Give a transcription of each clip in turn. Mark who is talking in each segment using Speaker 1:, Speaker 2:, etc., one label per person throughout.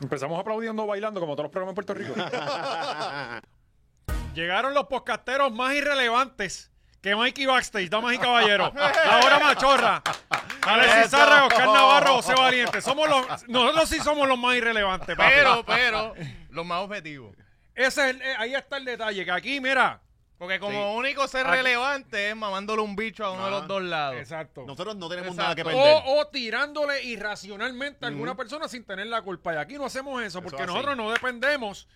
Speaker 1: Empezamos aplaudiendo, bailando, como todos los programas en Puerto Rico. Llegaron los podcasteros más irrelevantes que Mikey Backstage, damas y caballeros. La hora machorra. Alexis Sarra, Oscar Navarro, José Valiente. Somos los, nosotros sí somos los más irrelevantes. papi.
Speaker 2: Pero, pero, los más objetivos.
Speaker 1: Ese es el- eh, ahí está el detalle, que aquí, mira.
Speaker 2: Porque como único ser relevante es mamándole un bicho a uno de los dos lados.
Speaker 1: Exacto.
Speaker 3: Nosotros no tenemos
Speaker 2: Exacto.
Speaker 3: nada que perder.
Speaker 1: O, o tirándole irracionalmente a alguna persona sin tener la culpa. Y aquí no hacemos eso, porque
Speaker 3: así.
Speaker 1: nosotros no dependemos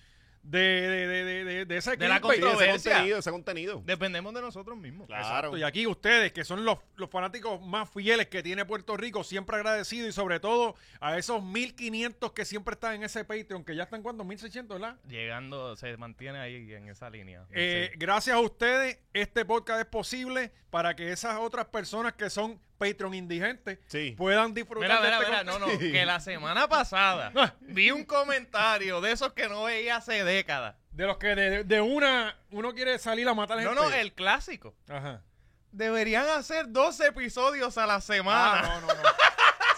Speaker 1: de, de, de, de, de, de ese
Speaker 2: De la
Speaker 1: clickbait.
Speaker 3: Sí, ese
Speaker 2: controversia.
Speaker 3: contenido, ese contenido.
Speaker 2: Dependemos de nosotros mismos.
Speaker 3: Claro.
Speaker 1: Y aquí ustedes, que son los, los fanáticos más fieles que tiene Puerto Rico, siempre agradecido y sobre todo a esos 1500 que siempre están en ese Patreon, que ya están cuando 1600, ¿verdad?
Speaker 2: Llegando, se mantiene ahí en esa línea.
Speaker 1: Eh,
Speaker 2: Sí.
Speaker 1: Gracias a ustedes, este podcast es posible para que esas otras personas que son Patreon indigentes
Speaker 3: Sí.
Speaker 1: puedan disfrutar
Speaker 2: Mira,
Speaker 1: de
Speaker 2: mira,
Speaker 1: este
Speaker 2: mira, no,
Speaker 1: contenido.
Speaker 2: no, que la semana pasada vi un comentario de esos que no veía hace décadas.
Speaker 1: De los que de, de una uno quiere salir a matar
Speaker 2: No,
Speaker 1: gente.
Speaker 2: no, el clásico.
Speaker 1: Ajá.
Speaker 2: Deberían hacer dos episodios a la
Speaker 1: Ah,
Speaker 2: semana.
Speaker 1: no, no, no.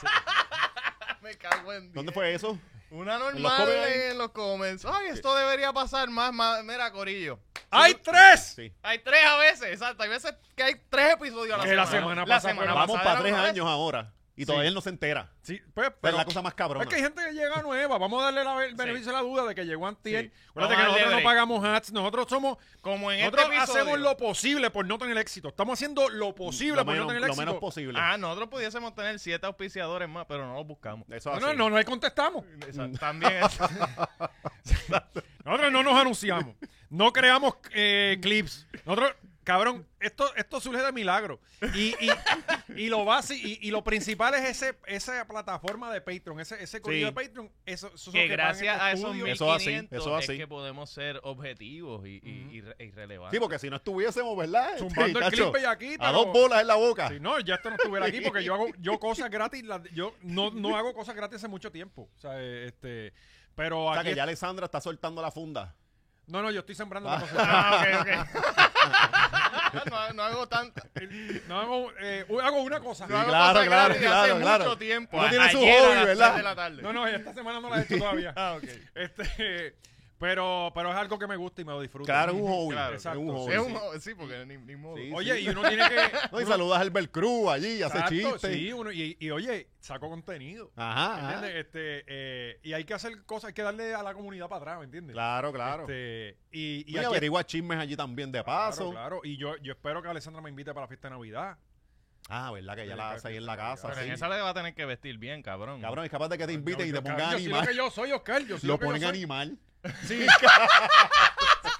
Speaker 2: Ah, Me cago en diez.
Speaker 3: ¿Dónde fue eso?
Speaker 2: Una
Speaker 3: los
Speaker 2: normal
Speaker 3: comments ahí.
Speaker 2: en los comments. Ay, esto debería pasar más, más. Mira, Corillo.
Speaker 1: ¡Hay tres!
Speaker 3: Sí.
Speaker 2: Hay tres a veces, exacto. Hay veces que hay tres episodios a
Speaker 1: Que la
Speaker 2: la semana.
Speaker 1: semana
Speaker 2: La
Speaker 1: pasada,
Speaker 2: semana
Speaker 1: pero
Speaker 3: Vamos
Speaker 2: pasada
Speaker 3: para
Speaker 2: era
Speaker 3: tres
Speaker 2: una vez.
Speaker 3: años ahora. Y todavía él no se entera.
Speaker 1: Sí, pues,
Speaker 3: Pero
Speaker 1: pero-
Speaker 3: es la cosa más cabrona.
Speaker 1: Es que hay gente que llega nueva. Vamos a darle la- el beneficio de la duda de que llegó Antier.
Speaker 3: Sí.
Speaker 1: Acuérdate que
Speaker 2: Vamos a darle
Speaker 1: nosotros no
Speaker 2: break.
Speaker 1: pagamos ads. Nosotros somos.
Speaker 2: Como en
Speaker 1: Nosotros
Speaker 2: este episodio.
Speaker 1: hacemos lo posible por no tener éxito. Estamos haciendo lo posible
Speaker 3: lo
Speaker 1: por
Speaker 3: menos,
Speaker 1: no tener
Speaker 3: lo
Speaker 1: éxito.
Speaker 3: menos posible.
Speaker 2: Ah, nosotros pudiésemos tener siete auspiciadores más, pero no los buscamos.
Speaker 3: Eso
Speaker 1: No,
Speaker 3: así.
Speaker 1: no, no, no le contestamos.
Speaker 2: Exacto. También es-
Speaker 1: Nosotros no nos anunciamos. No creamos eh, clips. Nosotros, cabrón, esto, esto surge de milagro. Y, y, y lo base, y, y lo principal es ese, esa plataforma de Patreon, ese, ese correo de Patreon. Eso, eso es lo
Speaker 2: que
Speaker 1: que pagan
Speaker 2: gracias
Speaker 1: este
Speaker 2: a esos
Speaker 1: estudio.
Speaker 3: Eso así,
Speaker 2: 1500
Speaker 3: eso así.
Speaker 2: es que podemos ser objetivos y, y- y re- y relevantes.
Speaker 3: Sí, porque si no estuviésemos, ¿verdad?
Speaker 1: Zumbando el
Speaker 3: Chacho,
Speaker 1: clickbait aquí,
Speaker 3: A
Speaker 1: pero-
Speaker 3: dos bolas en la boca.
Speaker 1: Sí, no, ya esto no estuviera aquí porque yo hago yo cosas gratis, las- yo no, no hago cosas gratis hace mucho tiempo. O sea, eh, este, pero
Speaker 3: o sea
Speaker 1: aquí
Speaker 3: que ya Alessandra está soltando la funda.
Speaker 1: no, no, yo estoy sembrando una cosa.
Speaker 2: Ah, ok, ok. Ah, no, no hago tanto.
Speaker 1: No hago, eh, hago una cosa.
Speaker 2: No hago
Speaker 3: claro,
Speaker 2: cosas
Speaker 3: claro,
Speaker 2: gratis
Speaker 3: claro,
Speaker 2: hace
Speaker 3: claro.
Speaker 2: mucho tiempo.
Speaker 3: Uno tiene su
Speaker 2: Ayer a
Speaker 3: hobby,
Speaker 2: las
Speaker 3: ¿verdad?
Speaker 2: tres de la tarde.
Speaker 1: No, no, esta semana no la he hecho todavía.
Speaker 2: Ah, ok.
Speaker 1: Este, pero, pero es algo que me gusta y me lo disfruto.
Speaker 3: Claro, es un hobby.
Speaker 2: Claro,
Speaker 3: es
Speaker 1: exacto,
Speaker 3: un hobby.
Speaker 2: Es un hobby, sí, porque ni, ni modo.
Speaker 3: Sí.
Speaker 1: Oye, y uno tiene que.
Speaker 3: No, y
Speaker 1: uno-
Speaker 3: saludas a Albert Cruz allí, y hace
Speaker 1: Exacto,
Speaker 3: chistes. Ah.
Speaker 1: sí, uno- y, y, oye, saco contenido.
Speaker 3: Ajá, ajá.
Speaker 1: ¿Entiendes? Este, eh, y hay que hacer cosas, hay que darle a la comunidad para atrás, ¿me entiendes?
Speaker 3: Claro, claro.
Speaker 1: Este, y, y
Speaker 3: y
Speaker 1: aquí-
Speaker 3: averigua chismes allí también de paso.
Speaker 1: Claro, claro. Y yo, yo espero que Alessandra me invite para la fiesta de Navidad.
Speaker 3: Ah, ¿verdad? Que ya la hace ahí en la casa.
Speaker 2: Pero en
Speaker 3: sí.
Speaker 2: esa le va a tener que vestir bien, cabrón.
Speaker 3: Cabrón, es capaz de que te
Speaker 1: Yo-
Speaker 3: inviten y te
Speaker 1: yo-
Speaker 3: pongan
Speaker 1: yo soy lo
Speaker 3: animal.
Speaker 1: que yo soy, Oscar. Yo soy
Speaker 3: Lo
Speaker 1: que yo
Speaker 3: ponen
Speaker 1: soy.
Speaker 3: animal.
Speaker 1: Sí.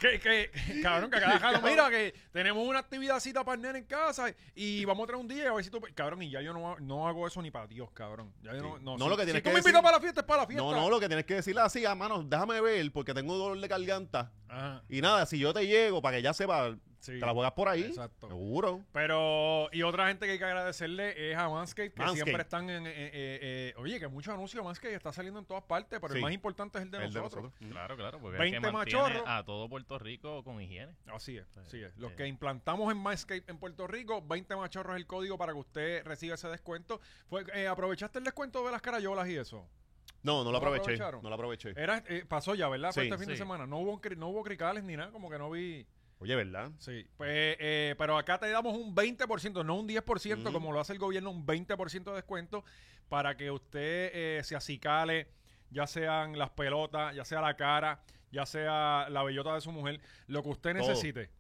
Speaker 1: que, que- cabrón, que cada jalo, mira, que tenemos una actividad cita para el nene en casa y vamos a traer un día a ver si tú... Cabrón, y ya yo no, no hago eso ni para Dios, cabrón. Ya yo no, no,
Speaker 3: No,
Speaker 1: si-
Speaker 3: lo que
Speaker 1: si
Speaker 3: tienes
Speaker 1: tú
Speaker 3: que
Speaker 1: me
Speaker 3: decir-
Speaker 1: invitas para la fiesta, es para la fiesta.
Speaker 3: No, no, lo que tienes que decirle así, a mano, déjame ver, porque tengo dolor de garganta.
Speaker 1: Ajá,
Speaker 3: Y nada, si yo te llego, para que ya sepa,
Speaker 1: Ah, sí.
Speaker 3: te la juegas por ahí.
Speaker 1: Exacto.
Speaker 3: Seguro.
Speaker 1: Pero, y otra gente que hay que agradecerle es a Manscaped, que
Speaker 3: Manscaped.
Speaker 1: siempre están en. eh, eh, eh, oye, que mucho anuncio Manscaped está saliendo en todas partes, pero el
Speaker 3: Sí.
Speaker 1: más importante es el de,
Speaker 3: El de
Speaker 1: nosotros.
Speaker 3: nosotros.
Speaker 2: Claro, claro, porque
Speaker 1: 20
Speaker 2: es que mantiene
Speaker 1: machorros.
Speaker 2: a todo Puerto Rico con higiene.
Speaker 1: Así
Speaker 3: Eh,
Speaker 1: es, así es. Los
Speaker 2: sí.
Speaker 1: que implantamos en Manscaped en Puerto Rico, 20 machorros es el código para que usted reciba ese descuento. Fue, eh, ¿Aprovechaste el descuento de las carayolas y eso?
Speaker 3: No, no
Speaker 1: ¿No lo
Speaker 3: lo aproveché.
Speaker 1: aprovecharon?
Speaker 3: No lo aproveché.
Speaker 1: Era, eh, pasó ya, ¿verdad? Fue
Speaker 3: Sí,
Speaker 1: este fin de
Speaker 2: sí.
Speaker 1: semana. No hubo, cri- no hubo cricales ni nada, como que no vi.
Speaker 3: Oye, ¿verdad?
Speaker 1: Sí, pues, eh, pero acá te damos un 20%, no un 10%,
Speaker 3: Mm.
Speaker 1: como lo hace el gobierno, un 20% de descuento para que usted eh, se acicale, ya sean las pelotas, ya sea la cara, ya sea la bellota de su mujer, lo que usted
Speaker 3: Todo.
Speaker 1: necesite.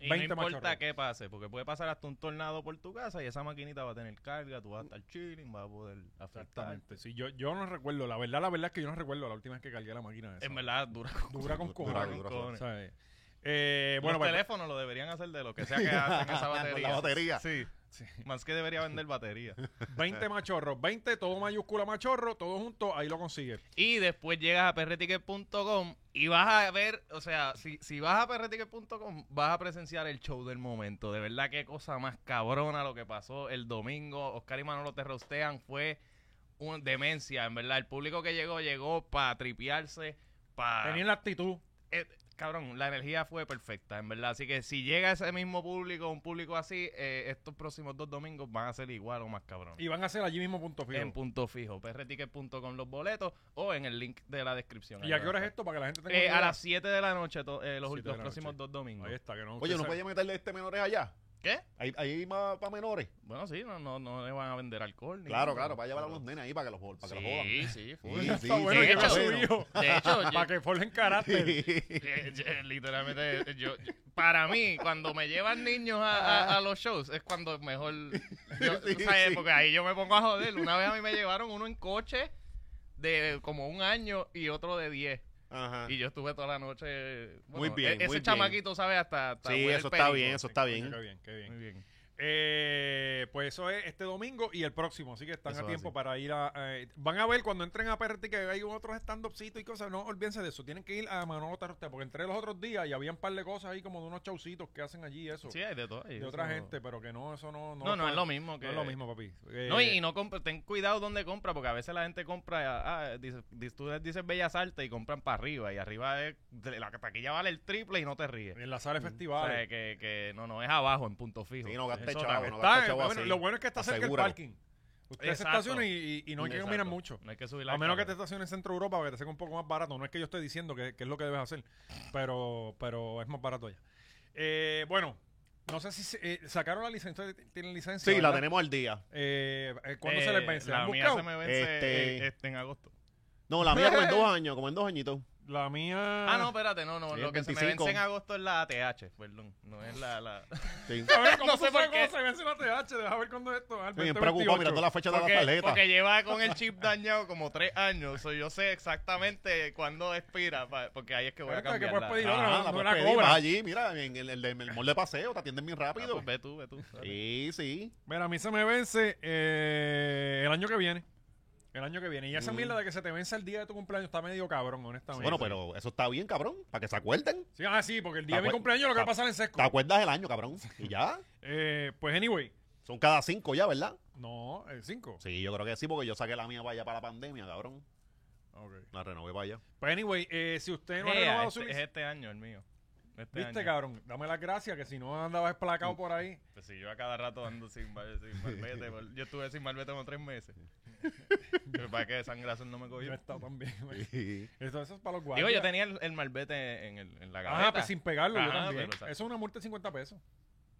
Speaker 2: Y
Speaker 1: 20
Speaker 2: no importa
Speaker 1: machorros.
Speaker 2: qué pase, porque puede pasar hasta un tornado por tu casa y esa maquinita va a tener carga, tú vas a estar chilling, vas a poder afectar.
Speaker 1: Exactamente. Sí, yo, yo no recuerdo, la verdad, la verdad es que yo no recuerdo la última vez que cargué la máquina esa.
Speaker 2: En verdad, dura con
Speaker 1: Dura con
Speaker 3: Dura,
Speaker 1: cojones.
Speaker 3: dura.
Speaker 2: cojones.
Speaker 1: ¿sabes? Eh,
Speaker 2: Los
Speaker 1: bueno, pues,
Speaker 2: teléfonos lo deberían hacer de lo que sea que hacen esa
Speaker 3: Con
Speaker 2: batería.
Speaker 3: la batería.
Speaker 2: Sí. Más que debería vender batería.
Speaker 1: 20 machorros, 20, todo mayúscula machorro, todo junto, ahí lo consigue.
Speaker 2: Y después llegas a perreticket.com y vas a ver, o sea, si, si vas a perreticket.com vas a presenciar el show del momento. De verdad, qué cosa más cabrona lo que pasó el domingo. Oscar y Manolo te rostean fue una demencia, en verdad. El público que llegó, llegó para tripearse, para...
Speaker 1: Tenían la actitud.
Speaker 2: cabrón, la energía fue perfecta, en verdad. Así que si llega ese mismo público, un público así, eh, estos próximos dos domingos van a ser igual o más cabrón.
Speaker 1: Y van a ser allí mismo punto fijo.
Speaker 2: En punto fijo, prticket.com los boletos o en el link de la descripción.
Speaker 1: ¿Y
Speaker 2: Ahí
Speaker 1: a
Speaker 2: va
Speaker 1: qué hora es
Speaker 2: estar.
Speaker 1: esto para que la gente tenga
Speaker 2: Eh,
Speaker 1: una
Speaker 2: a
Speaker 1: idea?
Speaker 2: las 7 de la noche, to- eh, los,
Speaker 1: Siete de
Speaker 2: los
Speaker 1: la
Speaker 2: próximos
Speaker 1: noche.
Speaker 2: dos domingos.
Speaker 1: Ahí está, que no.
Speaker 3: Oye, ¿no
Speaker 1: usted
Speaker 3: podía meterle este menores allá?
Speaker 2: ¿Qué?
Speaker 3: Ahí, ahí más para menores.
Speaker 2: Bueno, sí, no, no, no le van a vender alcohol. ni
Speaker 3: Claro,
Speaker 2: nada.
Speaker 3: claro, para llevar a los nenes ahí para que los, jod- para que los jodan.
Speaker 2: Sí, sí, full.
Speaker 3: Sí, sí,
Speaker 1: Está bueno
Speaker 2: sí,
Speaker 1: que va a
Speaker 2: sí.
Speaker 1: su hijo.
Speaker 2: De hecho, yo-
Speaker 1: Para que forjen carácter.
Speaker 2: Eh, eh, Literalmente, eh, yo, yo- para mí, cuando me llevan niños a, a- a los shows, es cuando mejor. yo- tú
Speaker 3: Sí,
Speaker 2: sabes,
Speaker 3: sí.
Speaker 2: Porque ahí yo me pongo a joder. Una vez a mí me llevaron uno en coche de como un año y otro de 10.
Speaker 3: Ajá.
Speaker 2: Y yo estuve toda la noche.
Speaker 3: Muy
Speaker 2: bueno,
Speaker 3: bien,
Speaker 2: e- Ese
Speaker 3: muy bien.
Speaker 2: chamaquito, ¿sabes? Hasta. hasta
Speaker 3: Sí,
Speaker 2: huele
Speaker 3: eso
Speaker 2: el
Speaker 3: está
Speaker 2: perico.
Speaker 3: bien, eso está
Speaker 1: Qué
Speaker 3: bien.
Speaker 1: bien, qué bien.
Speaker 2: Muy bien.
Speaker 1: Eh, pues eso es este domingo y el próximo, así que están
Speaker 2: Eso
Speaker 1: a
Speaker 2: es
Speaker 1: tiempo
Speaker 2: así.
Speaker 1: para ir a... eh, van a ver cuando entren a PRT que hay otros stand-upcitos y cosas, no olvídense de eso, tienen que ir a Manolo Tarrote, porque entré los otros días y había un par de cosas ahí como de unos chaucitos que hacen allí eso,
Speaker 2: Sí, hay de todo. hay
Speaker 1: de
Speaker 2: eso.
Speaker 1: otra gente, pero que no, eso no...
Speaker 2: No, no es lo mismo. Que,
Speaker 1: No es lo mismo, papi. Eh,
Speaker 2: No, y, y no compra, ten cuidado donde compra, porque a veces la gente compra, ah, dice, di- tú dices Bellas Artes y compran para arriba, y arriba es, de- la taquilla vale el triple y no Mm, te ríes.
Speaker 1: En las sales
Speaker 2: O sea,
Speaker 1: festivales.
Speaker 2: que, que no, no, es abajo, en punto fijo.
Speaker 3: Sí, no gaste
Speaker 2: Eso
Speaker 3: chavo,
Speaker 2: también.
Speaker 3: no
Speaker 1: Está,
Speaker 3: gaste chavo
Speaker 1: bueno,
Speaker 3: así.
Speaker 1: lo bueno es que está cerca el
Speaker 3: Asegúralo.
Speaker 1: parking. Usted se
Speaker 2: Exacto.
Speaker 1: estaciona y, y- y no hay que
Speaker 2: Exacto.
Speaker 1: mirar mucho.
Speaker 2: No hay que subir la
Speaker 1: A menos que te
Speaker 2: cara.
Speaker 1: estaciones en Centro Europa para que te sea un poco más barato. No es que yo esté diciendo que, que es lo que debes hacer, pero, pero es más barato allá. Eh, bueno, no sé si se- eh, sacaron la licencia. ¿Ustedes ¿Tienen licencia?
Speaker 3: Sí, la
Speaker 1: verdad?
Speaker 3: tenemos al día.
Speaker 1: Eh, eh, ¿Cuándo se
Speaker 2: Eh,
Speaker 1: les vence? ¿La,
Speaker 2: La
Speaker 1: han
Speaker 2: mía
Speaker 1: buscado?
Speaker 2: se me vence
Speaker 3: Este-
Speaker 2: eh, este, en agosto.
Speaker 3: No, la mía como en dos años, como en dos añitos.
Speaker 1: la mía.
Speaker 2: Ah, no, espérate, no, no,
Speaker 3: Sí,
Speaker 2: lo
Speaker 3: el
Speaker 2: que se me
Speaker 3: 25.
Speaker 2: vence en agosto es la ATH, perdón, no es la... la...
Speaker 3: Sí.
Speaker 1: Cabrón, ¿cómo
Speaker 2: No
Speaker 1: tú
Speaker 2: sé por
Speaker 1: sabes
Speaker 2: qué.
Speaker 1: cómo se vence la TH? Deja ver cuándo es esto. Ah, el
Speaker 3: Estoy bien
Speaker 1: 2028.
Speaker 3: preocupado mirando la fecha de la
Speaker 2: Porque,
Speaker 3: tarjeta.
Speaker 2: porque lleva con el chip dañado como tres años, so yo sé exactamente cuándo expira, pa- porque ahí es que voy a
Speaker 1: Espérate, que
Speaker 2: cambiar
Speaker 1: puedes pedir otra, no
Speaker 3: Ah, la
Speaker 1: la
Speaker 3: puedes pedir,
Speaker 1: cobra.
Speaker 3: vas allí, mira, en el, el, el mall de paseo, te atienden bien
Speaker 2: Ah,
Speaker 3: rápido.
Speaker 2: pues ve tú, ve tú. Dale.
Speaker 3: Sí, sí.
Speaker 1: Mira, a mí se me vence eh, el año que viene. El año que viene. Y esa
Speaker 3: Mm.
Speaker 1: mierda de que se te vence el día de tu cumpleaños está medio cabrón, honestamente.
Speaker 3: Bueno, pero eso está bien, cabrón, para que se acuerden.
Speaker 1: Sí, ah, sí, porque el día de mi
Speaker 3: Está bu-
Speaker 1: cumpleaños lo que va a
Speaker 3: está-
Speaker 1: pasar en sesco.
Speaker 3: Te acuerdas el año, cabrón. Y ya,
Speaker 1: Eh, pues anyway.
Speaker 3: son cada cinco ya, ¿verdad?
Speaker 1: No, el 5.
Speaker 3: Sí, yo creo que sí, porque yo saqué la mía para allá para la pandemia, cabrón.
Speaker 1: Ok.
Speaker 3: La renové para allá.
Speaker 1: Pues anyway, eh, si usted no ha
Speaker 2: Ea,
Speaker 1: renovado
Speaker 2: este-
Speaker 1: su
Speaker 2: es
Speaker 1: licencia.
Speaker 2: este año el mío. Este
Speaker 1: Viste,
Speaker 2: año.
Speaker 1: cabrón, dame las gracias que si no andabas placado por ahí.
Speaker 2: Pues si yo a cada rato ando sin, bar- sin malvete, bol- yo estuve sin malvete como tres meses. Pero para que sangrazo no me
Speaker 1: Yo he
Speaker 2: cogió.
Speaker 1: estado también. güey.
Speaker 3: Sí.
Speaker 1: Eso, eso es para los guardias.
Speaker 2: Digo, yo tenía el, el malvete en, el- en la cabeza.
Speaker 1: Ajá, pues sin pegarlo yo
Speaker 2: Ajá,
Speaker 1: también.
Speaker 2: pero, o sea-
Speaker 1: Eso es una multa de 50 pesos.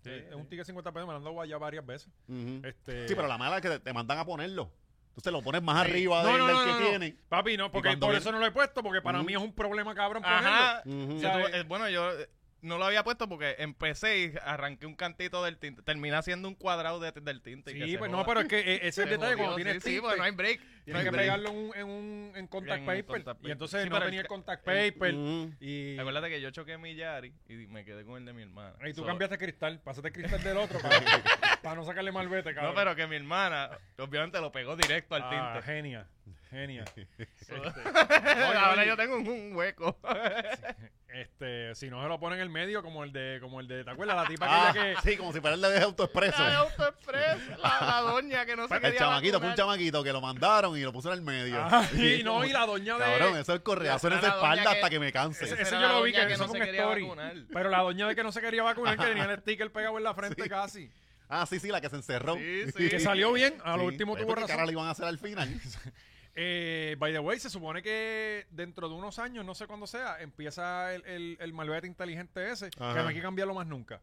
Speaker 2: Sí,
Speaker 1: Eh, es
Speaker 2: sí. Mm.
Speaker 1: un ticket de 50 pesos, me lo han dado allá varias veces.
Speaker 3: Ujú.
Speaker 1: Este...
Speaker 3: Sí, pero la mala es que te, te mandan a ponerlo. Entonces lo pones más
Speaker 2: Sí.
Speaker 3: arriba
Speaker 1: No,
Speaker 3: del,
Speaker 1: no,
Speaker 3: del
Speaker 1: no,
Speaker 3: que
Speaker 1: no, no.
Speaker 3: tiene.
Speaker 1: Papi, no, porque
Speaker 3: cuando
Speaker 1: por
Speaker 3: ven-
Speaker 1: eso no lo he puesto, porque para
Speaker 3: Mm.
Speaker 1: mí es un problema cabrón ponerlo.
Speaker 2: Ajá.
Speaker 3: Ujú.
Speaker 2: Yo
Speaker 1: sea,
Speaker 2: tuve-
Speaker 1: eh,
Speaker 2: eh, bueno, yo eh, no lo había puesto porque empecé y arranqué un cantito del tinte. Terminé haciendo un cuadrado de- del tinte. y que
Speaker 1: Sí,
Speaker 2: se
Speaker 1: pues
Speaker 2: joda.
Speaker 1: no, pero es que eh, ese es
Speaker 2: Se
Speaker 1: el detalle
Speaker 2: jodió,
Speaker 1: cuando
Speaker 2: sí,
Speaker 1: tienes
Speaker 2: Sí,
Speaker 1: tinte,
Speaker 2: porque no hay break. no
Speaker 1: tienes
Speaker 2: hay
Speaker 1: que
Speaker 2: break.
Speaker 1: pegarlo en, un- en un en contact
Speaker 2: En un
Speaker 1: paper,
Speaker 2: contact
Speaker 1: y
Speaker 2: paper.
Speaker 1: entonces
Speaker 2: Sí,
Speaker 1: no
Speaker 2: pero
Speaker 1: tenía
Speaker 2: el
Speaker 1: el
Speaker 2: ca-
Speaker 1: contact
Speaker 2: el-
Speaker 1: paper
Speaker 3: Ujú.
Speaker 1: y,
Speaker 2: Acuérdate que yo choqué mi Yari y me quedé con el de mi hermana.
Speaker 1: y tú
Speaker 2: So,
Speaker 1: cambiaste cristal, pasaste el cristal del otro para, para no sacarle mal vete, cabrón.
Speaker 2: No, pero que mi hermana, obviamente lo pegó directo al
Speaker 1: Ah,
Speaker 2: tinte.
Speaker 1: genia, genia.
Speaker 2: So,
Speaker 1: Oye,
Speaker 2: Ahora
Speaker 1: oye.
Speaker 2: yo tengo un, un hueco.
Speaker 1: Este, si no se lo ponen en el medio como el de como el de, ¿te acuerdas la tipa
Speaker 3: Ah,
Speaker 1: aquella que
Speaker 3: Sí, como si fuera el de autoexpreso.
Speaker 2: La de AutoExpress, la, la doña que no se
Speaker 3: El
Speaker 2: quería
Speaker 3: chamaquito fue un
Speaker 2: vacunar.
Speaker 3: chamaquito que lo mandaron y lo pusieron en el medio.
Speaker 1: Ah, y no y la doña de
Speaker 3: Cabrón, eso es correazo en
Speaker 2: Era
Speaker 3: esa
Speaker 2: la doña
Speaker 3: espalda
Speaker 2: que-
Speaker 3: hasta que me canse.
Speaker 1: Ese,
Speaker 2: Esa
Speaker 1: ese
Speaker 2: era
Speaker 1: yo
Speaker 2: la
Speaker 1: lo vi
Speaker 2: doña
Speaker 1: que,
Speaker 2: que
Speaker 1: eso
Speaker 2: no
Speaker 1: fue
Speaker 2: se
Speaker 1: un
Speaker 2: quería
Speaker 1: story.
Speaker 2: vacunar.
Speaker 1: Pero la doña de que no se quería vacunar, que tenía el sticker pegado en la frente casi.
Speaker 3: Ah, sí, sí, la que se encerró.
Speaker 2: Sí, sí.
Speaker 1: Y que salió bien, a lo
Speaker 3: Sí.
Speaker 1: último
Speaker 3: Pues,
Speaker 1: tuvo
Speaker 3: ¿qué
Speaker 1: razón.
Speaker 3: cara le iban a hacer al final?
Speaker 1: Eh, by the way, se supone que dentro de unos años, no sé cuándo sea, empieza el, el, el malvete inteligente ese,
Speaker 3: Ajá.
Speaker 1: que no hay que cambiarlo más nunca.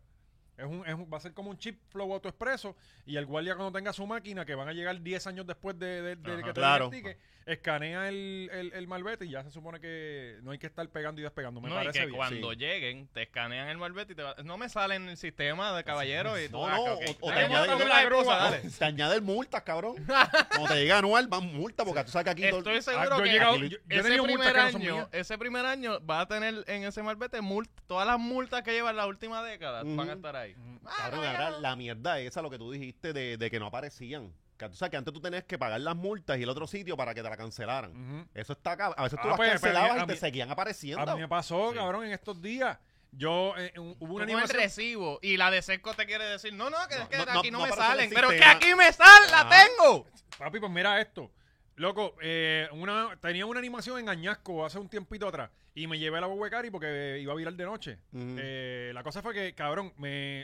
Speaker 1: Es un, es un- va a ser como un chip flow autoexpreso y el guardia cuando tenga su máquina, que van a llegar 10 años después de, de- de
Speaker 2: Ajá,
Speaker 1: que te
Speaker 3: claro.
Speaker 1: den el ticket, escanea el, el, el malvete y ya se supone que no hay que estar pegando y despegando. Me
Speaker 2: No, y
Speaker 1: parece
Speaker 2: que
Speaker 1: bien.
Speaker 2: cuando
Speaker 3: sí.
Speaker 2: lleguen, te escanean el malvete y te va- No me sale en el sistema de caballero y tú,
Speaker 3: No,
Speaker 2: ah,
Speaker 3: no,
Speaker 2: ok,
Speaker 3: o-
Speaker 2: ok.
Speaker 3: o
Speaker 2: Dale,
Speaker 3: te añade-
Speaker 2: bótame la
Speaker 1: la grúa,
Speaker 2: esposa,
Speaker 1: dale.
Speaker 2: dale.
Speaker 3: Te añaden multas, cabrón. Cuando te llega anual, van multas, porque tú sabes que aquí... todo-
Speaker 2: Estoy seguro
Speaker 1: Ah, yo
Speaker 2: que
Speaker 1: he llegado- yo-
Speaker 2: aquí-
Speaker 1: yo he
Speaker 2: ese,
Speaker 1: tenido multas
Speaker 2: primer
Speaker 1: que no son
Speaker 2: año,
Speaker 1: mías.
Speaker 2: ese primer año va a tener en ese malvete mult- todas las multas que llevan la última década van
Speaker 3: Ujú.
Speaker 2: a estar ahí.
Speaker 1: Ujú.
Speaker 3: Cabrón, ahora la mierda esa, lo que tú dijiste de, de que no aparecían. Que tú sabes que antes tú tenías que pagar las multas y el otro sitio para que te la cancelaran.
Speaker 1: Ujú.
Speaker 3: Eso está cabrón. A veces tú
Speaker 1: Ah,
Speaker 3: las
Speaker 1: pues, pero
Speaker 3: cancelabas
Speaker 1: a
Speaker 3: y te
Speaker 1: mí-
Speaker 3: seguían apareciendo.
Speaker 1: A mí me pasó,
Speaker 2: Sí.
Speaker 1: cabrón, en estos días. Yo, eh, un- hubo
Speaker 2: Tú
Speaker 1: una
Speaker 2: con el
Speaker 1: animación.
Speaker 2: recibo y la de Sesco te quiere decir, no, no, que es
Speaker 3: No,
Speaker 2: que
Speaker 3: no,
Speaker 2: aquí
Speaker 3: no,
Speaker 2: no,
Speaker 3: no
Speaker 2: me
Speaker 3: aparece en el
Speaker 2: salen, pero que
Speaker 3: sistema.
Speaker 2: aquí me salen, la
Speaker 3: Ajá.
Speaker 2: tengo.
Speaker 1: Papi, pues mira esto. Loco, eh, una, tenía una animación en Añasco hace un tiempito atrás. Y me llevé a la Bobecari porque iba a virar de noche.
Speaker 3: Ujú.
Speaker 1: Eh, la cosa fue que, cabrón, me...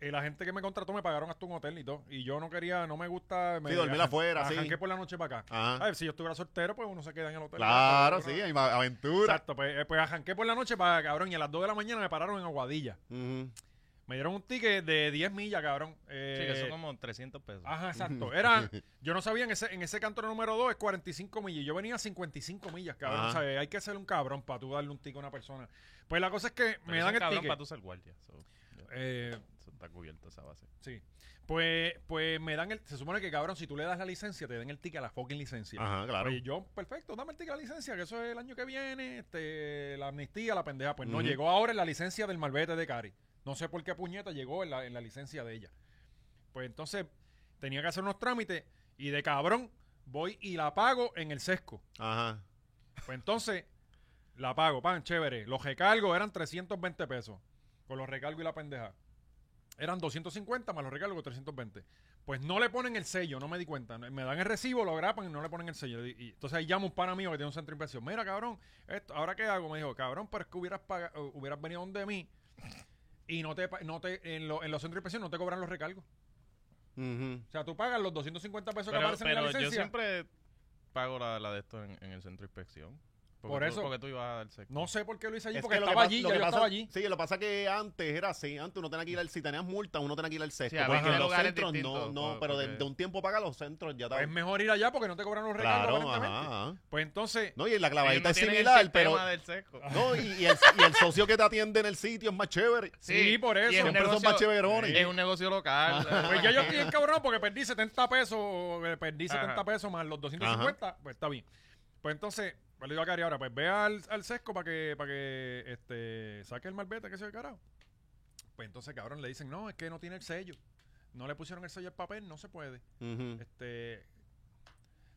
Speaker 1: eh, la gente que me contrató me pagaron hasta un hotel y todo. Y yo no quería, no me gusta... Me
Speaker 3: Sí, dormir afuera, sí.
Speaker 1: Arranqué por la noche para acá.
Speaker 3: Ajá.
Speaker 1: A ver, si yo estuviera soltero, pues uno se queda en el hotel.
Speaker 3: Ah, Claro,
Speaker 1: Pero,
Speaker 3: sí,
Speaker 1: pero-
Speaker 3: hay ma- aventura.
Speaker 1: Exacto, pues, eh, pues arranqué por la noche para cabrón y a las 2 de la mañana me pararon en Aguadilla.
Speaker 3: Ujú.
Speaker 1: Me dieron un ticket de 10 millas, cabrón. Eh,
Speaker 2: Sí, que son como 300 pesos.
Speaker 1: Ajá, exacto. Era, yo no sabía, en ese, en ese canto número 2 es 45 millas. y Yo venía a 55 millas, cabrón.
Speaker 3: Ajá.
Speaker 1: O sea, hay que ser un cabrón para tú darle un ticket a una persona. Pues la cosa es que
Speaker 2: Pero
Speaker 1: me
Speaker 2: eso
Speaker 1: dan el
Speaker 2: es cabrón
Speaker 1: ticket.
Speaker 2: para tú ser guardia. so,
Speaker 1: Eh,
Speaker 2: eso está cubierto esa base.
Speaker 1: sí. Pues, pues me dan el. Se supone que, cabrón, si tú le das la licencia, te den el ticket a la fucking licencia.
Speaker 3: Ajá, claro.
Speaker 1: Oye, yo, perfecto, dame el ticket a la licencia, que eso es el año que viene, este, la amnistía, la pendeja. Pues no,
Speaker 3: Ujú.
Speaker 1: llegó ahora en la licencia del malvete de Cari. No sé por qué puñeta llegó en la, en la licencia de ella. Pues entonces tenía que hacer unos trámites y de cabrón voy y la pago en el sesco.
Speaker 3: Ajá.
Speaker 1: Pues entonces la pago, pan, chévere. Los recargos eran 320 pesos con los recargos y la pendeja. Eran 250 más los recargos 320. Pues no le ponen el sello, no me di cuenta. Me dan el recibo, lo grapan y no le ponen el sello. Y, y entonces ahí llamo un pana mío que tiene un centro de inversión. Mira, cabrón, esto, ¿ahora qué hago? Me dijo, cabrón, pero es que hubieras, paga- eh, hubieras venido donde mí y no te, pa- no te en, lo- en los centros de inversión no te cobran los recargos.
Speaker 3: Ujú.
Speaker 1: O sea, tú pagas los 250 pesos que
Speaker 2: Pero,
Speaker 1: aparecen en la
Speaker 2: pero
Speaker 1: licencia.
Speaker 2: yo siempre pago la, la de esto en, en el centro de inspección. Porque
Speaker 1: Por
Speaker 2: tú-
Speaker 1: eso.
Speaker 2: Porque tú ibas al sexo.
Speaker 1: No sé por qué lo hice allí,
Speaker 3: Es
Speaker 1: porque
Speaker 3: que lo que
Speaker 1: estaba
Speaker 3: pasa-
Speaker 1: allí,
Speaker 3: lo
Speaker 1: ya
Speaker 3: que
Speaker 1: yo
Speaker 3: pasa-
Speaker 1: estaba allí.
Speaker 3: Sí, lo que pasa es que antes era así. Antes uno tenía que ir al, si tenías multa, uno tenía que ir al sexto.
Speaker 2: Sí, a
Speaker 3: porque
Speaker 2: veces
Speaker 3: en los
Speaker 2: lugares
Speaker 3: centros no,
Speaker 2: distintos,
Speaker 3: no,
Speaker 2: pa-
Speaker 3: pero de,
Speaker 2: porque-
Speaker 3: de un tiempo para acá los centros ya
Speaker 1: Pues es
Speaker 3: estaban.
Speaker 1: mejor ir allá porque no te cobran los recargos.
Speaker 3: claro,
Speaker 1: aparentemente.
Speaker 3: ajá, ajá.
Speaker 1: Pues entonces,
Speaker 3: No, y la
Speaker 2: Ellos
Speaker 3: clavadita
Speaker 2: no
Speaker 3: es
Speaker 2: tienen el
Speaker 3: similar, pero.
Speaker 2: sistema del sesco.
Speaker 3: No, y, y el, y el socio que te atiende en el sitio es más chévere.
Speaker 1: Sí, por eso.
Speaker 2: y es un
Speaker 3: Siempre son
Speaker 2: negocio-
Speaker 3: más chéverones.
Speaker 2: Es un negocio local.
Speaker 1: pues ya yo estoy encabronado porque perdí 70 pesos, eh, perdí
Speaker 2: Ajá.
Speaker 1: 70 pesos más los 250, pues está bien. Pues entonces, pues le digo a Cari ahora, pues ve al, al sesco para que, para que este, saque el malvete, que se ve carajo. Pues entonces, cabrón, le dicen, no, es que no tiene el sello. No le pusieron el sello al papel, no se puede.
Speaker 3: Ujú.
Speaker 1: Este,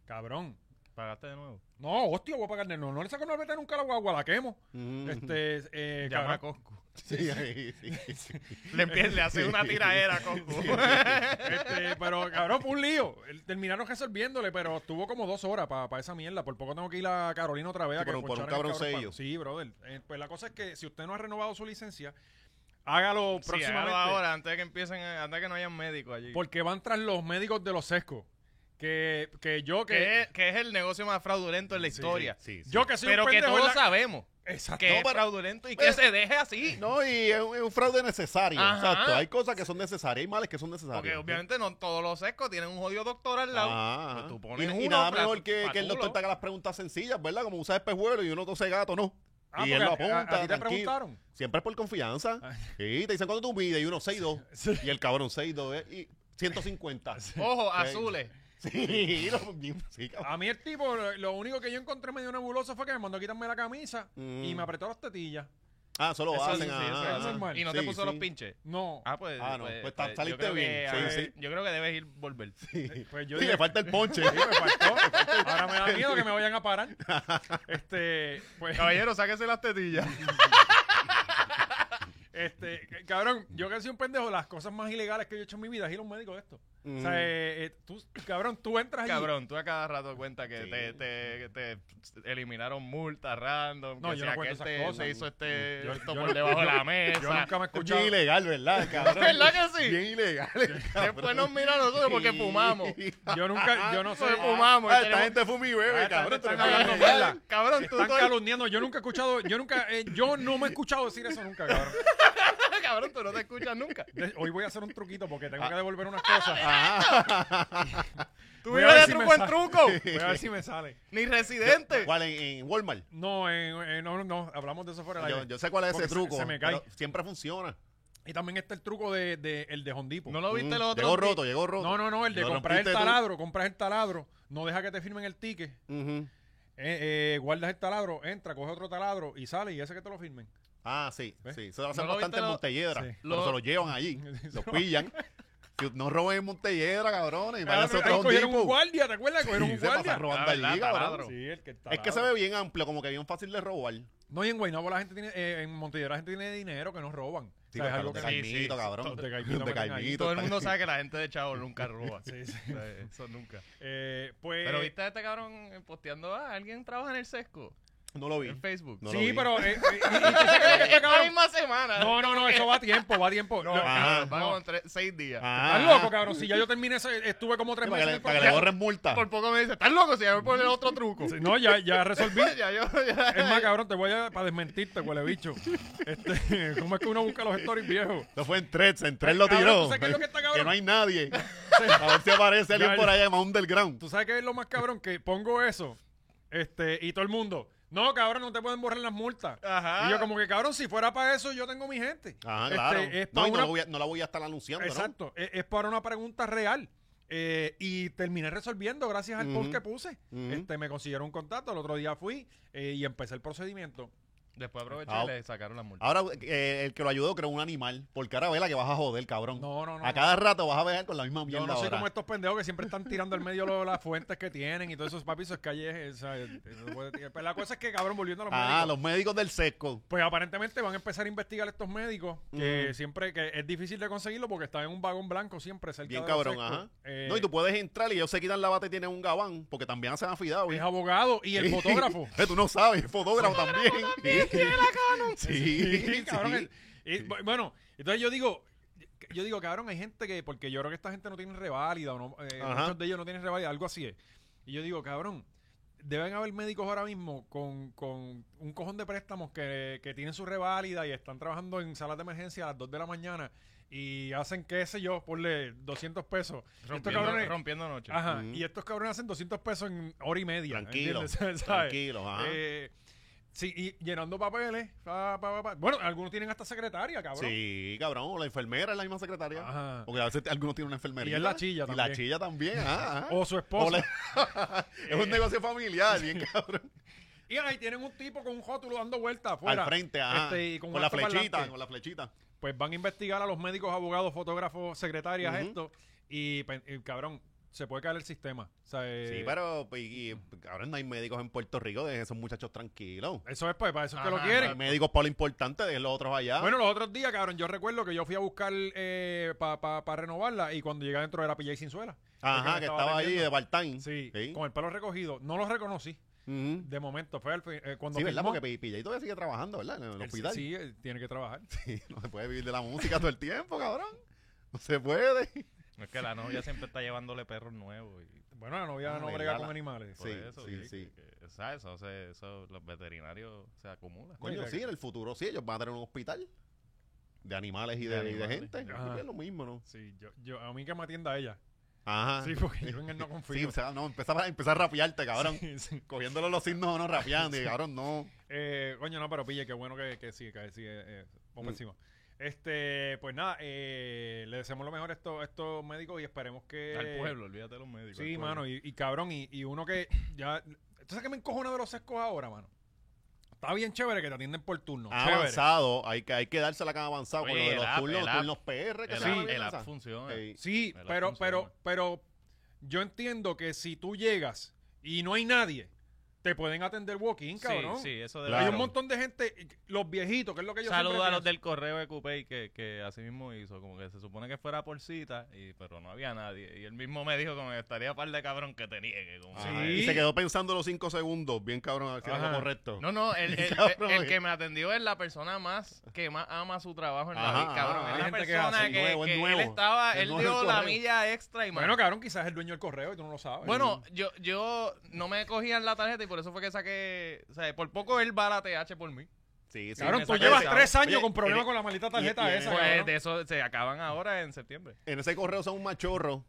Speaker 1: cabrón.
Speaker 2: Pagaste de nuevo.
Speaker 1: No, hostia, voy a pagar de nuevo. No le saco el malvete nunca a la guagua, la quemo.
Speaker 3: Ujú.
Speaker 1: Este, eh,
Speaker 2: Llama a
Speaker 1: cabrón.
Speaker 2: Coscu.
Speaker 3: Sí, ahí, sí, sí.
Speaker 2: Le, empie- le hace una tiraera a Coscu.
Speaker 1: Este, pero cabrón, fue un lío. El- Terminaron resolviéndole, pero estuvo como dos horas para esa mierda. Por poco tengo que ir a Carolina otra vez.
Speaker 3: Sí,
Speaker 1: a que
Speaker 3: por un- por un
Speaker 1: poncharan el
Speaker 3: cabrón
Speaker 1: pa-
Speaker 3: sello.
Speaker 1: Sí, brother. Eh, pues la cosa es que si usted no ha renovado su licencia, hágalo
Speaker 2: Sí,
Speaker 1: próximamente.
Speaker 2: hágalo ahora, antes de que empiecen, a- antes de que no hayan médicos allí.
Speaker 1: Porque van tras los médicos de los sescos. Que, que yo
Speaker 2: que,
Speaker 1: que.
Speaker 2: es, que es el negocio más fraudulento en la historia.
Speaker 3: Sí, sí.
Speaker 1: Yo que soy
Speaker 2: Pero
Speaker 1: un
Speaker 2: que
Speaker 1: pendejo.
Speaker 2: todos
Speaker 1: en la-
Speaker 2: sabemos
Speaker 1: Exacto.
Speaker 2: que
Speaker 3: No,
Speaker 2: es
Speaker 3: pero-
Speaker 2: fraudulento y
Speaker 3: pero-
Speaker 2: que se deje así.
Speaker 3: No, y es un, es un fraude necesario.
Speaker 2: Ajá.
Speaker 3: Exacto. Hay cosas que son necesarias, hay males que son necesarios.
Speaker 2: Porque obviamente no todos los sescos tienen un jodido doctor al lado.
Speaker 3: Ajá.
Speaker 2: Pues tú pones
Speaker 3: y, y
Speaker 2: uno
Speaker 3: nada
Speaker 2: para-
Speaker 3: mejor que,
Speaker 2: para
Speaker 3: que el
Speaker 2: tú,
Speaker 3: doctor
Speaker 2: ¿no?
Speaker 3: te haga las preguntas sencillas, ¿verdad? Como usas espejuelo y uno tose gato, no.
Speaker 1: Ah,
Speaker 3: y él lo
Speaker 1: porque a- a-
Speaker 3: apunta.
Speaker 1: a ti te
Speaker 3: tranquilo.
Speaker 1: preguntaron.
Speaker 3: Siempre es por confianza.
Speaker 1: Ah.
Speaker 3: Sí, te dicen cuánto tú mides y uno 6'2.
Speaker 1: Sí.
Speaker 3: Y el cabrón 6'2 es- y 150.
Speaker 2: Ojo,
Speaker 3: Sí.
Speaker 2: azules.
Speaker 3: Sí, lo- sí, cabrón.
Speaker 1: A mí el tipo, lo lo único que yo encontré medio nebuloso fue que me mandó a quitarme la camisa
Speaker 3: Mm.
Speaker 1: y me apretó las tetillas.
Speaker 3: Ah, solo
Speaker 2: Eso
Speaker 3: hacen.
Speaker 2: sí,
Speaker 3: ah,
Speaker 2: eso
Speaker 3: ah,
Speaker 1: es
Speaker 3: ah.
Speaker 1: normal.
Speaker 2: Y no te
Speaker 3: Sí,
Speaker 2: puso
Speaker 3: sí.
Speaker 2: los pinches.
Speaker 1: No.
Speaker 2: Ah, pues.
Speaker 3: Ah, no, pues, ta-
Speaker 2: yo
Speaker 3: saliste
Speaker 2: creo
Speaker 3: bien,
Speaker 2: que,
Speaker 3: sí,
Speaker 2: ah,
Speaker 3: sí.
Speaker 2: Yo creo que debes ir volver.
Speaker 3: Sí.
Speaker 1: Pues yo
Speaker 3: Sí,
Speaker 1: dije,
Speaker 3: le falta el ponche.
Speaker 1: Sí, me faltó. Ahora me da miedo que me vayan a parar. Este, pues,
Speaker 2: Caballero, sáquese las tetillas.
Speaker 1: este, c- cabrón, yo que soy un pendejo, las cosas más ilegales que yo he hecho en mi vida es ir a un médico de esto. O sea,
Speaker 3: Mm.
Speaker 1: eh, eh, tú, cabrón, tú entras allí.
Speaker 2: Cabrón, tú a cada rato cuenta que
Speaker 3: Sí.
Speaker 2: te, te- que te eliminaron multas random.
Speaker 1: No,
Speaker 2: que
Speaker 1: yo
Speaker 2: si
Speaker 1: no
Speaker 2: aquel
Speaker 1: cuento esas
Speaker 2: te, te
Speaker 1: cosas.
Speaker 2: hizo este,
Speaker 1: Yo-
Speaker 2: esto
Speaker 1: yo
Speaker 2: por
Speaker 1: no-
Speaker 2: debajo de la mesa.
Speaker 1: Yo nunca me he
Speaker 3: Es
Speaker 1: escuchado.
Speaker 3: bien ilegal, ¿verdad, cabrón?
Speaker 2: ¿Verdad que sí?
Speaker 3: Bien ilegal. el cabrón.
Speaker 2: Después nos mira a nosotros porque
Speaker 3: Sí.
Speaker 2: fumamos.
Speaker 1: Yo nunca, yo no
Speaker 2: Nos
Speaker 1: sé.
Speaker 2: fumamos.
Speaker 3: Ah,
Speaker 2: y
Speaker 3: esta
Speaker 2: tenemos-
Speaker 3: gente fuma y
Speaker 1: Ah,
Speaker 3: bebe,
Speaker 1: esta
Speaker 3: cabrón.
Speaker 1: gente
Speaker 3: tú eres
Speaker 1: está
Speaker 3: bien
Speaker 1: hablando
Speaker 3: ilegal.
Speaker 1: mierda.
Speaker 2: Cabrón, tú
Speaker 1: Están
Speaker 2: todo el-
Speaker 1: calumniando. Yo nunca he escuchado, yo nunca, eh, yo no me he escuchado decir eso nunca, cabrón.
Speaker 2: cabrón, tú no te escuchas nunca.
Speaker 1: De- hoy voy a hacer un truquito porque tengo que devolver unas cosas.
Speaker 2: Tú
Speaker 1: Voy a ver
Speaker 2: vives de
Speaker 1: si
Speaker 2: truco
Speaker 1: me
Speaker 2: en
Speaker 1: sa-
Speaker 2: truco.
Speaker 1: Voy a ver si me sale.
Speaker 2: Ni residente.
Speaker 3: ¿Cuál? En, en Walmart.
Speaker 1: No, eh, eh, no, no, hablamos de eso fuera del
Speaker 3: Yo,
Speaker 1: aire.
Speaker 3: yo sé cuál es
Speaker 1: Porque
Speaker 3: ese
Speaker 1: se-
Speaker 3: truco.
Speaker 1: se me cae.
Speaker 3: pero siempre funciona.
Speaker 1: Y también está el truco de, de- el de Hondipo.
Speaker 2: ¿No lo viste
Speaker 3: Mm,
Speaker 2: los otros
Speaker 3: Llegó
Speaker 2: días?
Speaker 3: roto, llegó roto.
Speaker 1: No, no, no, el de
Speaker 3: Lo
Speaker 1: comprar el
Speaker 3: rompiste tú.
Speaker 1: taladro, compras el taladro, no deja que te firmen el ticket,
Speaker 3: Ujú.
Speaker 1: eh, eh, guardas el taladro, entra, coge otro taladro y sale y ese que te lo firmen.
Speaker 3: Ah, sí,
Speaker 1: ¿Ves?
Speaker 3: sí. Se lo hacen
Speaker 2: ¿No lo
Speaker 3: bastante
Speaker 2: viste
Speaker 3: en
Speaker 2: lo-
Speaker 3: Montelledra.
Speaker 1: Sí.
Speaker 3: Pero
Speaker 2: Lo-
Speaker 3: se lo llevan allí. Lo pillan. Que no roben en Montelledra, cabrones. Y
Speaker 1: Ahí
Speaker 3: váyanse a otro Home
Speaker 1: cogieron un
Speaker 3: Depot.
Speaker 1: guardia, ¿te acuerdas? Cogieron
Speaker 3: Sí,
Speaker 1: un
Speaker 3: se pasan
Speaker 1: guardia.
Speaker 3: robando
Speaker 2: Ah,
Speaker 3: allí,
Speaker 2: verdad,
Speaker 3: cabrón.
Speaker 2: taladro.
Speaker 1: Sí, el que el
Speaker 3: Es
Speaker 1: taladro.
Speaker 3: que se ve bien amplio, como que bien fácil de robar.
Speaker 1: No, y en Guaynabo la gente tiene, eh, en Montevideo la gente tiene dinero que no roban.
Speaker 3: Sí,
Speaker 1: O sea, es
Speaker 3: pero
Speaker 1: algo
Speaker 3: los de
Speaker 1: que-
Speaker 2: sí, sí,
Speaker 3: Caimito, cabrón.
Speaker 1: los de Caimito
Speaker 3: Los de
Speaker 1: que tengan ahí.
Speaker 3: Caimito,
Speaker 2: Todo el
Speaker 3: está-
Speaker 2: mundo sabe que la gente de Chavo nunca roba.
Speaker 1: Sí, sí.
Speaker 2: O sea, Eso nunca.
Speaker 1: Eh, pues,
Speaker 2: eh, Pero viste a este cabrón posteando, ah, alguien trabaja en el sesco.
Speaker 3: No lo vi.
Speaker 2: En Facebook.
Speaker 3: No lo
Speaker 1: sí,
Speaker 3: vi.
Speaker 1: pero. eh, eh, y- y tú te crees que te
Speaker 2: Esta
Speaker 1: acabaron-
Speaker 2: misma semana.
Speaker 1: No, no, no, eso va a tiempo, va a tiempo. No,
Speaker 3: ah,
Speaker 1: no.
Speaker 2: Van como tres- seis días.
Speaker 3: Ah,
Speaker 1: Estás loco, cabrón. Si ya yo terminé, ese- estuve como tres
Speaker 3: Para que
Speaker 1: meses. en
Speaker 3: le,
Speaker 1: el
Speaker 3: para que le
Speaker 1: proceso.
Speaker 3: borren multa.
Speaker 2: Por poco me dice, ¿estás loco? Si ya me pone otro truco.
Speaker 1: Sí, No, ya, ya resolví.
Speaker 2: Ya, yo, ya-
Speaker 1: Es más, cabrón, te voy a para desmentirte, huele bicho. Este, ¿Cómo es que uno busca los stories viejos?
Speaker 3: Esto fue en Threads, en Threads lo
Speaker 1: Eh, Cabrón,
Speaker 3: tiró.
Speaker 1: ¿tú sabes qué es lo que está, cabrón?
Speaker 3: no hay nadie. A ver si aparece alguien
Speaker 1: Ya,
Speaker 3: por
Speaker 1: ya.
Speaker 3: allá más underground.
Speaker 1: ¿Tú sabes qué es lo más cabrón? Que pongo eso este, y todo el mundo. No, cabrón, no te pueden borrar las multas.
Speaker 2: Ajá.
Speaker 1: Y yo como que, cabrón, si fuera para eso, yo tengo mi gente.
Speaker 3: Ajá,
Speaker 1: Este,
Speaker 3: claro.
Speaker 1: es
Speaker 3: no,
Speaker 1: para
Speaker 3: y no,
Speaker 1: una-
Speaker 3: lo voy a- no la voy a estar anunciando, ¿no?
Speaker 1: Exacto. E-, Es, es para una pregunta real. Eh, y terminé resolviendo gracias al post que puse.
Speaker 3: Ujú.
Speaker 1: este, me consiguieron un contacto, el otro día fui eh, y empecé el procedimiento.
Speaker 2: Después aproveché
Speaker 3: Ah,
Speaker 2: y le sacaron la multa.
Speaker 3: Ahora, eh, el que lo ayudó creó un animal. Porque ahora vela que vas a joder, cabrón.
Speaker 1: No, no, no.
Speaker 3: a
Speaker 1: no.
Speaker 3: cada rato vas a ver con la misma
Speaker 1: Yo
Speaker 3: mierda
Speaker 1: no soy
Speaker 3: ahora.
Speaker 1: como estos pendejos que siempre están tirando al medio lo- las fuentes que tienen y todos esos papis, esos calles. o sea, eh, no puede tirar. Pero la cosa es que, cabrón, volviendo a los
Speaker 3: ah,
Speaker 1: médicos,
Speaker 3: los médicos del sesco.
Speaker 1: Pues aparentemente van a empezar a investigar estos médicos que
Speaker 3: Mm.
Speaker 1: siempre que es difícil de conseguirlo porque están en un vagón blanco siempre cerca
Speaker 3: Bien
Speaker 1: de
Speaker 3: cabrón,
Speaker 1: Oseco.
Speaker 3: ajá.
Speaker 1: Eh,
Speaker 3: No, y tú puedes entrar y ellos se quitan la bata y tienen un gabán, porque también hacen afidado.
Speaker 1: es abogado y el fotógrafo.
Speaker 3: Eh, tú no sabes, el fotógrafo también. Tiene la Sí,
Speaker 1: Sí, cabrón,
Speaker 3: sí.
Speaker 1: el- y, bu- bueno, entonces yo digo, yo digo, cabrón, hay gente que, porque yo creo que esta gente no tiene reválida, o no, eh,
Speaker 3: Ajá.
Speaker 1: muchos de ellos no tienen reválida, algo así es. Y yo digo, cabrón, deben haber médicos ahora mismo con, con un cojón de préstamos que, que tienen su reválida y están trabajando en salas de emergencia a las 2 de la mañana y hacen, qué sé yo, ponle 200 pesos. Y estos
Speaker 2: Rompiendo,
Speaker 1: cabrones,
Speaker 2: rompiendo noche.
Speaker 1: ajá,
Speaker 3: Ujú.
Speaker 1: y estos cabrones hacen 200 pesos en hora y media.
Speaker 3: Tranquilo,
Speaker 1: ¿entiendes? ¿Sabes?
Speaker 3: tranquilo. ajá.
Speaker 1: Eh, sí, y llenando papeles. pa, pa, pa, pa. Bueno, algunos tienen hasta secretaria, cabrón. Ah,
Speaker 3: Sí, cabrón, o la enfermera es la misma secretaria.
Speaker 1: Ajá.
Speaker 3: Porque a veces algunos tienen una enfermería.
Speaker 1: Y es la chilla
Speaker 3: Y la
Speaker 1: también.
Speaker 3: chilla también, ajá, ajá.
Speaker 1: O su esposa. Eh.
Speaker 3: O la- es un negocio familiar, bien cabrón.
Speaker 1: Y ahí tienen un tipo con un jótulo dando vueltas afuera.
Speaker 3: Al frente, ajá.
Speaker 1: Este, y con
Speaker 3: con,
Speaker 1: un
Speaker 3: la
Speaker 1: alto parlante.
Speaker 3: flechita, con la flechita.
Speaker 1: Pues van a investigar a los médicos, abogados, fotógrafos, secretarias,
Speaker 3: Ujú.
Speaker 1: esto. Y, pe- y, cabrón, se puede caer el sistema. O sea, eh,
Speaker 3: sí, pero pues, y, y, ahora no hay médicos en Puerto Rico, dejen esos muchachos tranquilos.
Speaker 1: Eso es pues, para eso es que lo
Speaker 2: Ajá,
Speaker 1: quieren.
Speaker 3: Hay médicos para lo importante, dejen los otros allá.
Speaker 1: Bueno, los otros días, cabrón, yo recuerdo que yo fui a buscar eh, para renovarla y cuando llegué adentro era PJ sin suela. porque me
Speaker 3: ajá,
Speaker 1: estaba
Speaker 3: que estaba ahí
Speaker 1: atendiendo.
Speaker 3: de part-time.
Speaker 1: Sí,
Speaker 3: Sí.
Speaker 1: con el pelo recogido. No los reconocí
Speaker 3: Ujú.
Speaker 1: de momento. Fue al fin- eh, cuando
Speaker 3: Sí, ¿verdad?
Speaker 1: firmó-
Speaker 3: Porque P- PJ todavía sigue trabajando, ¿verdad? En el
Speaker 1: Él sí-
Speaker 3: hospital.
Speaker 1: Sí, él tiene que trabajar.
Speaker 3: No se puede vivir de la música todo el tiempo, cabrón. No se puede.
Speaker 2: Es que la novia siempre está llevándole perros nuevos. Y
Speaker 1: Bueno, la novia
Speaker 3: Ah,
Speaker 1: no
Speaker 3: ¿verdad?
Speaker 1: brega con
Speaker 3: La-
Speaker 1: animales.
Speaker 2: por
Speaker 3: Sí,
Speaker 2: eso,
Speaker 3: sí,
Speaker 2: y-
Speaker 3: sí.
Speaker 2: y- ¿sabes? Eso, se- eso los veterinarios se acumulan.
Speaker 3: Coño,
Speaker 1: Mira
Speaker 3: sí,
Speaker 1: que-
Speaker 3: en el futuro sí, ellos van a tener un hospital de animales y de,
Speaker 2: De
Speaker 3: y de
Speaker 2: animales.
Speaker 3: gente. Yo creo
Speaker 1: Ajá.
Speaker 3: que es lo mismo, ¿no?
Speaker 1: Sí, yo, yo, a mí que me atienda ella.
Speaker 3: Ajá.
Speaker 1: Sí,
Speaker 3: Ah. Sí,
Speaker 1: porque yo en él no confío.
Speaker 3: o sea, no, empezar a, empezar a rapearte, cabrón.
Speaker 1: Sí, sí.
Speaker 3: Cogiéndole los signos o no rapeando. Y cabrón, no.
Speaker 1: Eh, coño, no, pero pille, qué bueno que, que sí, que sí, eh, eh, vamos por
Speaker 3: Mm.
Speaker 1: encima. Este, pues nada, eh, le deseamos lo mejor a estos, a estos médicos y esperemos que.
Speaker 2: Al pueblo, olvídate de los médicos.
Speaker 1: eh, Sí, mano, y, y cabrón, y, y uno que ya. ¿Tú sabes que me encojona de los sescos ahora, mano? Está bien chévere que te atienden por turno.
Speaker 3: Ha
Speaker 1: chévere.
Speaker 3: avanzado. Hay que, hay que dársela que han avanzado con
Speaker 2: Oye,
Speaker 3: lo de
Speaker 2: el
Speaker 3: los
Speaker 2: app,
Speaker 3: turnos,
Speaker 2: el
Speaker 3: los
Speaker 2: app.
Speaker 3: turnos PR. Que se
Speaker 2: El,
Speaker 3: llama
Speaker 2: app-
Speaker 3: bien
Speaker 2: el app
Speaker 3: esa.
Speaker 2: funciona.
Speaker 3: Sí.
Speaker 1: Sí,
Speaker 2: Me la
Speaker 1: pero,
Speaker 2: funciona.
Speaker 1: pero, pero yo entiendo que si tú llegas y no hay nadie, te pueden atender walk-in, cabrón.
Speaker 2: Sí, sí, eso de
Speaker 3: Claro.
Speaker 1: Hay un montón de gente, los viejitos, que es lo que yo
Speaker 2: Saludos
Speaker 1: siempre
Speaker 2: a los
Speaker 1: pienso.
Speaker 2: del correo de Coupey que, que así mismo hizo, como que se supone que fuera por cita, y, pero no había nadie. Y él mismo me dijo como que estaría par de cabrón que te niegue. Como
Speaker 3: Ajá,
Speaker 1: Sí.
Speaker 3: Y se quedó pensando los cinco segundos. Bien cabrón, a ver si era
Speaker 1: Ajá.
Speaker 3: lo correcto.
Speaker 2: No, no, el, el-
Speaker 3: Cabrón.
Speaker 2: el que me atendió es la persona más que más ama su trabajo en la
Speaker 3: Ajá,
Speaker 2: vida, cabrón.
Speaker 3: ajá,
Speaker 2: es
Speaker 1: hay
Speaker 2: la
Speaker 1: gente que
Speaker 2: persona
Speaker 1: hace
Speaker 2: que,
Speaker 3: el nuevo, el
Speaker 2: que
Speaker 3: nuevo.
Speaker 2: él estaba,
Speaker 3: El
Speaker 2: él
Speaker 3: nuevo
Speaker 2: dio
Speaker 3: del
Speaker 2: la
Speaker 3: correo.
Speaker 2: milla extra y más.
Speaker 1: Bueno, cabrón, quizás es el dueño del correo y tú no lo sabes.
Speaker 2: Bueno, yo, yo no me cogían la tarjeta y por eso fue que saqué, o sea, por poco él va a la TH por mí.
Speaker 3: Sí, sí,
Speaker 1: cabrón,
Speaker 3: me
Speaker 1: tú
Speaker 3: saca
Speaker 1: llevas
Speaker 3: ese-
Speaker 1: tres años
Speaker 3: Oye,
Speaker 1: con problemas
Speaker 3: en-
Speaker 1: con la maldita tarjeta
Speaker 3: y- y-
Speaker 1: esa.
Speaker 2: Pues
Speaker 1: cabrón.
Speaker 2: de eso se acaban ahora en septiembre.
Speaker 3: En ese correo son un machorro.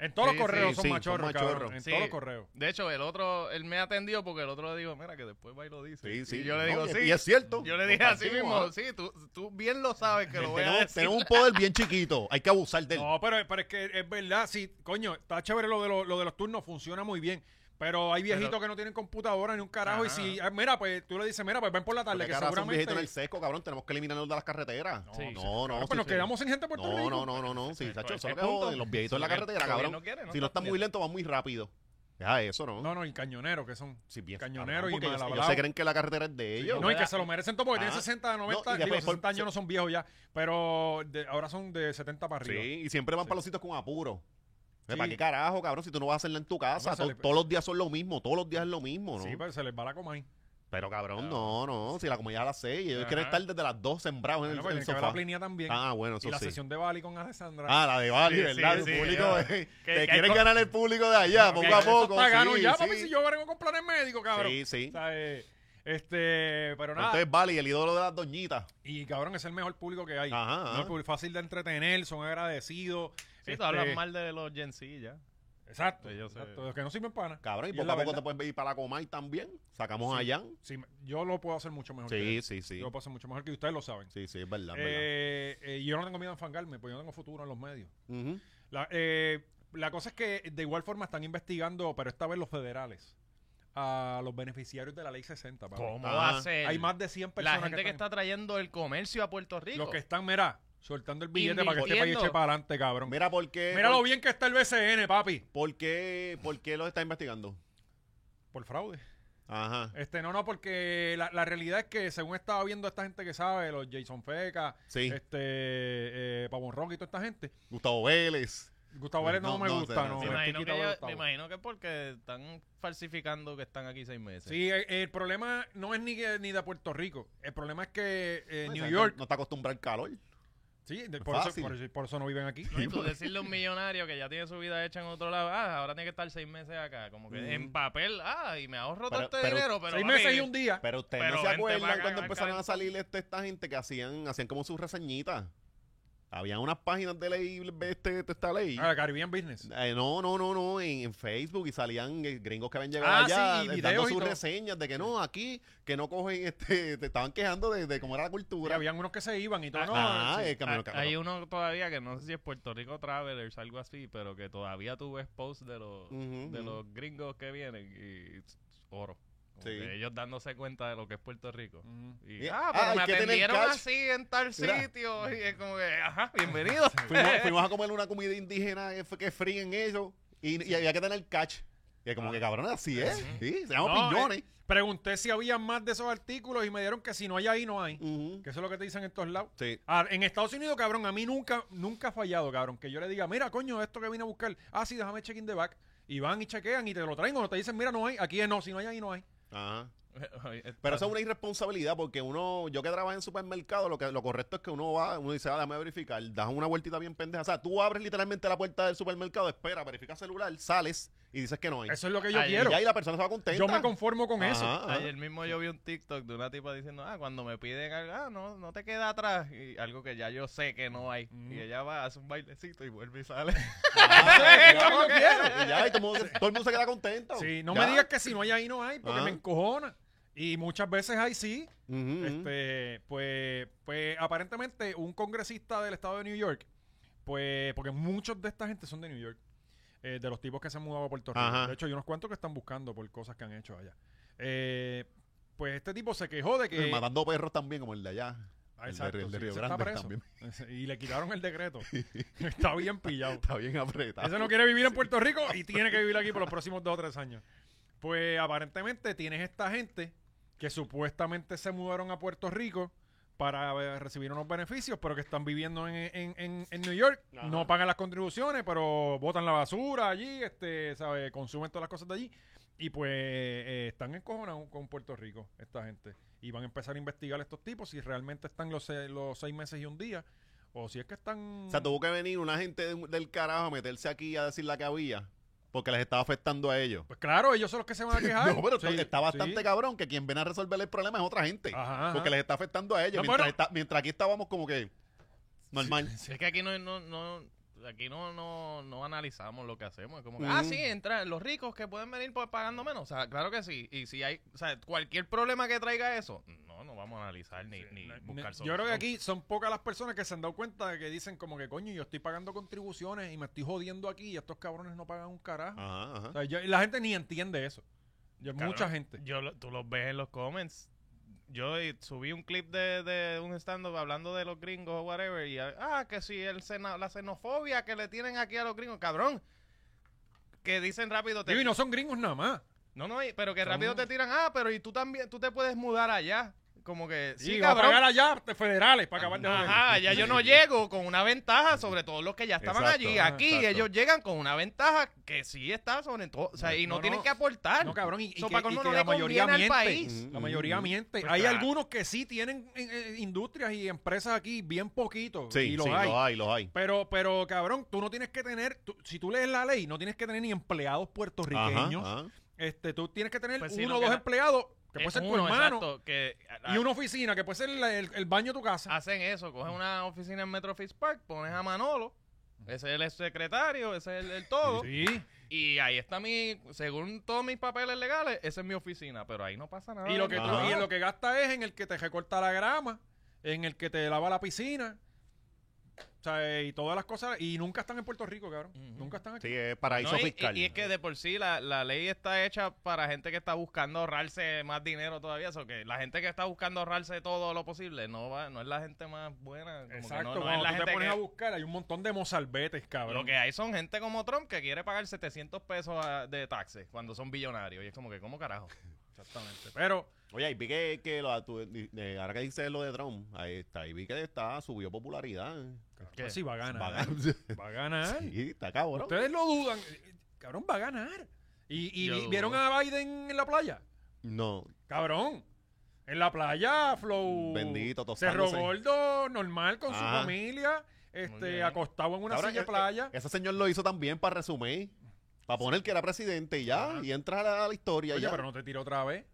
Speaker 1: En todos
Speaker 2: Sí,
Speaker 1: los correos
Speaker 3: sí,
Speaker 1: son
Speaker 3: sí, son
Speaker 1: machorros,
Speaker 3: machorros.
Speaker 1: cabrón. En
Speaker 2: Sí.
Speaker 1: todos los correos.
Speaker 2: De hecho, el otro, él me atendió porque el otro le dijo, mira, que después va y lo dice.
Speaker 3: Sí, sí.
Speaker 2: Y yo le
Speaker 3: No,
Speaker 2: digo,
Speaker 3: y-
Speaker 2: sí.
Speaker 3: Y es cierto.
Speaker 2: yo le dije así
Speaker 3: Compartimos,
Speaker 2: mismo,
Speaker 3: ajá.
Speaker 2: sí, tú, tú bien lo sabes que lo voy a
Speaker 3: Tenemos,
Speaker 2: decir.
Speaker 3: tenemos un poder bien chiquito. Hay que abusar de él.
Speaker 1: No, pero, pero es que es verdad, sí, coño, está chévere lo de, lo, lo de los turnos, funciona muy bien. Pero hay viejitos
Speaker 2: Pero-
Speaker 1: que no tienen computadora ni un carajo. Y
Speaker 2: Ajá.
Speaker 1: si, ah, mira, pues tú le dices, mira, pues ven por la tarde,
Speaker 3: Porque
Speaker 1: que
Speaker 3: ahora son
Speaker 1: seguramente.
Speaker 3: viejitos en el seco, cabrón. Tenemos que eliminarlos de las carreteras.
Speaker 1: No,
Speaker 3: No,
Speaker 2: Sí.
Speaker 3: no, no.
Speaker 1: Cabrón,
Speaker 3: Ah, sí,
Speaker 1: pues nos
Speaker 3: sí.
Speaker 1: quedamos sin gente en Puerto
Speaker 3: No,
Speaker 1: Rico.
Speaker 3: no, no, no, no. Sí,
Speaker 2: Pues,
Speaker 3: tacho,
Speaker 2: pues,
Speaker 3: eso es lo
Speaker 2: ¿qué
Speaker 3: que
Speaker 2: punto?
Speaker 3: joden, Los viejitos en la
Speaker 2: Porque el
Speaker 3: carretera,
Speaker 2: COVID
Speaker 3: cabrón.
Speaker 2: no quiere, no
Speaker 3: si no
Speaker 2: está
Speaker 3: están muy lentos, van muy rápido. Deja eso, ¿no?
Speaker 1: No, no, y cañoneros que son.
Speaker 3: Sí, bien,
Speaker 1: Cañonero
Speaker 3: cabrón,
Speaker 1: y
Speaker 3: porque ellos, ellos
Speaker 1: malhablado.
Speaker 3: se creen que la carretera es de ellos.
Speaker 1: No, y que
Speaker 3: ¿verdad?
Speaker 1: se lo merecen todo porque tienen
Speaker 3: Ajá.
Speaker 1: 60, 90,
Speaker 3: Ah. No, y
Speaker 1: digo,
Speaker 3: después por-
Speaker 1: 60 años no son viejos ya, pero de- ahora son de 70 para arriba.
Speaker 3: Sí, y siempre van para los sitios con apuro.
Speaker 1: Sí.
Speaker 3: ¿Para qué carajo, cabrón? Si tú no vas a hacerla en tu casa,
Speaker 1: No, se
Speaker 3: to-
Speaker 1: le-
Speaker 3: todos los días son lo mismo, todos los días es lo mismo, ¿no?
Speaker 1: Sí, pero se pues, les va la coma ahí.
Speaker 3: Pero cabrón, no, no. Si la comida es a las 6, ellos
Speaker 1: Ajá.
Speaker 3: quieren estar desde las 2 sembrados en el,
Speaker 1: Bueno, pues
Speaker 3: en el
Speaker 1: tiene que ver
Speaker 3: sofá.
Speaker 1: la plinía también.
Speaker 3: Ah, bueno, eso
Speaker 1: y la
Speaker 3: sí.
Speaker 1: sesión de Bali con Alessandra.
Speaker 3: Ah, la de Bali,
Speaker 2: Sí,
Speaker 3: ¿verdad?
Speaker 2: sí,
Speaker 3: El
Speaker 2: sí,
Speaker 3: público
Speaker 2: ya.
Speaker 3: de-
Speaker 2: Que-
Speaker 3: te
Speaker 2: que
Speaker 3: quieren
Speaker 2: con-
Speaker 3: ganar el público de allá,
Speaker 1: Ok,
Speaker 3: poco a
Speaker 1: eso
Speaker 3: poco.
Speaker 1: Está gano
Speaker 3: sí,
Speaker 1: ya,
Speaker 3: sí.
Speaker 1: papi, si yo veré con planes médicos, cabrón.
Speaker 3: Sí, sí.
Speaker 1: O sea, eh, este, pero nada.
Speaker 3: Entonces Bali, el ídolo de las doñitas.
Speaker 1: y cabrón, es el mejor público que hay.
Speaker 3: Ajá, ajá.
Speaker 1: No, el público fácil de entretener, son agradecidos.
Speaker 2: Sí, tú
Speaker 1: Este,
Speaker 2: hablas mal de los Gen Z ya.
Speaker 1: Exacto.
Speaker 2: Ellos se-
Speaker 1: exacto, los que no sirven pana.
Speaker 3: Cabrón, y
Speaker 1: Y es
Speaker 3: poco
Speaker 1: la
Speaker 3: a poco
Speaker 1: verdad.
Speaker 3: te puedes ir para la Comay también. Sacamos
Speaker 1: Sí.
Speaker 3: a Jan.
Speaker 1: Sí, me- yo lo puedo hacer mucho mejor. que
Speaker 3: Sí,
Speaker 1: él.
Speaker 3: sí, sí.
Speaker 1: Yo lo puedo hacer mucho mejor que ustedes lo saben.
Speaker 3: Sí, sí, es verdad, es verdad.
Speaker 1: Eh, eh, yo no tengo miedo a enfangarme, porque yo no tengo futuro en los medios.
Speaker 3: Ujú.
Speaker 1: La, eh, la cosa es que de igual forma están investigando, pero esta vez los federales, a los beneficiarios de la ley 60. papi.
Speaker 2: ¿Cómo
Speaker 3: Ajá.
Speaker 2: va a ser?
Speaker 1: Hay más de 100
Speaker 2: la
Speaker 1: personas
Speaker 2: gente que, está trayendo el comercio a Puerto Rico.
Speaker 1: Los que están, mira, soltando el billete para que este país
Speaker 2: Invirtiendo.
Speaker 1: eche para adelante, cabrón.
Speaker 3: Mira eh, por qué.
Speaker 1: Mira lo
Speaker 3: por,
Speaker 1: bien que está el BCN, papi.
Speaker 3: por qué, por qué lo está investigando?
Speaker 1: Por fraude.
Speaker 3: Ajá.
Speaker 1: Este, no, no, porque la, la realidad es que según estaba viendo esta gente que sabe, los Jason Feca,
Speaker 3: Sí.
Speaker 1: este, eh, Pavón Rock y toda esta gente,
Speaker 3: Gustavo Vélez.
Speaker 1: Gustavo Vélez no,
Speaker 3: No,
Speaker 1: me
Speaker 3: no,
Speaker 1: gusta,
Speaker 3: no,
Speaker 1: no.
Speaker 2: me,
Speaker 1: el
Speaker 2: imagino
Speaker 1: Piquita
Speaker 2: que
Speaker 1: no me
Speaker 2: ellos-
Speaker 1: gusta,
Speaker 2: me
Speaker 1: bueno.
Speaker 2: imagino que porque están falsificando que están aquí seis meses.
Speaker 1: Sí, el, el problema no es ni, que- ni de Puerto Rico. El problema es que eh,
Speaker 3: Esa
Speaker 1: New
Speaker 3: gente
Speaker 1: York.
Speaker 3: Pues, No está acostumbrado al calor.
Speaker 1: Sí, de- por, eso,
Speaker 3: fácil.
Speaker 1: por eso- por eso no viven aquí.
Speaker 2: No, y tú decirle a un millonario que ya tiene su vida hecha en otro lado, ah, ahora tiene que estar seis meses acá, como que
Speaker 3: Ujú.
Speaker 2: en papel, ah, y me
Speaker 3: Pero-
Speaker 2: ahorro todo este
Speaker 3: pero-
Speaker 2: dinero, pero
Speaker 1: Seis
Speaker 2: papi,
Speaker 1: meses y un día.
Speaker 3: Pero ustedes
Speaker 2: Pero
Speaker 3: no se
Speaker 2: vente pa'
Speaker 3: acuerdan
Speaker 2: acá,
Speaker 3: cuando
Speaker 2: acá,
Speaker 3: empezaron
Speaker 2: acá.
Speaker 3: a salir este, esta gente que hacían, hacían como sus reseñitas. Habían unas páginas de ley de este, de esta ley.
Speaker 1: Ah, Caribbean Business.
Speaker 3: Eh, no, no, no, no, en, en Facebook y salían eh, gringos que habían llegado
Speaker 1: Ah,
Speaker 3: allá
Speaker 1: sí, y
Speaker 3: eh,
Speaker 1: videos
Speaker 3: dando
Speaker 1: y
Speaker 3: sus
Speaker 1: todo.
Speaker 3: reseñas de que no, aquí, que no cogen, este, te estaban quejando de, de cómo era la
Speaker 1: Y
Speaker 3: cultura.
Speaker 1: habían unos que se iban y todo.
Speaker 2: Ah,
Speaker 1: no,
Speaker 3: ah,
Speaker 1: sí.
Speaker 3: eh, que me lo-
Speaker 2: Ah, Hay uno todavía que no sé si es Puerto Rico Travelers, algo así, pero que todavía tú ves posts de los,
Speaker 3: Ujú,
Speaker 2: de
Speaker 3: ujú.
Speaker 2: los gringos que vienen y es oro. Como
Speaker 3: Sí.
Speaker 2: que ellos dándose cuenta de lo que es Puerto Rico.
Speaker 1: Ujú.
Speaker 2: Y,
Speaker 3: Mira,
Speaker 2: ah, pero
Speaker 3: ah, hay
Speaker 2: me
Speaker 3: que tener
Speaker 2: atendieron
Speaker 3: cash.
Speaker 2: así en tal
Speaker 3: Mira.
Speaker 2: sitio. Y es como que, ajá, bienvenido.
Speaker 3: fuimos, fuimos a comer una comida indígena que, fue- que fríen ellos y, y había que tener catch. Y como que cabrón, así es. Sí, se llaman
Speaker 1: Ah. No,
Speaker 3: piñones.
Speaker 1: eh, pregunté si había más de esos artículos y me dieron que si no hay ahí, no hay.
Speaker 3: Ujú.
Speaker 1: Que eso es lo que te dicen en todos lados.
Speaker 3: Sí.
Speaker 1: Ah, en Estados Unidos, cabrón, a mí nunca, nunca ha fallado, cabrón. Que yo le diga, mira, coño, esto que vine a buscar. Ah, sí, déjame check in the back. Y van y chequean y te lo traen o te dicen, mira, no hay. Aquí es no, si no hay ahí, no hay.
Speaker 3: Ajá. Pero
Speaker 2: Pero
Speaker 3: eso es una irresponsabilidad porque uno, yo que trabajo en supermercado, lo que lo correcto es que uno va, uno dice, ah, déjame verificar, das una vueltita bien pendeja. O sea, tú abres literalmente la puerta del supermercado, espera, verifica celular, sales y dices que no hay.
Speaker 1: Eso es lo que yo
Speaker 2: Ahí,
Speaker 1: quiero.
Speaker 3: Y ya y la persona se va contenta.
Speaker 1: Yo me conformo con
Speaker 3: Ajá,
Speaker 1: eso.
Speaker 3: ajá.
Speaker 2: Ayer mismo yo vi un TikTok de una tipa diciendo, ah, cuando me piden algo, ah, no, no te queda atrás. Y algo que ya yo sé que no hay.
Speaker 1: Mm.
Speaker 2: Y ella va, hace un bailecito y vuelve y sale.
Speaker 3: Ah,
Speaker 2: Eso es lo que
Speaker 3: ya,
Speaker 2: quiero.
Speaker 3: y ya, y todo el mundo, se- todo el mundo se queda contento.
Speaker 1: Sí, no
Speaker 3: Ya.
Speaker 1: me digas que si no hay ahí, no hay, porque
Speaker 3: Ajá.
Speaker 1: me encojona. Y muchas veces ahí sí.
Speaker 3: Ujú, ujú.
Speaker 1: Este, pues, pues aparentemente un congresista del estado de New York, pues, porque muchos de esta gente son de New York, eh, de los tipos que se han mudado a Puerto Rico.
Speaker 3: Ajá.
Speaker 1: De hecho, hay unos cuantos que están buscando por cosas que han hecho allá. Eh, pues este tipo se quejó de que...
Speaker 3: Matando perros también, como el de allá.
Speaker 1: Ah,
Speaker 3: el
Speaker 1: exacto,
Speaker 3: de- el de
Speaker 1: sí,
Speaker 3: Río
Speaker 1: ese está
Speaker 3: Grande
Speaker 1: preso. Ese- Y le quitaron el decreto. está bien pillado.
Speaker 3: Está bien apretado.
Speaker 1: Ese no quiere vivir en Puerto Rico y tiene que vivir aquí por los próximos dos o tres años. Pues aparentemente tienes esta gente que supuestamente se mudaron a Puerto Rico para eh, recibir unos beneficios, pero que están viviendo en, en- en- en New York,
Speaker 3: Ajá.
Speaker 1: no pagan las contribuciones, pero botan la basura allí, este, ¿sabe? consumen todas las cosas de allí. Y pues eh, están encojonados con Puerto Rico, esta gente. Y van a empezar a investigar a estos tipos si realmente están los, se- los seis meses y un día, o si es que están...
Speaker 3: O sea, tuvo que venir una gente de- del carajo a meterse aquí a decir la que había porque les estaba afectando a ellos.
Speaker 1: Pues claro, ellos son los que se van a quejar.
Speaker 3: No, pero
Speaker 1: Sí,
Speaker 3: está bastante
Speaker 1: sí.
Speaker 3: cabrón que quien viene a resolver el problema es otra gente.
Speaker 1: Ajá, ajá.
Speaker 3: Porque les está afectando a ellos.
Speaker 1: No,
Speaker 3: mientras,
Speaker 1: bueno.
Speaker 3: está- mientras aquí estábamos como que normal.
Speaker 2: Si es que aquí no, no, no, aquí no, no, no analizamos lo que hacemos. Es como que, ah,
Speaker 3: Ujú.
Speaker 2: sí, entra, los ricos que pueden venir por- pagando menos. O sea, claro que sí. Y si hay, o sea, cualquier problema que traiga eso, no, no vamos a analizar Ah, ni, ni
Speaker 1: Ne-
Speaker 2: buscar
Speaker 1: Yo creo que
Speaker 2: solución.
Speaker 1: aquí son pocas las personas que se han dado cuenta de que dicen como que coño, yo estoy pagando contribuciones y me estoy jodiendo aquí y estos cabrones no pagan un carajo.
Speaker 3: Ajá,
Speaker 1: O
Speaker 3: ajá.
Speaker 1: sea, yo- y la gente ni entiende eso. Yo-
Speaker 2: Cabrón,
Speaker 1: mucha gente.
Speaker 2: Yo, lo- tú los ves en los comments. Yo eh, subí un clip de, de un stand-up hablando de los gringos o whatever. Y ah, que si el sena- la xenofobia que le tienen aquí a los gringos, cabrón. Que dicen rápido. Te,
Speaker 1: Digo, y no son gringos nada más.
Speaker 2: No, no, y- pero que
Speaker 1: Son-
Speaker 2: rápido te tiran, ah, pero y tú también, tú te puedes mudar allá. como que.
Speaker 1: Sí,
Speaker 2: Sí,
Speaker 1: va a
Speaker 2: cabrón.
Speaker 1: pagar allá te- federales para acabar de joder.
Speaker 2: Ajá, ya yo no llego con una ventaja sobre todos los que ya estaban
Speaker 3: Exacto,
Speaker 2: allí.
Speaker 3: ajá,
Speaker 2: Aquí
Speaker 3: exacto.
Speaker 2: ellos llegan con una ventaja que sí está sobre todo. O sea, y no,
Speaker 1: No,
Speaker 2: tienen
Speaker 1: no.
Speaker 2: que aportar.
Speaker 1: No, cabrón, y, y
Speaker 2: So,
Speaker 1: que,
Speaker 2: para
Speaker 1: y
Speaker 2: colmo,
Speaker 1: que
Speaker 2: no
Speaker 1: la
Speaker 2: le
Speaker 1: mayoría
Speaker 2: conviene
Speaker 1: miente.
Speaker 2: al
Speaker 3: país.
Speaker 1: La mayoría
Speaker 3: Mm.
Speaker 1: miente.
Speaker 2: Pues
Speaker 1: hay
Speaker 2: claro.
Speaker 1: algunos que sí tienen eh, eh, industrias y empresas aquí bien poquitos.
Speaker 3: Sí,
Speaker 1: y los
Speaker 3: sí,
Speaker 1: hay.
Speaker 3: los hay, los hay.
Speaker 1: Pero, pero, cabrón, tú no tienes que tener, tú- si tú lees la ley, no tienes que tener ni empleados puertorriqueños.
Speaker 3: Ajá, ajá.
Speaker 1: Este, tú tienes que tener
Speaker 2: Pues sí,
Speaker 1: uno
Speaker 2: no,
Speaker 1: o
Speaker 2: que
Speaker 1: dos
Speaker 2: la-
Speaker 1: empleados, que
Speaker 2: Eh,
Speaker 1: puede ser tu
Speaker 2: uno,
Speaker 1: hermano,
Speaker 2: exacto, que a-
Speaker 1: y una oficina, que puede ser la- el, el baño de tu casa.
Speaker 2: hacen eso, cogen una oficina en Metrofix Park, pones a Manolo, ese es el secretario, ese es el, el todo,
Speaker 1: Sí.
Speaker 2: y ahí está mi, según todos mis papeles legales, esa es mi oficina, pero ahí no pasa nada.
Speaker 1: Y lo que, tú-
Speaker 3: Ajá.
Speaker 1: y lo que gasta es en el que te recorta la grama, en el que te lava la piscina, o sea, y todas las cosas. Y nunca están en Puerto Rico, cabrón.
Speaker 2: Ujú.
Speaker 1: Nunca están aquí.
Speaker 3: Sí, es
Speaker 2: No,
Speaker 3: paraíso
Speaker 2: y,
Speaker 3: fiscal.
Speaker 2: y- y es que de por sí la, la ley está hecha para gente que está buscando ahorrarse más dinero todavía, eso que la gente que está buscando ahorrarse todo lo posible no va, no es la gente más buena. como que no-
Speaker 1: Exacto,
Speaker 2: no, es
Speaker 1: cuando
Speaker 2: la
Speaker 1: tú te
Speaker 2: gente
Speaker 1: pones
Speaker 2: que-
Speaker 1: a buscar, hay un montón de mozalbetes, cabrón.
Speaker 2: Lo que hay son gente como Trump que quiere pagar 700 pesos a- de taxes cuando son billonarios. Y es como que, ¿cómo carajo? Pues, Exactamente.
Speaker 1: Pero,
Speaker 3: Oye, y vi que, que lo- tú- eh, ahora que dices lo de Trump, ahí está, y vi que está, subió popularidad. eh.
Speaker 2: ¿Qué?
Speaker 1: pues sí, va a ganar.
Speaker 3: Va a ganar.
Speaker 1: Va a ganar.
Speaker 3: Sí, está cabrón.
Speaker 1: Ustedes lo dudan. Cabrón, va a ganar. ¿Y, y
Speaker 2: Yo
Speaker 1: vi-
Speaker 2: dudo.
Speaker 1: vieron a Biden en la playa?
Speaker 3: No,
Speaker 1: Cabrón. En la playa, Flow.
Speaker 3: Bendito,
Speaker 1: Cerro
Speaker 3: tostándose.
Speaker 1: Gordo, normal con su
Speaker 3: Ah.
Speaker 1: familia.
Speaker 2: Muy
Speaker 1: Este,
Speaker 2: bien.
Speaker 1: acostado en una
Speaker 3: Cabrón,
Speaker 1: silla
Speaker 3: eh,
Speaker 1: de playa.
Speaker 3: ese señor lo hizo también para resumir, para poner que era presidente y ya,
Speaker 1: Ajá.
Speaker 3: y entras a la, a la historia y
Speaker 1: Oye,
Speaker 3: ya.
Speaker 1: pero no te tiró otra vez.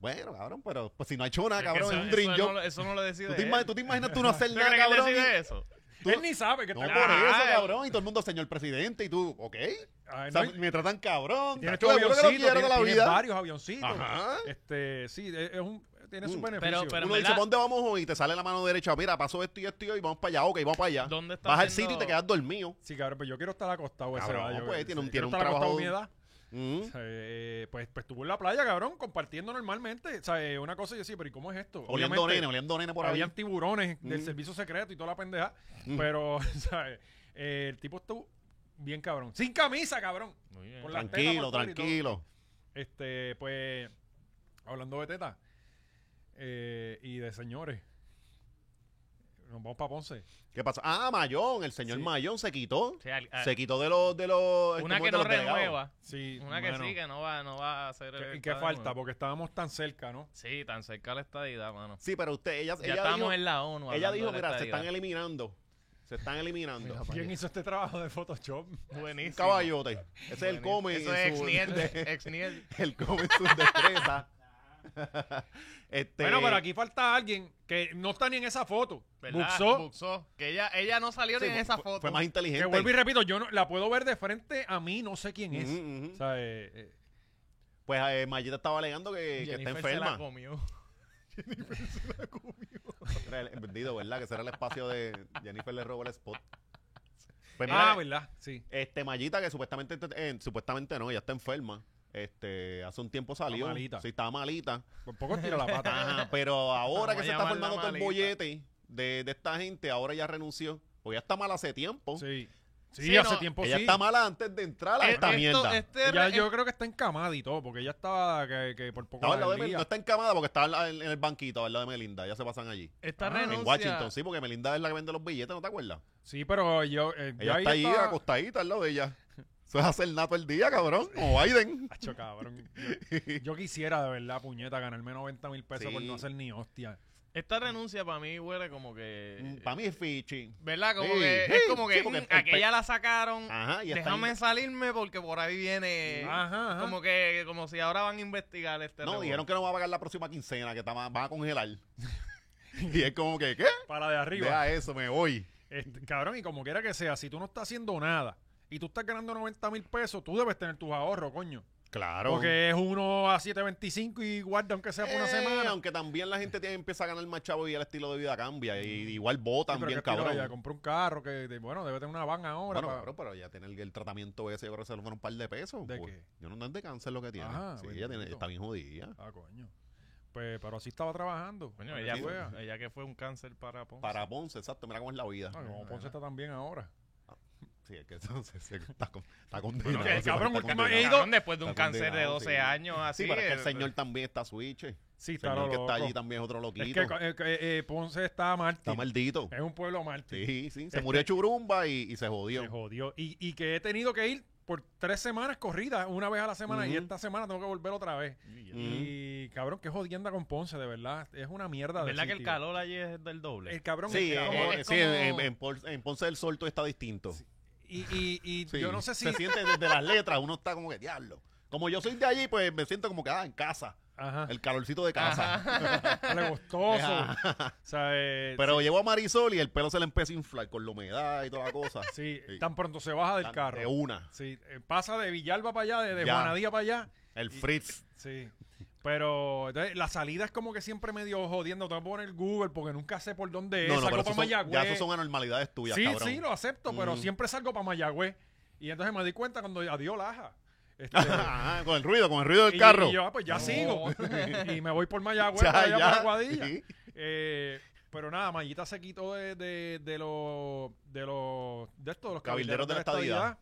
Speaker 3: Bueno, cabrón, pero pues, si no ha hecho nada, cabrón,
Speaker 2: Eso-
Speaker 3: es un dream
Speaker 2: eso,
Speaker 3: job.
Speaker 2: no, lo- eso no lo decide.
Speaker 3: ¿Tú, te
Speaker 2: él.
Speaker 3: ima- tú te imaginas tú no hacer
Speaker 2: ¿Tú
Speaker 3: nada,
Speaker 2: crees que él
Speaker 3: cabrón? y-
Speaker 2: decide eso?
Speaker 3: tú-
Speaker 1: Él ni sabe que
Speaker 3: No, por
Speaker 1: está
Speaker 2: puedo-
Speaker 3: eso,
Speaker 2: Ay.
Speaker 3: cabrón, y todo el mundo, señor presidente, y tú, ok.
Speaker 1: Ay,
Speaker 3: O sea,
Speaker 1: no, y-
Speaker 3: me tratan cabrón.
Speaker 1: Tiene
Speaker 3: tacho,
Speaker 1: tu
Speaker 3: seguro que lo
Speaker 1: avioncito,
Speaker 3: quiero
Speaker 1: tiene,
Speaker 3: de la
Speaker 1: tiene
Speaker 3: vida.
Speaker 1: varios avioncitos.
Speaker 3: Ajá.
Speaker 1: Este, sí, es es un, tiene su
Speaker 3: Mm.
Speaker 1: beneficio.
Speaker 2: pero-
Speaker 3: Uno dice,
Speaker 2: en verdad-
Speaker 3: "¿Pa' ¿dónde vamos hoy? Y te sale la mano derecha, mira, pasó esto y esto y hoy, vamos para allá, ok, vamos para allá.
Speaker 2: ¿Dónde está
Speaker 3: Vas al
Speaker 2: haciendo-
Speaker 3: sitio y te quedas dormido.
Speaker 1: sí, cabrón, pero yo quiero estar acostado ese
Speaker 3: Cabrón,
Speaker 1: baño,
Speaker 3: pues,
Speaker 1: yo-
Speaker 3: tiene un-
Speaker 1: yo
Speaker 3: tiene
Speaker 1: quiero
Speaker 3: un
Speaker 1: estar acostado a
Speaker 3: trabajo-
Speaker 1: mi edad.
Speaker 3: Mm.
Speaker 1: Eh, pues, pues estuvo en la playa, cabrón, compartiendo normalmente. O sea, eh, una cosa y yo decía, pero ¿y cómo es esto?
Speaker 3: Oliendo
Speaker 1: Obviamente,
Speaker 3: nene, oliendo nene por ahí.
Speaker 1: Habían tiburones del
Speaker 3: Mm.
Speaker 1: servicio secreto y toda la pendeja.
Speaker 3: Mm.
Speaker 1: Pero, ¿sabes? Eh, el tipo estuvo bien cabrón. Sin camisa, cabrón.
Speaker 2: Muy bien.
Speaker 1: Por la- las tetas
Speaker 3: Tranquilo,
Speaker 1: por fuera y todo.
Speaker 3: tranquilo.
Speaker 1: Este, pues, hablando de teta eh, y de señores. Nos vamos para Ponce.
Speaker 3: ¿Qué pasa? Ah, Mayón, el señor
Speaker 1: Sí.
Speaker 3: Mayón se quitó.
Speaker 2: Sí, al- al-
Speaker 3: Se quitó de los de los
Speaker 2: una
Speaker 3: como
Speaker 2: que
Speaker 3: de
Speaker 2: no
Speaker 3: los delegados.
Speaker 2: renueva.
Speaker 1: Sí,
Speaker 2: Una que
Speaker 1: mano.
Speaker 2: sí, que no va, no va a hacer...
Speaker 1: ¿Qué-
Speaker 2: el-
Speaker 1: ¿Y qué
Speaker 2: está de
Speaker 1: falta?
Speaker 2: nuevo.
Speaker 1: Porque estábamos tan cerca, ¿no?
Speaker 2: Sí, tan cerca la estadidad, mano.
Speaker 3: Sí, pero usted ella
Speaker 2: Ya
Speaker 3: ella
Speaker 2: estamos
Speaker 3: dijo,
Speaker 2: en la ONU.
Speaker 3: ella
Speaker 2: hablando
Speaker 3: dijo,
Speaker 2: de la
Speaker 3: mira, se
Speaker 2: estadidad".
Speaker 3: están eliminando. Se están eliminando.
Speaker 2: Mira,
Speaker 1: ¿Quién
Speaker 2: Vaya.
Speaker 1: hizo este trabajo de Photoshop?
Speaker 3: Un
Speaker 2: Buenísimo.
Speaker 3: caballote. Ese es el
Speaker 2: Buenísimo.
Speaker 3: come.
Speaker 2: Eso
Speaker 3: en
Speaker 2: es
Speaker 3: su-
Speaker 2: ex-niel. ex-niel.
Speaker 3: El come en su destreza. este,
Speaker 1: Bueno, pero aquí falta alguien que no está ni en esa foto.
Speaker 2: ¿Verdad?
Speaker 1: Buxó.
Speaker 2: Buxó. Que ella, ella no salió
Speaker 3: sí,
Speaker 2: ni en esa
Speaker 3: fue-
Speaker 2: foto.
Speaker 3: Fue más
Speaker 1: Que
Speaker 3: inteligente.
Speaker 1: vuelvo y repito, yo no, la puedo ver de frente a mí, no sé quién es.
Speaker 3: Ujú, ujú.
Speaker 1: O sea, eh, eh,
Speaker 3: Pues eh, Mayita estaba alegando que, que está
Speaker 2: Jennifer se la
Speaker 3: enferma.
Speaker 2: comió.
Speaker 3: Era el- Bendito, ¿verdad? Que ese era el espacio de Jennifer le robó el spot. Pues mira,
Speaker 1: ah, ¿verdad? Sí.
Speaker 3: este Mayita que supuestamente eh, supuestamente no, ella está enferma. Este, hace un tiempo salió.
Speaker 1: malita.
Speaker 3: Sí, estaba malita.
Speaker 1: Por poco tira la pata.
Speaker 3: Ajá, pero ahora
Speaker 2: Vamos
Speaker 3: que
Speaker 2: a
Speaker 3: se está
Speaker 2: llamarla
Speaker 3: formando todo el
Speaker 2: malita.
Speaker 3: bollete de, de esta gente, ahora ya renunció. Pues ya está mal hace tiempo.
Speaker 1: Sí. Sí,
Speaker 2: pues Sí,
Speaker 1: hace
Speaker 2: no,
Speaker 1: tiempo
Speaker 3: Ella
Speaker 1: sí.
Speaker 3: está mala antes de entrar a
Speaker 2: Eh,
Speaker 3: esta
Speaker 2: esto-
Speaker 3: mierda.
Speaker 2: este
Speaker 1: Ella,
Speaker 2: re-
Speaker 1: yo creo que está encamada y todo, porque ella estaba que, que por poco
Speaker 3: Estaba al
Speaker 1: la
Speaker 3: lado de Mel-
Speaker 1: desvía.
Speaker 3: no está encamada porque está al- al- en el banquito, al lado de Melinda. Ya se pasan allí.
Speaker 1: Ah,
Speaker 2: Esta
Speaker 1: en
Speaker 2: renuncia.
Speaker 3: En Washington, sí, porque Melinda es la que vende los billetes, ¿no te acuerdas?
Speaker 1: Sí, pero yo... eh, ya
Speaker 3: Ella está ahí
Speaker 1: estaba-
Speaker 3: acostadita al lado de ella. Eso es hacer nato el día, cabrón. Como
Speaker 2: Eh,
Speaker 3: Biden.
Speaker 1: Acho, cabrón. Yo, yo quisiera, de verdad, puñeta, ganarme 90 mil pesos
Speaker 3: Sí.
Speaker 1: por no hacer ni hostia.
Speaker 2: Esta renuncia para mí huele como que. eh,
Speaker 3: Para mí es fichi.
Speaker 2: ¿Verdad? Como
Speaker 3: Mm, Sí,
Speaker 2: que.
Speaker 3: sí,
Speaker 2: es como
Speaker 3: sí,
Speaker 2: que.
Speaker 3: porque
Speaker 2: mm,
Speaker 3: el pe-
Speaker 2: aquella la sacaron.
Speaker 3: Ajá, y está
Speaker 2: Déjame
Speaker 3: ahí.
Speaker 2: salirme porque por ahí
Speaker 3: Eh,
Speaker 2: viene.
Speaker 1: Ajá, ajá.
Speaker 2: Como que. Como si ahora van a investigar este.
Speaker 3: No,
Speaker 2: revolú.
Speaker 3: dijeron que no va a pagar la próxima quincena, que está- van a congelar. y es como que, ¿qué?
Speaker 1: Para de arriba.
Speaker 3: Deja eso, me voy.
Speaker 1: Este, cabrón, y como quiera que sea, si tú no estás haciendo nada y tú estás ganando 90 mil pesos, tú debes tener tus ahorros, coño.
Speaker 3: Claro.
Speaker 1: Porque es uno a 7.25 y guarda aunque sea por una
Speaker 3: Eh,
Speaker 1: semana.
Speaker 3: Aunque también la gente tiene, empieza a ganar más chavo y el estilo de vida cambia. Y, igual
Speaker 1: Mm. Sí,
Speaker 3: votan
Speaker 1: pero
Speaker 3: bien,
Speaker 1: qué estilo,
Speaker 3: cabrón.
Speaker 1: Ya compró un carro que, de- bueno, debe tener una van ahora.
Speaker 3: Bueno,
Speaker 1: pa-
Speaker 3: cabrón, pero ya tiene el, el tratamiento ese, yo creo que se lo fueron un par de pesos.
Speaker 1: ¿De
Speaker 3: pues.
Speaker 1: qué?
Speaker 3: Yo no no es de cáncer lo que tiene.
Speaker 1: Ah,
Speaker 3: sí, ella tiene-
Speaker 1: bendito.
Speaker 3: está bien jodida.
Speaker 1: Ah, coño. Pues, pero así estaba trabajando. Ah,
Speaker 2: Coño,
Speaker 1: Para
Speaker 2: ella,
Speaker 1: que tú veas.
Speaker 2: fue, ella que fue un cáncer para Ponce.
Speaker 3: Para Ponce, exacto, mira cómo es la vida.
Speaker 1: Ah, como Ponce está tan bien ahora.
Speaker 3: Sí, que, que entonces se- está, con- está
Speaker 1: Bueno,
Speaker 3: condenado.
Speaker 1: que el
Speaker 3: se va,
Speaker 1: cabrón
Speaker 3: está
Speaker 1: último-
Speaker 3: condenado.
Speaker 1: he ido-
Speaker 2: Cabrón, después de un
Speaker 3: Está
Speaker 2: cáncer de
Speaker 3: condenado,
Speaker 2: 12
Speaker 3: sí.
Speaker 2: años así.
Speaker 3: Sí, pero es que el
Speaker 2: eh,
Speaker 3: señor también está switch. eh. El
Speaker 1: Sí, está
Speaker 3: señor
Speaker 1: lo
Speaker 3: que está
Speaker 1: loco.
Speaker 3: allí también es otro loquito.
Speaker 1: Es que eh, eh, eh, Ponce está
Speaker 3: Está
Speaker 1: mártir.
Speaker 3: maldito.
Speaker 1: Es un pueblo mártir.
Speaker 3: Sí, sí. Se
Speaker 1: Este-
Speaker 3: murió Churumba y, y se
Speaker 1: Se
Speaker 3: jodió.
Speaker 1: jodió. Y, y que he tenido que ir por tres semanas corridas, una vez a la semana, y
Speaker 3: Ujú.
Speaker 1: esta semana tengo que volver otra vez. Y cabrón, qué jodienda con Ponce, de verdad. Es una mierda. de
Speaker 2: ¿Verdad que el
Speaker 1: sitio.
Speaker 2: calor allí es del doble?
Speaker 1: El cabrón
Speaker 3: Sí,
Speaker 1: es-
Speaker 3: eh,
Speaker 2: como-
Speaker 3: eh,
Speaker 2: es
Speaker 3: sí, en-
Speaker 2: como-
Speaker 3: en, en Pol- en Ponce del Sol todo está distinto.
Speaker 1: Y, y- y
Speaker 3: Sí.
Speaker 1: yo no sé si.
Speaker 3: Se siente desde las letras, uno está como que diablo. Como yo soy de allí, pues me siento como que ah, en casa.
Speaker 1: Ajá.
Speaker 3: El calorcito de casa.
Speaker 1: Regostoso.
Speaker 3: Ajá.
Speaker 1: O sea, eh,
Speaker 3: Pero llevo a Marisol y el pelo se le empezó a inflar con la humedad y toda la cosa.
Speaker 1: sí,
Speaker 3: Sí.
Speaker 1: tan pronto se baja del
Speaker 3: Tan-
Speaker 1: carro.
Speaker 3: De una.
Speaker 1: Sí, eh, pasa de Villalba para allá, de, de
Speaker 3: Ya.
Speaker 1: Juanadía para allá.
Speaker 3: El Fritz.
Speaker 1: Sí. Pero entonces, la salida es como que siempre medio jodiendo. Tengo que poner Google porque nunca sé por dónde es.
Speaker 3: No, no, pero
Speaker 1: salgo para
Speaker 3: eso son, ya eso
Speaker 1: eh, Mayagüez.
Speaker 3: son anormalidades tuyas,
Speaker 1: sí,
Speaker 3: ah, cabrón.
Speaker 1: sí, lo acepto, pero
Speaker 3: Mm.
Speaker 1: siempre salgo para Mayagüez. Y entonces me di cuenta cuando adiós Laja. Este,
Speaker 3: Ajá, con el ruido, con el ruido del
Speaker 1: y-
Speaker 3: carro.
Speaker 1: Y yo, ah, pues ya
Speaker 2: No.
Speaker 1: sigo. y me voy por Mayagüez,
Speaker 3: Ya,
Speaker 1: para allá
Speaker 3: ya.
Speaker 1: para Aguadilla.
Speaker 3: Sí.
Speaker 1: Eh, pero nada, Mayita se quitó de, de, de los de los de estos de los
Speaker 3: Cabilderos de la estadidad.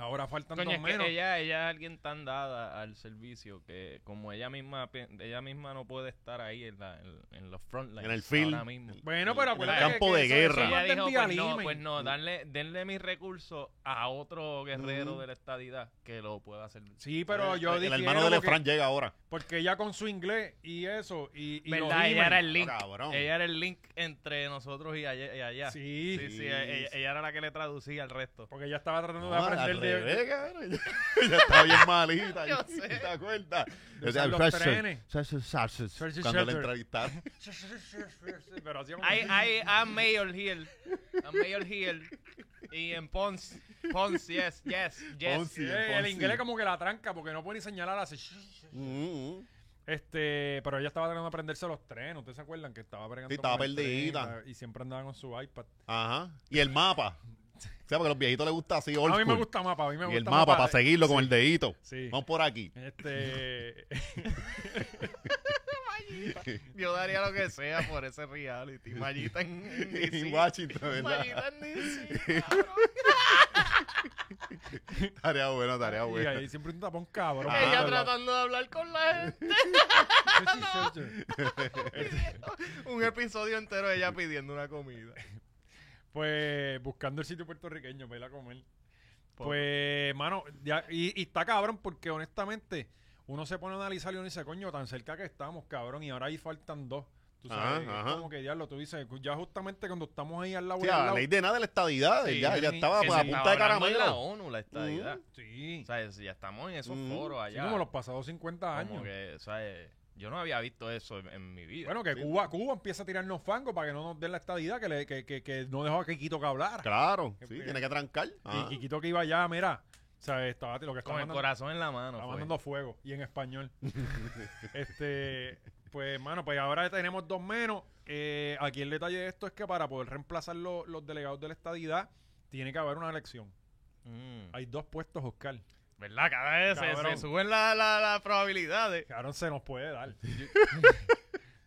Speaker 1: Ahora faltan
Speaker 2: Coño,
Speaker 1: dos
Speaker 2: es que
Speaker 1: menos.
Speaker 2: ella, ella es alguien tan dada al servicio que como ella misma pi- ella misma no puede estar ahí en, la, en, en los front lines
Speaker 3: En el field.
Speaker 2: ahora mismo.
Speaker 1: Bueno, pero
Speaker 3: En el
Speaker 1: acuérdate
Speaker 3: campo
Speaker 1: que-
Speaker 3: de
Speaker 1: que eso- eso
Speaker 3: guerra.
Speaker 1: manda
Speaker 2: Ella dijo, pues
Speaker 1: envialima
Speaker 2: no,
Speaker 1: y-
Speaker 2: pues no, darle, denle mis recursos a otro guerrero
Speaker 3: Mm.
Speaker 2: de la estadidad que lo pueda hacer.
Speaker 1: Sí, pero yo
Speaker 3: Eh, el,
Speaker 1: dije
Speaker 3: hermano de Lefran llega ahora.
Speaker 1: porque ella con su inglés y eso y, y los
Speaker 2: ¿Verdad? Ella
Speaker 1: emails.
Speaker 2: era el link.
Speaker 3: Ah, Cabrón.
Speaker 1: Eh,
Speaker 2: Ella era el link entre nosotros y allá. y allá.
Speaker 1: Sí,
Speaker 2: sí,
Speaker 3: Sí,
Speaker 2: ella,
Speaker 3: sí.
Speaker 2: ella era la que le traducía al resto.
Speaker 1: porque ella estaba tratando
Speaker 3: No,
Speaker 1: de aprender de,
Speaker 3: al revés, cabrón. Ella estaba bien malita.
Speaker 2: Yo
Speaker 3: allí,
Speaker 2: sé.
Speaker 3: ¿Te acuerdas?
Speaker 1: de usar los trenes. Sausage
Speaker 3: Cuando la
Speaker 1: Shelter.
Speaker 3: entrevistaron.
Speaker 1: Pero hacía como-
Speaker 2: Hay, hay, I'm Mayor Hill. I'm Mayor Hill. Y en Ponce. Ponce, yes, yes, yes.
Speaker 3: Ponce.
Speaker 1: Sí, el inglés como que la tranca porque no puede ni señalar así.
Speaker 3: Mm, mm.
Speaker 1: Este, pero ella estaba tratando de aprenderse los trenes. ¿Ustedes se acuerdan que estaba bregando
Speaker 3: Sí, estaba
Speaker 1: con el tren,
Speaker 3: perdida.
Speaker 1: y siempre andaba con su iPad?
Speaker 3: Ajá. Y el mapa. O sea, porque a los viejitos les gusta así, old
Speaker 1: a mí me
Speaker 3: school.
Speaker 1: gusta mapa, a mí me
Speaker 3: Y
Speaker 1: gusta
Speaker 3: el mapa, para seguirlo con el dedito.
Speaker 1: Sí.
Speaker 3: Vamos por aquí.
Speaker 1: Este,
Speaker 2: Yo daría lo que sea por ese reality. Mallita en, en DC.
Speaker 3: En Washington, ¿verdad?
Speaker 2: Mallita en DC. cabrón.
Speaker 3: Tarea buena, tarea
Speaker 1: y
Speaker 3: buena.
Speaker 1: ahí siempre un tapón cabrón.
Speaker 3: Ah,
Speaker 2: Ella
Speaker 3: no.
Speaker 2: tratando de hablar con la gente. Un episodio entero de ella pidiendo una comida.
Speaker 1: Pues buscando el sitio puertorriqueño para ir a comer. Pues, mano, ya- y, y está cabrón porque honestamente uno se pone a analizar y uno dice, coño, tan cerca que estamos, cabrón, y ahora ahí faltan dos. Tú sabes,
Speaker 3: Ajá,
Speaker 1: es
Speaker 3: ajá.
Speaker 1: como que diablo, tú dices, ya justamente cuando estamos ahí al lado,
Speaker 3: O
Speaker 1: y
Speaker 3: sea,
Speaker 1: al
Speaker 3: la
Speaker 1: lado-
Speaker 3: ley de nada de la estadidad.
Speaker 1: Sí,
Speaker 3: ya, ya
Speaker 1: sí,
Speaker 3: estaba
Speaker 1: sí,
Speaker 3: pues, a
Speaker 1: sí,
Speaker 3: punta de
Speaker 2: la
Speaker 3: caramelo.
Speaker 2: ONU, la estadidad.
Speaker 1: Sí,
Speaker 2: O sea, es- ya estamos en esos
Speaker 3: Mm.
Speaker 2: foros
Speaker 1: sí,
Speaker 2: allá.
Speaker 1: como los pasados 50 años.
Speaker 2: Como que, o sea, eh, yo no había visto eso en, en mi vida.
Speaker 1: Bueno, que
Speaker 3: Sí.
Speaker 1: Cuba, Cuba empieza a tirarnos fangos para que no nos den la estadidad, que, le- que, que, que no dejó a Quiquito que hablara.
Speaker 3: Claro, sí,
Speaker 1: Qué
Speaker 3: tiene que trancar. Ah.
Speaker 1: Y
Speaker 3: Ajá.
Speaker 1: Quiquito que iba allá, mira, o sea, estaba, lo que
Speaker 2: con
Speaker 1: estaba
Speaker 2: el
Speaker 1: mandando,
Speaker 2: corazón en la mano. pues.
Speaker 1: estaba
Speaker 2: fue.
Speaker 1: mandando fuego, y en español. este, pues, mano, pues ahora tenemos dos menos. Eh, aquí el detalle de esto es que para poder reemplazar lo- los delegados de la estadidad, tiene que haber una elección.
Speaker 2: Mm.
Speaker 1: Hay dos puestos, Oscar.
Speaker 2: ¿Verdad? Cada vez se,
Speaker 1: Cabrón.
Speaker 2: se suben la- la- las probabilidades.
Speaker 1: Cabrón, se nos puede dar.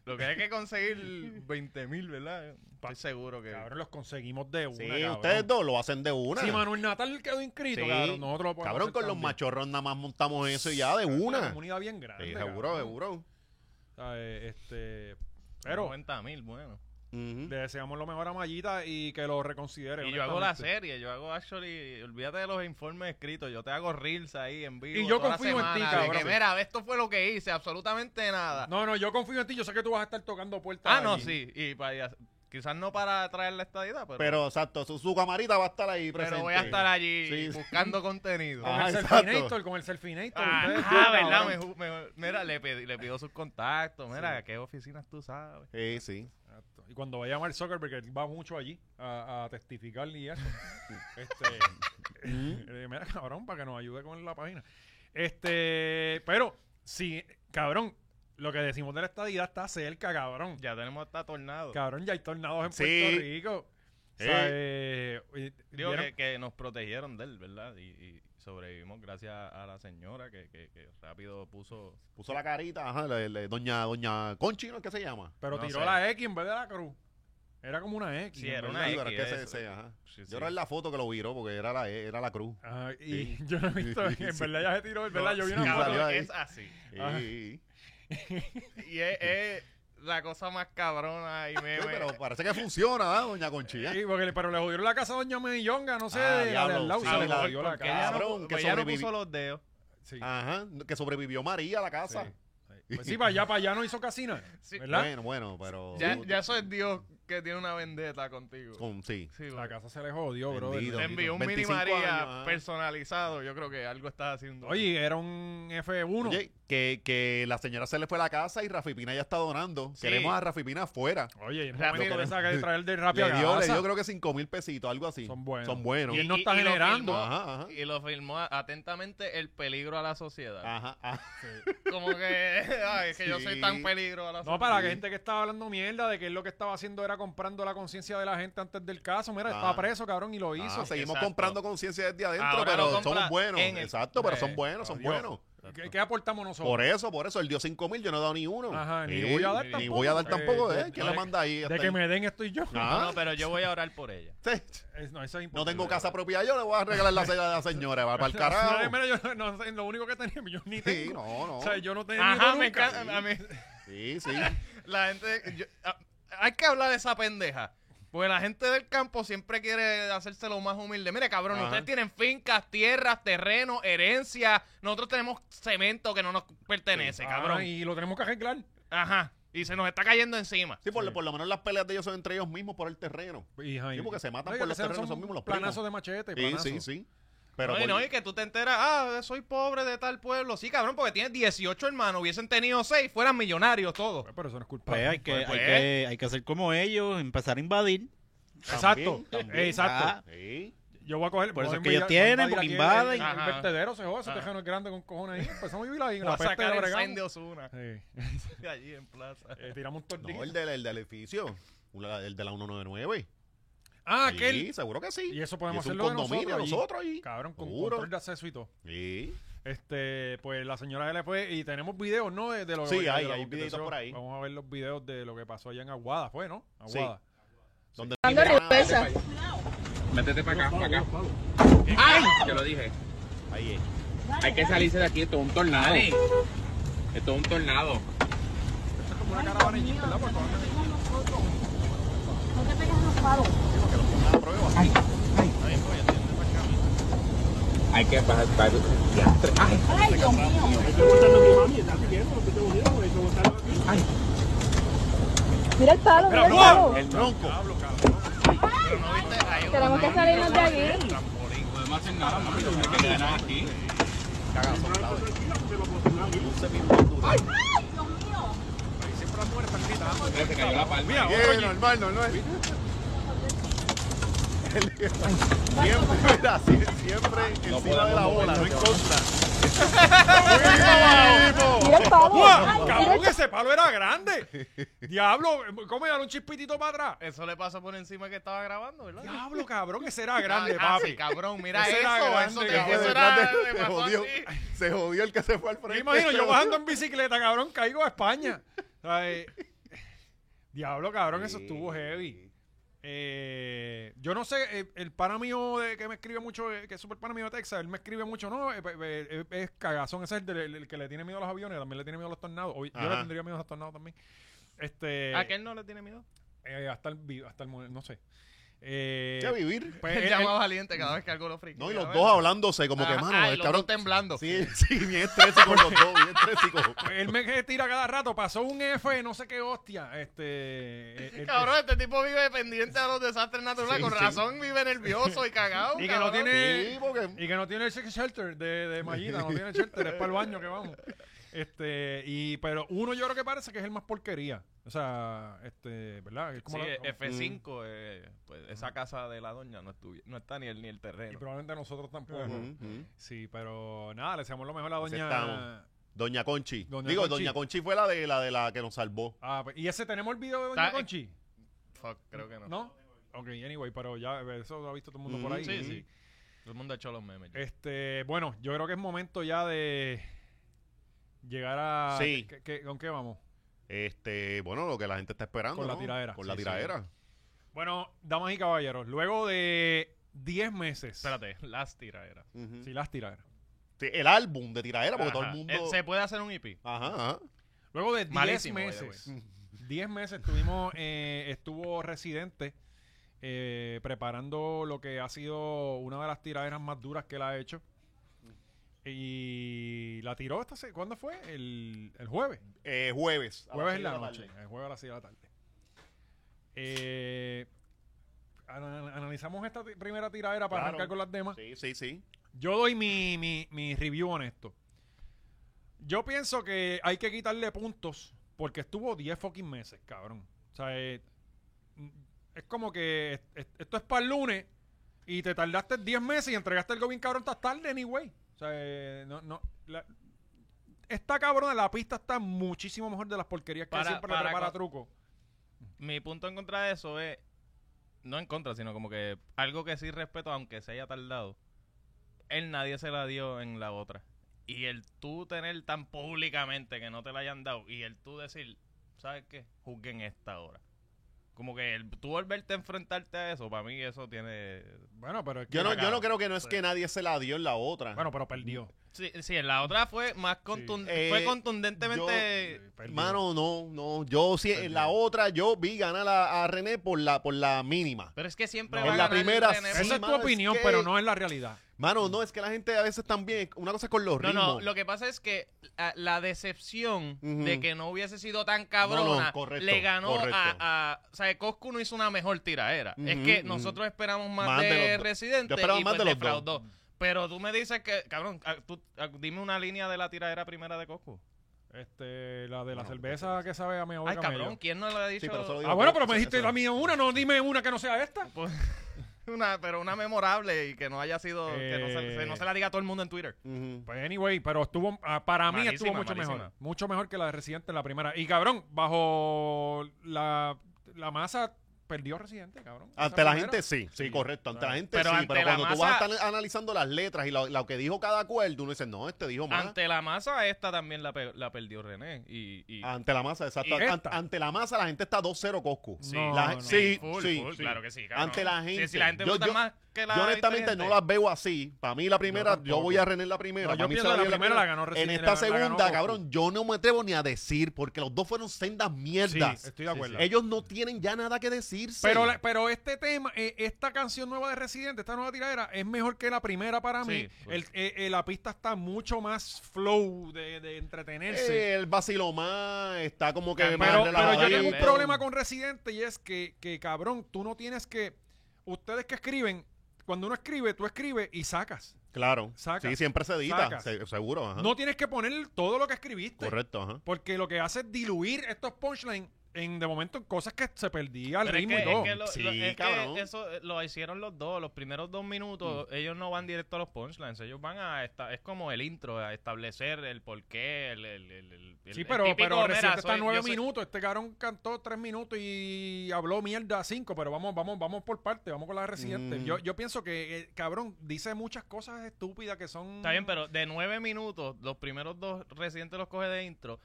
Speaker 2: Lo que hay que conseguir 20 mil, ¿verdad? Estoy seguro que...
Speaker 1: Cabrón, los conseguimos de una.
Speaker 3: Sí,
Speaker 1: cabrón.
Speaker 3: ustedes dos lo hacen de una.
Speaker 1: Si Manuel Natal quedó inscrito,
Speaker 3: Sí.
Speaker 1: cabrón, nosotros lo podemos
Speaker 3: Cabrón,
Speaker 1: hacer
Speaker 3: con los
Speaker 1: también.
Speaker 3: machorros nada más montamos eso y ya de
Speaker 1: Una
Speaker 3: una.
Speaker 1: comunidad bien grande.
Speaker 3: Sí,
Speaker 1: cabrón.
Speaker 3: seguro, seguro.
Speaker 1: O sea, eh, este, pero
Speaker 2: 90 mil, bueno.
Speaker 3: Ujú.
Speaker 1: le deseamos lo mejor a Mayita y que lo reconsidere.
Speaker 2: Y yo hago la
Speaker 1: honestamente.
Speaker 2: serie, yo hago actually, olvídate de los informes escritos, yo te hago reels ahí en vivo.
Speaker 1: Y yo
Speaker 2: toda la
Speaker 1: confío en ti,
Speaker 2: semana, de
Speaker 1: cabrón.
Speaker 2: que, mira, esto fue lo que hice, absolutamente nada.
Speaker 1: No, no, yo confío en ti. Yo sé que tú vas a estar tocando puertas.
Speaker 2: ah, no,
Speaker 1: allí.
Speaker 2: sí, y para, quizás no para traer la estadidad, pero,
Speaker 3: Pero exacto, su, su camarita va a estar ahí
Speaker 2: pero
Speaker 3: presente.
Speaker 2: voy a estar allí
Speaker 3: Sí, sí.
Speaker 2: buscando contenido.
Speaker 1: Con
Speaker 3: Ah,
Speaker 1: el
Speaker 3: exacto.
Speaker 1: Selfinator, con el Selfinator.
Speaker 2: Ah,
Speaker 1: ustedes
Speaker 2: ah,
Speaker 1: dos,
Speaker 2: ¿verdad?
Speaker 1: cabrón.
Speaker 2: Me, me- mira, le, pedí- le pido sus contactos. Mira, ¿qué oficinas tú sabes?
Speaker 3: Sí, sí.
Speaker 1: Exacto. Y cuando vaya a llamar Zuckerberg, él va mucho allí a, a testificar y eso. este, eh, mira, cabrón, para que nos ayude con la página. Este, pero, sí, cabrón, lo que decimos de la estadidad está cerca, cabrón.
Speaker 2: Ya tenemos hasta tornado.
Speaker 1: Cabrón, ya hay tornados en
Speaker 3: Sí.
Speaker 1: Puerto Rico. O sea, eh, eh,
Speaker 2: Digo
Speaker 1: ¿vieron?
Speaker 2: que, que nos protegieron de él, ¿verdad? Y, y sobrevivimos gracias a la señora que, que- que rápido puso.
Speaker 3: Puso la carita, ajá, le- le- doña, doña Conchi, ¿no? ¿Qué se llama?
Speaker 1: pero
Speaker 2: no
Speaker 1: tiró
Speaker 2: sé.
Speaker 1: la X en vez de la cruz. Era como una X.
Speaker 2: Sí,
Speaker 1: en
Speaker 2: era
Speaker 1: verdad.
Speaker 2: una
Speaker 3: Sí, pero es
Speaker 2: X,
Speaker 3: que se-
Speaker 2: eso.
Speaker 3: se- ajá.
Speaker 2: Sí, sí.
Speaker 3: Yo era la foto que lo viró porque era la, era la cruz.
Speaker 1: Ah, y yo no he visto,
Speaker 3: Sí,
Speaker 1: en
Speaker 3: sí.
Speaker 1: verdad ya se tiró, en verdad yo vi
Speaker 3: sí,
Speaker 1: una foto.
Speaker 3: salió
Speaker 2: Cabrón,
Speaker 3: ahí.
Speaker 2: es así.
Speaker 1: Ajá.
Speaker 3: Y-
Speaker 2: Y es, es la cosa más cabrona y
Speaker 3: Sí,
Speaker 2: meme.
Speaker 3: pero parece que funciona, ¿verdad, doña Conchilla?
Speaker 1: Sí, porque le- pero le jodieron la casa a Doña Medillonga, no sé, de- la
Speaker 3: Ah,
Speaker 1: de al
Speaker 3: diablo,
Speaker 1: lado,
Speaker 3: sí,
Speaker 1: se le
Speaker 3: la-
Speaker 1: jodió la
Speaker 2: porque ella
Speaker 1: casa.
Speaker 2: no-
Speaker 3: Cabrón, que
Speaker 2: porque ella no
Speaker 3: sobreviví.
Speaker 2: puso los dedos.
Speaker 1: Sí,
Speaker 3: Ajá, que sobrevivió María a la casa.
Speaker 1: sí. Pues sí, para allá, para allá no hizo casina,
Speaker 2: Sí.
Speaker 1: ¿verdad?
Speaker 3: Bueno, bueno, pero...
Speaker 2: Ya, ya eso es Dios que tiene una vendetta contigo.
Speaker 3: Con- sí.
Speaker 2: Sí,
Speaker 1: La
Speaker 2: güey.
Speaker 1: casa se le jodió, bro.
Speaker 3: Bendito.
Speaker 2: Te envió un mini
Speaker 3: 25
Speaker 2: María
Speaker 3: años, ah.
Speaker 2: personalizado. Yo creo que algo estás haciendo.
Speaker 1: Oye, era un F1. Oye,
Speaker 3: Oye, que, que la señora se le fue a la casa y Rafi Pina ya está donando.
Speaker 2: Sí.
Speaker 3: Queremos a Rafi Pina afuera.
Speaker 1: es
Speaker 2: Rápido.
Speaker 1: momento de sacar- de traer de rápido
Speaker 3: le
Speaker 1: a
Speaker 3: dio, le
Speaker 1: casa.
Speaker 3: dio creo que 5 mil pesitos, algo así.
Speaker 1: Son buenos.
Speaker 3: Son
Speaker 1: Y él no
Speaker 2: Y-
Speaker 1: está
Speaker 2: y lo
Speaker 1: generando.
Speaker 2: filmó.
Speaker 3: Ajá, ajá.
Speaker 2: Y lo filmó atentamente el peligro a la sociedad.
Speaker 3: Ajá,
Speaker 1: Ah,
Speaker 3: ajá.
Speaker 2: Como que, ay, es que yo soy
Speaker 3: Sí.
Speaker 2: tan peligro a la
Speaker 1: No,
Speaker 2: sociedad.
Speaker 1: para la gente que estaba hablando mierda de que él lo que estaba haciendo era comprando la conciencia de la gente antes del caso. Mira,
Speaker 3: Ah.
Speaker 1: está preso, cabrón, y lo hizo.
Speaker 3: Ah, seguimos
Speaker 2: exacto.
Speaker 3: comprando conciencia desde adentro,
Speaker 2: Ahora lo
Speaker 3: pero
Speaker 2: compra
Speaker 3: son buenos.
Speaker 2: en el-
Speaker 3: Exacto, pero son
Speaker 2: Eh,
Speaker 3: buenos, son
Speaker 1: Dios.
Speaker 3: buenos.
Speaker 1: ¿Qué, qué aportamos nosotros?
Speaker 3: Por eso, por eso, él dio 5 mil, yo no he dado ni uno.
Speaker 1: Ajá, ni
Speaker 3: Sí,
Speaker 1: voy a dar
Speaker 3: Ni
Speaker 1: tampoco.
Speaker 3: voy a dar tampoco,
Speaker 1: Eh,
Speaker 3: ¿eh?
Speaker 1: de-
Speaker 3: ¿Quién
Speaker 1: de-
Speaker 3: la manda ahí?
Speaker 1: de
Speaker 3: Hasta
Speaker 1: que
Speaker 3: ahí.
Speaker 1: me den estoy yo.
Speaker 3: Ajá.
Speaker 2: No, pero yo voy a orar por ella.
Speaker 3: Sí.
Speaker 1: Es- no, eso es
Speaker 3: este, No
Speaker 1: imposible.
Speaker 3: tengo casa propia yo, le voy a regalar la cena a la señora, va para el carajo.
Speaker 1: No, mira, yo no sé, lo único que tenía, yo ni
Speaker 3: Sí,
Speaker 1: tengo.
Speaker 3: no, no.
Speaker 1: O sea, yo no tenía
Speaker 2: Ajá,
Speaker 1: Ajá,
Speaker 2: me encanta. A mí,
Speaker 3: Sí, sí.
Speaker 2: la gente. yo- ah, hay que hablar de esa pendeja. Porque la gente del campo siempre quiere hacerse lo más humilde. Mire, cabrón,
Speaker 3: Ajá.
Speaker 2: ustedes tienen fincas, tierras, terrenos, herencias. Nosotros tenemos cemento que no nos pertenece, cabrón.
Speaker 1: Ah, y lo tenemos que arreglar.
Speaker 2: Ajá. Y se nos está cayendo encima.
Speaker 3: Sí, por,
Speaker 1: Sí.
Speaker 3: por lo menos las peleas de ellos son entre ellos mismos por el terreno.
Speaker 1: Y, ajá,
Speaker 3: Sí,
Speaker 1: y-
Speaker 3: porque se matan
Speaker 1: No, y
Speaker 3: por
Speaker 1: que
Speaker 3: los
Speaker 1: sean- son
Speaker 3: terrenos, son mismos los
Speaker 1: Planazos
Speaker 3: primos.
Speaker 1: de machete,
Speaker 3: Sí,
Speaker 1: planazo.
Speaker 3: sí, sí. Pero
Speaker 2: no, y
Speaker 3: por-
Speaker 2: no, y que tú te enteras, ah, soy pobre de tal pueblo. Sí, cabrón, porque tienes 18 hermanos, hubiesen tenido 6, fueran millonarios todos.
Speaker 1: Pero eso no es culpa.
Speaker 4: Pues
Speaker 1: de
Speaker 4: hay
Speaker 1: él.
Speaker 4: que,
Speaker 2: pues,
Speaker 4: hay,
Speaker 2: pues.
Speaker 4: que, hay que hacer como ellos, empezar a invadir.
Speaker 1: Exacto.
Speaker 3: También, también.
Speaker 1: eh, Exacto.
Speaker 4: Ah.
Speaker 3: Sí.
Speaker 1: Yo voy a coger. voy
Speaker 4: Por eso
Speaker 1: a
Speaker 4: es que ellos
Speaker 1: invadir- voy a
Speaker 4: tienen,
Speaker 1: invadir
Speaker 4: porque
Speaker 1: aquí el-
Speaker 4: invaden.
Speaker 1: El,
Speaker 2: Ajá.
Speaker 1: vertedero se joda, ese
Speaker 2: Ajá.
Speaker 1: tejano es grande con cojones ahí. Empezamos a vivir ahí. en
Speaker 2: Voy
Speaker 1: La
Speaker 2: a
Speaker 1: peste
Speaker 2: sacar
Speaker 1: de
Speaker 2: el
Speaker 1: Obregón.
Speaker 2: incendio Osuna.
Speaker 1: Sí.
Speaker 2: De allí en plaza.
Speaker 1: Eh, tiramos un
Speaker 3: No,
Speaker 1: tordillo.
Speaker 3: el del, el del edificio. una- El de la 199.
Speaker 1: Ah,
Speaker 3: Sí,
Speaker 1: aquel.
Speaker 3: seguro que sí.
Speaker 1: Y eso podemos
Speaker 3: es un
Speaker 1: hacerlo de
Speaker 3: condominio
Speaker 1: nosotros. allí.
Speaker 3: allí.
Speaker 1: Cabrón, con
Speaker 3: Seguro.
Speaker 1: control de acceso y todo.
Speaker 3: Sí.
Speaker 1: Este, pues la señora se le fue y tenemos videos, ¿no? De, de lo que
Speaker 3: Sí,
Speaker 1: de
Speaker 3: hay-
Speaker 1: la
Speaker 3: hay videitos
Speaker 1: constitución.
Speaker 3: por ahí.
Speaker 1: Vamos a ver los videos de lo que pasó allá en Aguada, fue, ¿no?
Speaker 3: Sí.
Speaker 1: Aguada.
Speaker 3: Donde
Speaker 5: Dando reversa.
Speaker 6: Métete para acá, para acá. ¡Ay! Te lo dije.
Speaker 3: Ahí es.
Speaker 6: Hay que salirse de aquí. Esto es un tornado. Esto es un tornado.
Speaker 1: Esto es como una caravana en Jeep, ¿verdad? Por favor.
Speaker 5: No te pegues en los palos.
Speaker 3: Una prueba.
Speaker 6: Ay, ay. Hay que bajar para Ay,
Speaker 5: Ay, Dios mío.
Speaker 6: ay.
Speaker 5: Mira el palo, mira el palo.
Speaker 3: El tronco.
Speaker 2: Pero no viste, hay un-
Speaker 5: Tenemos que salirnos de aquí.
Speaker 6: No podemos hacer nada, mami. Hay que quedarnos aquí.
Speaker 3: Cagazón, claro. Luce bien dura.
Speaker 5: Ay, Dios mío.
Speaker 1: Ahí siempre las mujeres están gritando.
Speaker 6: Mira, se cayó la palma.
Speaker 1: Mira,
Speaker 3: Bien,
Speaker 1: oye,
Speaker 3: normal, normal. siempre, mira, sie- siempre encima de la
Speaker 6: podemos
Speaker 3: bola, no en contra.
Speaker 5: Mira el palo.
Speaker 1: ¡guau!
Speaker 5: Ay, mira
Speaker 1: Cabrón,
Speaker 5: el-
Speaker 1: ese palo era grande. Diablo, ¿cómo era un chispitito para atrás?
Speaker 2: Eso le pasó por encima que estaba grabando, ¿verdad?
Speaker 1: Diablo, cabrón, ese era grande,
Speaker 2: Ah, ah,
Speaker 1: papi.
Speaker 2: sí, cabrón, mira
Speaker 1: Ese
Speaker 2: eso.
Speaker 1: era grande,
Speaker 2: eso, te-
Speaker 1: cabrón.
Speaker 2: eso
Speaker 3: Se
Speaker 2: era-
Speaker 3: jodió-
Speaker 2: me
Speaker 3: se
Speaker 2: pasó
Speaker 3: jodió,
Speaker 2: así.
Speaker 3: se jodió el que se fue al
Speaker 1: Yo
Speaker 3: frente.
Speaker 1: me imagino, yo bajando en bicicleta, cabrón, caigo a España. O sea, eh, Diablo, cabrón, eso estuvo heavy. Eh, yo no sé, eh, el pana mío de- que me escribe mucho, eh, que es super pana mío de Texas, él me escribe mucho, no, Eh, pe- pe- eh, es cagazón, ese es el, del- el que le tiene miedo a los aviones, también le tiene miedo a los tornados. Hoy- yo le
Speaker 3: Ajá.
Speaker 1: tendría miedo a los tornados también. Este,
Speaker 2: Aquel no le tiene miedo.
Speaker 1: eh, hasta el vi- hasta el mo- no sé. Eh,
Speaker 3: Que vivir.
Speaker 1: pues,
Speaker 2: él
Speaker 1: él-
Speaker 2: llama valiente cada vez que algo lo Ah, friki.
Speaker 3: No, y los dos hablándose, como
Speaker 1: Ah,
Speaker 3: que, mano, el cabrón.
Speaker 2: temblando.
Speaker 3: Sí, sí, bien estrésico los dos, bien estrésico.
Speaker 1: él- él me tira cada rato, pasó un F, no sé qué hostia. Este, el- el-
Speaker 2: Cabrón, este tipo vive pendiente a los desastres naturales.
Speaker 3: Sí,
Speaker 2: con
Speaker 3: sí.
Speaker 2: razón vive nervioso y cagado.
Speaker 1: Y que no
Speaker 2: cabrón.
Speaker 1: tiene.
Speaker 3: Sí, porque-
Speaker 1: Y que no tiene el sex shelter de, de Mayita, no tiene el shelter, es para el baño que vamos. Este, y, pero uno yo creo que parece que es el más porquería. O sea, este, ¿verdad? Es
Speaker 2: Sí,
Speaker 1: como la-
Speaker 3: Mm.
Speaker 2: F5, eh, pues, esa casa de la doña no, estuvi- no está ni el, ni el
Speaker 1: y
Speaker 2: terreno.
Speaker 1: probablemente nosotros tampoco.
Speaker 3: Ujú, ujú.
Speaker 1: Sí, pero nada, le deseamos lo mejor a
Speaker 3: Así
Speaker 1: doña.
Speaker 3: estamos. Doña Conchi.
Speaker 1: Doña
Speaker 3: Digo,
Speaker 1: Conchi.
Speaker 3: Doña Conchi fue la de la de la que nos salvó.
Speaker 1: Ah, pues, y ese tenemos el video de doña
Speaker 2: Está-
Speaker 1: Conchi,
Speaker 2: Fuck, creo que no.
Speaker 1: ¿no? Ok, anyway, pero ya eso lo ha visto todo el mundo por
Speaker 3: Ujú,
Speaker 1: ahí.
Speaker 2: Sí, sí. Todo el mundo ha hecho los memes. ya.
Speaker 1: Este, bueno, yo creo que es momento ya de llegar a
Speaker 3: Sí.
Speaker 1: ¿qué- qué- con qué vamos?
Speaker 3: Este, bueno, lo que la gente está esperando.
Speaker 1: Con la
Speaker 3: ¿no?
Speaker 1: tiradera.
Speaker 3: Con la
Speaker 1: Sí, sí.
Speaker 3: tiradera.
Speaker 1: Bueno, damas y caballeros, luego de 10 meses.
Speaker 2: Espérate, las tiraderas.
Speaker 3: Ujú.
Speaker 1: Si las tiraderas.
Speaker 3: Sí, El álbum de tiradera, porque todo el
Speaker 2: Ajá.
Speaker 3: mundo.
Speaker 2: Eh, Se puede hacer un EP.
Speaker 3: Ajá, ajá.
Speaker 1: Luego de 10
Speaker 2: Malísimo, by the
Speaker 1: meses. 10 meses tuvimos, eh, estuvo Residente eh, preparando lo que ha sido una de las tiraderas más duras que él ha hecho. Y la tiró esta se- ¿Cuándo fue? El, el jueves.
Speaker 3: Eh, jueves. a las
Speaker 1: Jueves en
Speaker 3: seis de
Speaker 1: la
Speaker 3: tarde.
Speaker 1: noche. El jueves a las 6 de la tarde. Eh, ana- analizamos esta ti- primera tiradera para
Speaker 3: Claro.
Speaker 1: arrancar con las demás.
Speaker 3: Sí, sí, sí.
Speaker 1: Yo doy mi, mi, mi review honesto. Yo pienso que hay que quitarle puntos porque estuvo 10 fucking meses, cabrón. O sea, eh, mm, es como que es- es- esto es para el lunes y te tardaste 10 meses y entregaste algo bien cabrón hasta tarde, anyway. O sea, eh, no, no. la- esta cabrona, la pista está muchísimo mejor de las porquerías que
Speaker 2: Para-
Speaker 1: siempre
Speaker 2: para
Speaker 1: le prepara
Speaker 2: cua-
Speaker 1: truco.
Speaker 2: Mi punto en contra de eso es. No en contra, sino como que algo que sí respeto, aunque se haya tardado. Él nadie se la dio en la otra. Y el tú tener tan públicamente que no te la hayan dado. Y el tú decir, ¿sabes qué? Juzguen esta hora. Como que el, tú volverte a enfrentarte a eso, para mí eso tiene.
Speaker 1: Bueno, pero es que-
Speaker 3: Yo no, yo
Speaker 2: Claro.
Speaker 3: no creo que no es que nadie se la dio en la otra.
Speaker 1: bueno, pero perdió.
Speaker 2: Sí, sí, en la otra fue más contundente.
Speaker 3: Eh,
Speaker 2: fue contundentemente.
Speaker 1: Sí, perdió.
Speaker 3: Hermano, no, no. Yo sí, en la otra yo vi ganar a, a René por la, por la mínima.
Speaker 2: Pero es que siempre
Speaker 3: No,
Speaker 2: va
Speaker 3: en
Speaker 2: a
Speaker 3: la
Speaker 2: ganar
Speaker 3: primera
Speaker 2: el DNP.
Speaker 3: sí,
Speaker 1: Esa es tu
Speaker 3: mano, es
Speaker 1: opinión,
Speaker 3: que-
Speaker 1: pero no es la realidad.
Speaker 3: Mano, no, es que la gente a veces también, una cosa es con los
Speaker 2: No,
Speaker 3: ritmos.
Speaker 2: no, lo que pasa es que ah, la decepción
Speaker 3: Ujú.
Speaker 2: de que no hubiese sido tan cabrona
Speaker 3: No, no, correcto,
Speaker 2: le ganó
Speaker 3: correcto.
Speaker 2: a, a- O sea, Coscu no hizo una mejor tiradera.
Speaker 3: Ujú,
Speaker 2: es que
Speaker 3: ujú.
Speaker 2: nosotros esperamos más,
Speaker 3: Más
Speaker 2: de,
Speaker 3: de los dos. Yo
Speaker 2: Residente
Speaker 3: esperaba
Speaker 2: y
Speaker 3: más
Speaker 2: pues
Speaker 3: de los dos.
Speaker 2: defraudó. Pero tú me dices que, cabrón, ah, tú, ah, dime una línea de la tiradera primera de Coscu.
Speaker 1: Este, la de la
Speaker 3: No,
Speaker 1: cerveza que sabe a medio de
Speaker 2: Ay,
Speaker 1: camello.
Speaker 2: cabrón, ¿quién no le ha dicho?
Speaker 3: Sí, pero solo digo
Speaker 1: Ah, bueno,
Speaker 3: que
Speaker 1: pero me
Speaker 3: eso-
Speaker 1: dijiste
Speaker 3: eso-
Speaker 1: la mía una, no dime una que no sea esta.
Speaker 2: Pues, una, pero una memorable y que no haya sido. Que no se,
Speaker 1: Eh.
Speaker 2: se- no se la diga a todo el mundo en Twitter.
Speaker 3: Ujú.
Speaker 1: Pues anyway, pero estuvo ah, para mí
Speaker 2: Malísima,
Speaker 1: estuvo mucho
Speaker 2: malísima.
Speaker 1: mejor, mucho mejor que la de Residente en la primera. Y cabrón, bajo la, la masa perdió Residente, cabrón.
Speaker 3: Ante
Speaker 1: Esa
Speaker 3: Ah, la
Speaker 1: primera.
Speaker 3: gente sí, sí, correcto, ante la gente
Speaker 2: Pero
Speaker 3: sí,
Speaker 2: ante
Speaker 3: pero
Speaker 2: la
Speaker 3: cuando tú vas a
Speaker 2: masa-
Speaker 3: estar analizando las letras y lo, lo que dijo cada acuerdo, uno dice, no, este dijo más. Ante,
Speaker 2: Ante la masa, esta también la, pe- la perdió René. Y, y-
Speaker 3: la masa, exacto.
Speaker 1: ¿Y
Speaker 3: An-
Speaker 1: esta?
Speaker 3: Ante, la masa la gente está 2-0 Coscu.
Speaker 1: Sí,
Speaker 3: La
Speaker 1: no,
Speaker 3: gen-
Speaker 1: no.
Speaker 3: sí,
Speaker 2: Full,
Speaker 3: sí,
Speaker 2: full,
Speaker 3: sí.
Speaker 2: claro que sí. cabrón.
Speaker 3: Ante la
Speaker 2: Sí,
Speaker 3: gente.
Speaker 2: si la gente
Speaker 3: Yo-
Speaker 2: vota
Speaker 3: yo-
Speaker 2: más que la
Speaker 3: Yo honestamente no
Speaker 2: inteligente.
Speaker 3: las veo así. Para mí la primera, yo,
Speaker 1: tampoco.
Speaker 3: voy a René en la primera.
Speaker 1: No, yo
Speaker 3: Para mí se
Speaker 1: pienso que la
Speaker 3: dio en
Speaker 1: primera la ganó
Speaker 3: En
Speaker 1: Residente,
Speaker 3: esta
Speaker 1: la- la ganó
Speaker 3: segunda,
Speaker 1: Coscu.
Speaker 3: cabrón, yo no me atrevo ni a decir porque los dos fueron sendas
Speaker 1: Sí,
Speaker 3: mierdas.
Speaker 1: estoy de acuerdo.
Speaker 3: Ellos no tienen ya nada que decirse.
Speaker 1: Pero, la- pero este tema, eh, esta canción nueva de Residente, esta nueva tiradera, es mejor que la primera para mí.
Speaker 2: Sí, pues.
Speaker 1: El- eh, eh, la pista está mucho más flow de, de entretenerse.
Speaker 3: Eh, el vacilo más está como que
Speaker 2: Pero-
Speaker 3: más
Speaker 1: Pero, pero yo
Speaker 3: relajadito.
Speaker 1: tengo un problema con Residente y es que, que, cabrón, tú no tienes que. Ustedes que escriben, cuando uno escribe, tú escribes y sacas.
Speaker 3: Claro.
Speaker 1: Sacas.
Speaker 3: Sí, siempre se edita,
Speaker 1: Sacas.
Speaker 3: se- seguro. Ajá.
Speaker 1: No tienes que poner todo lo que escribiste.
Speaker 3: Correcto, ajá.
Speaker 1: Porque lo que hace es diluir estos punchlines en, de momento en cosas que se perdía el
Speaker 2: Pero es
Speaker 1: ritmo
Speaker 2: que,
Speaker 1: y todo.
Speaker 2: es que lo-
Speaker 3: Sí,
Speaker 2: lo- es que
Speaker 3: cabrón. Mm.
Speaker 2: eso eh, lo hicieron los dos. Los primeros dos minutos, ellos no van directo a los punchlines. Ellos van a. esta- es como el intro, a establecer el porqué. El, el, el, el- el-
Speaker 1: Sí,
Speaker 2: el
Speaker 1: pero,
Speaker 2: típico,
Speaker 1: pero
Speaker 2: "Mira,
Speaker 1: Residente
Speaker 2: soy-
Speaker 1: está nueve
Speaker 2: yo soy-".
Speaker 1: minutos. Este cabrón cantó tres minutos y habló mierda cinco. Pero vamos, vamos, vamos por parte, vamos con la de Residente.
Speaker 3: Mm.
Speaker 1: Yo, yo pienso que, eh, cabrón, dice muchas cosas estúpidas que son.
Speaker 2: Está bien, pero de nueve minutos, los primeros dos residentes los coge de intro.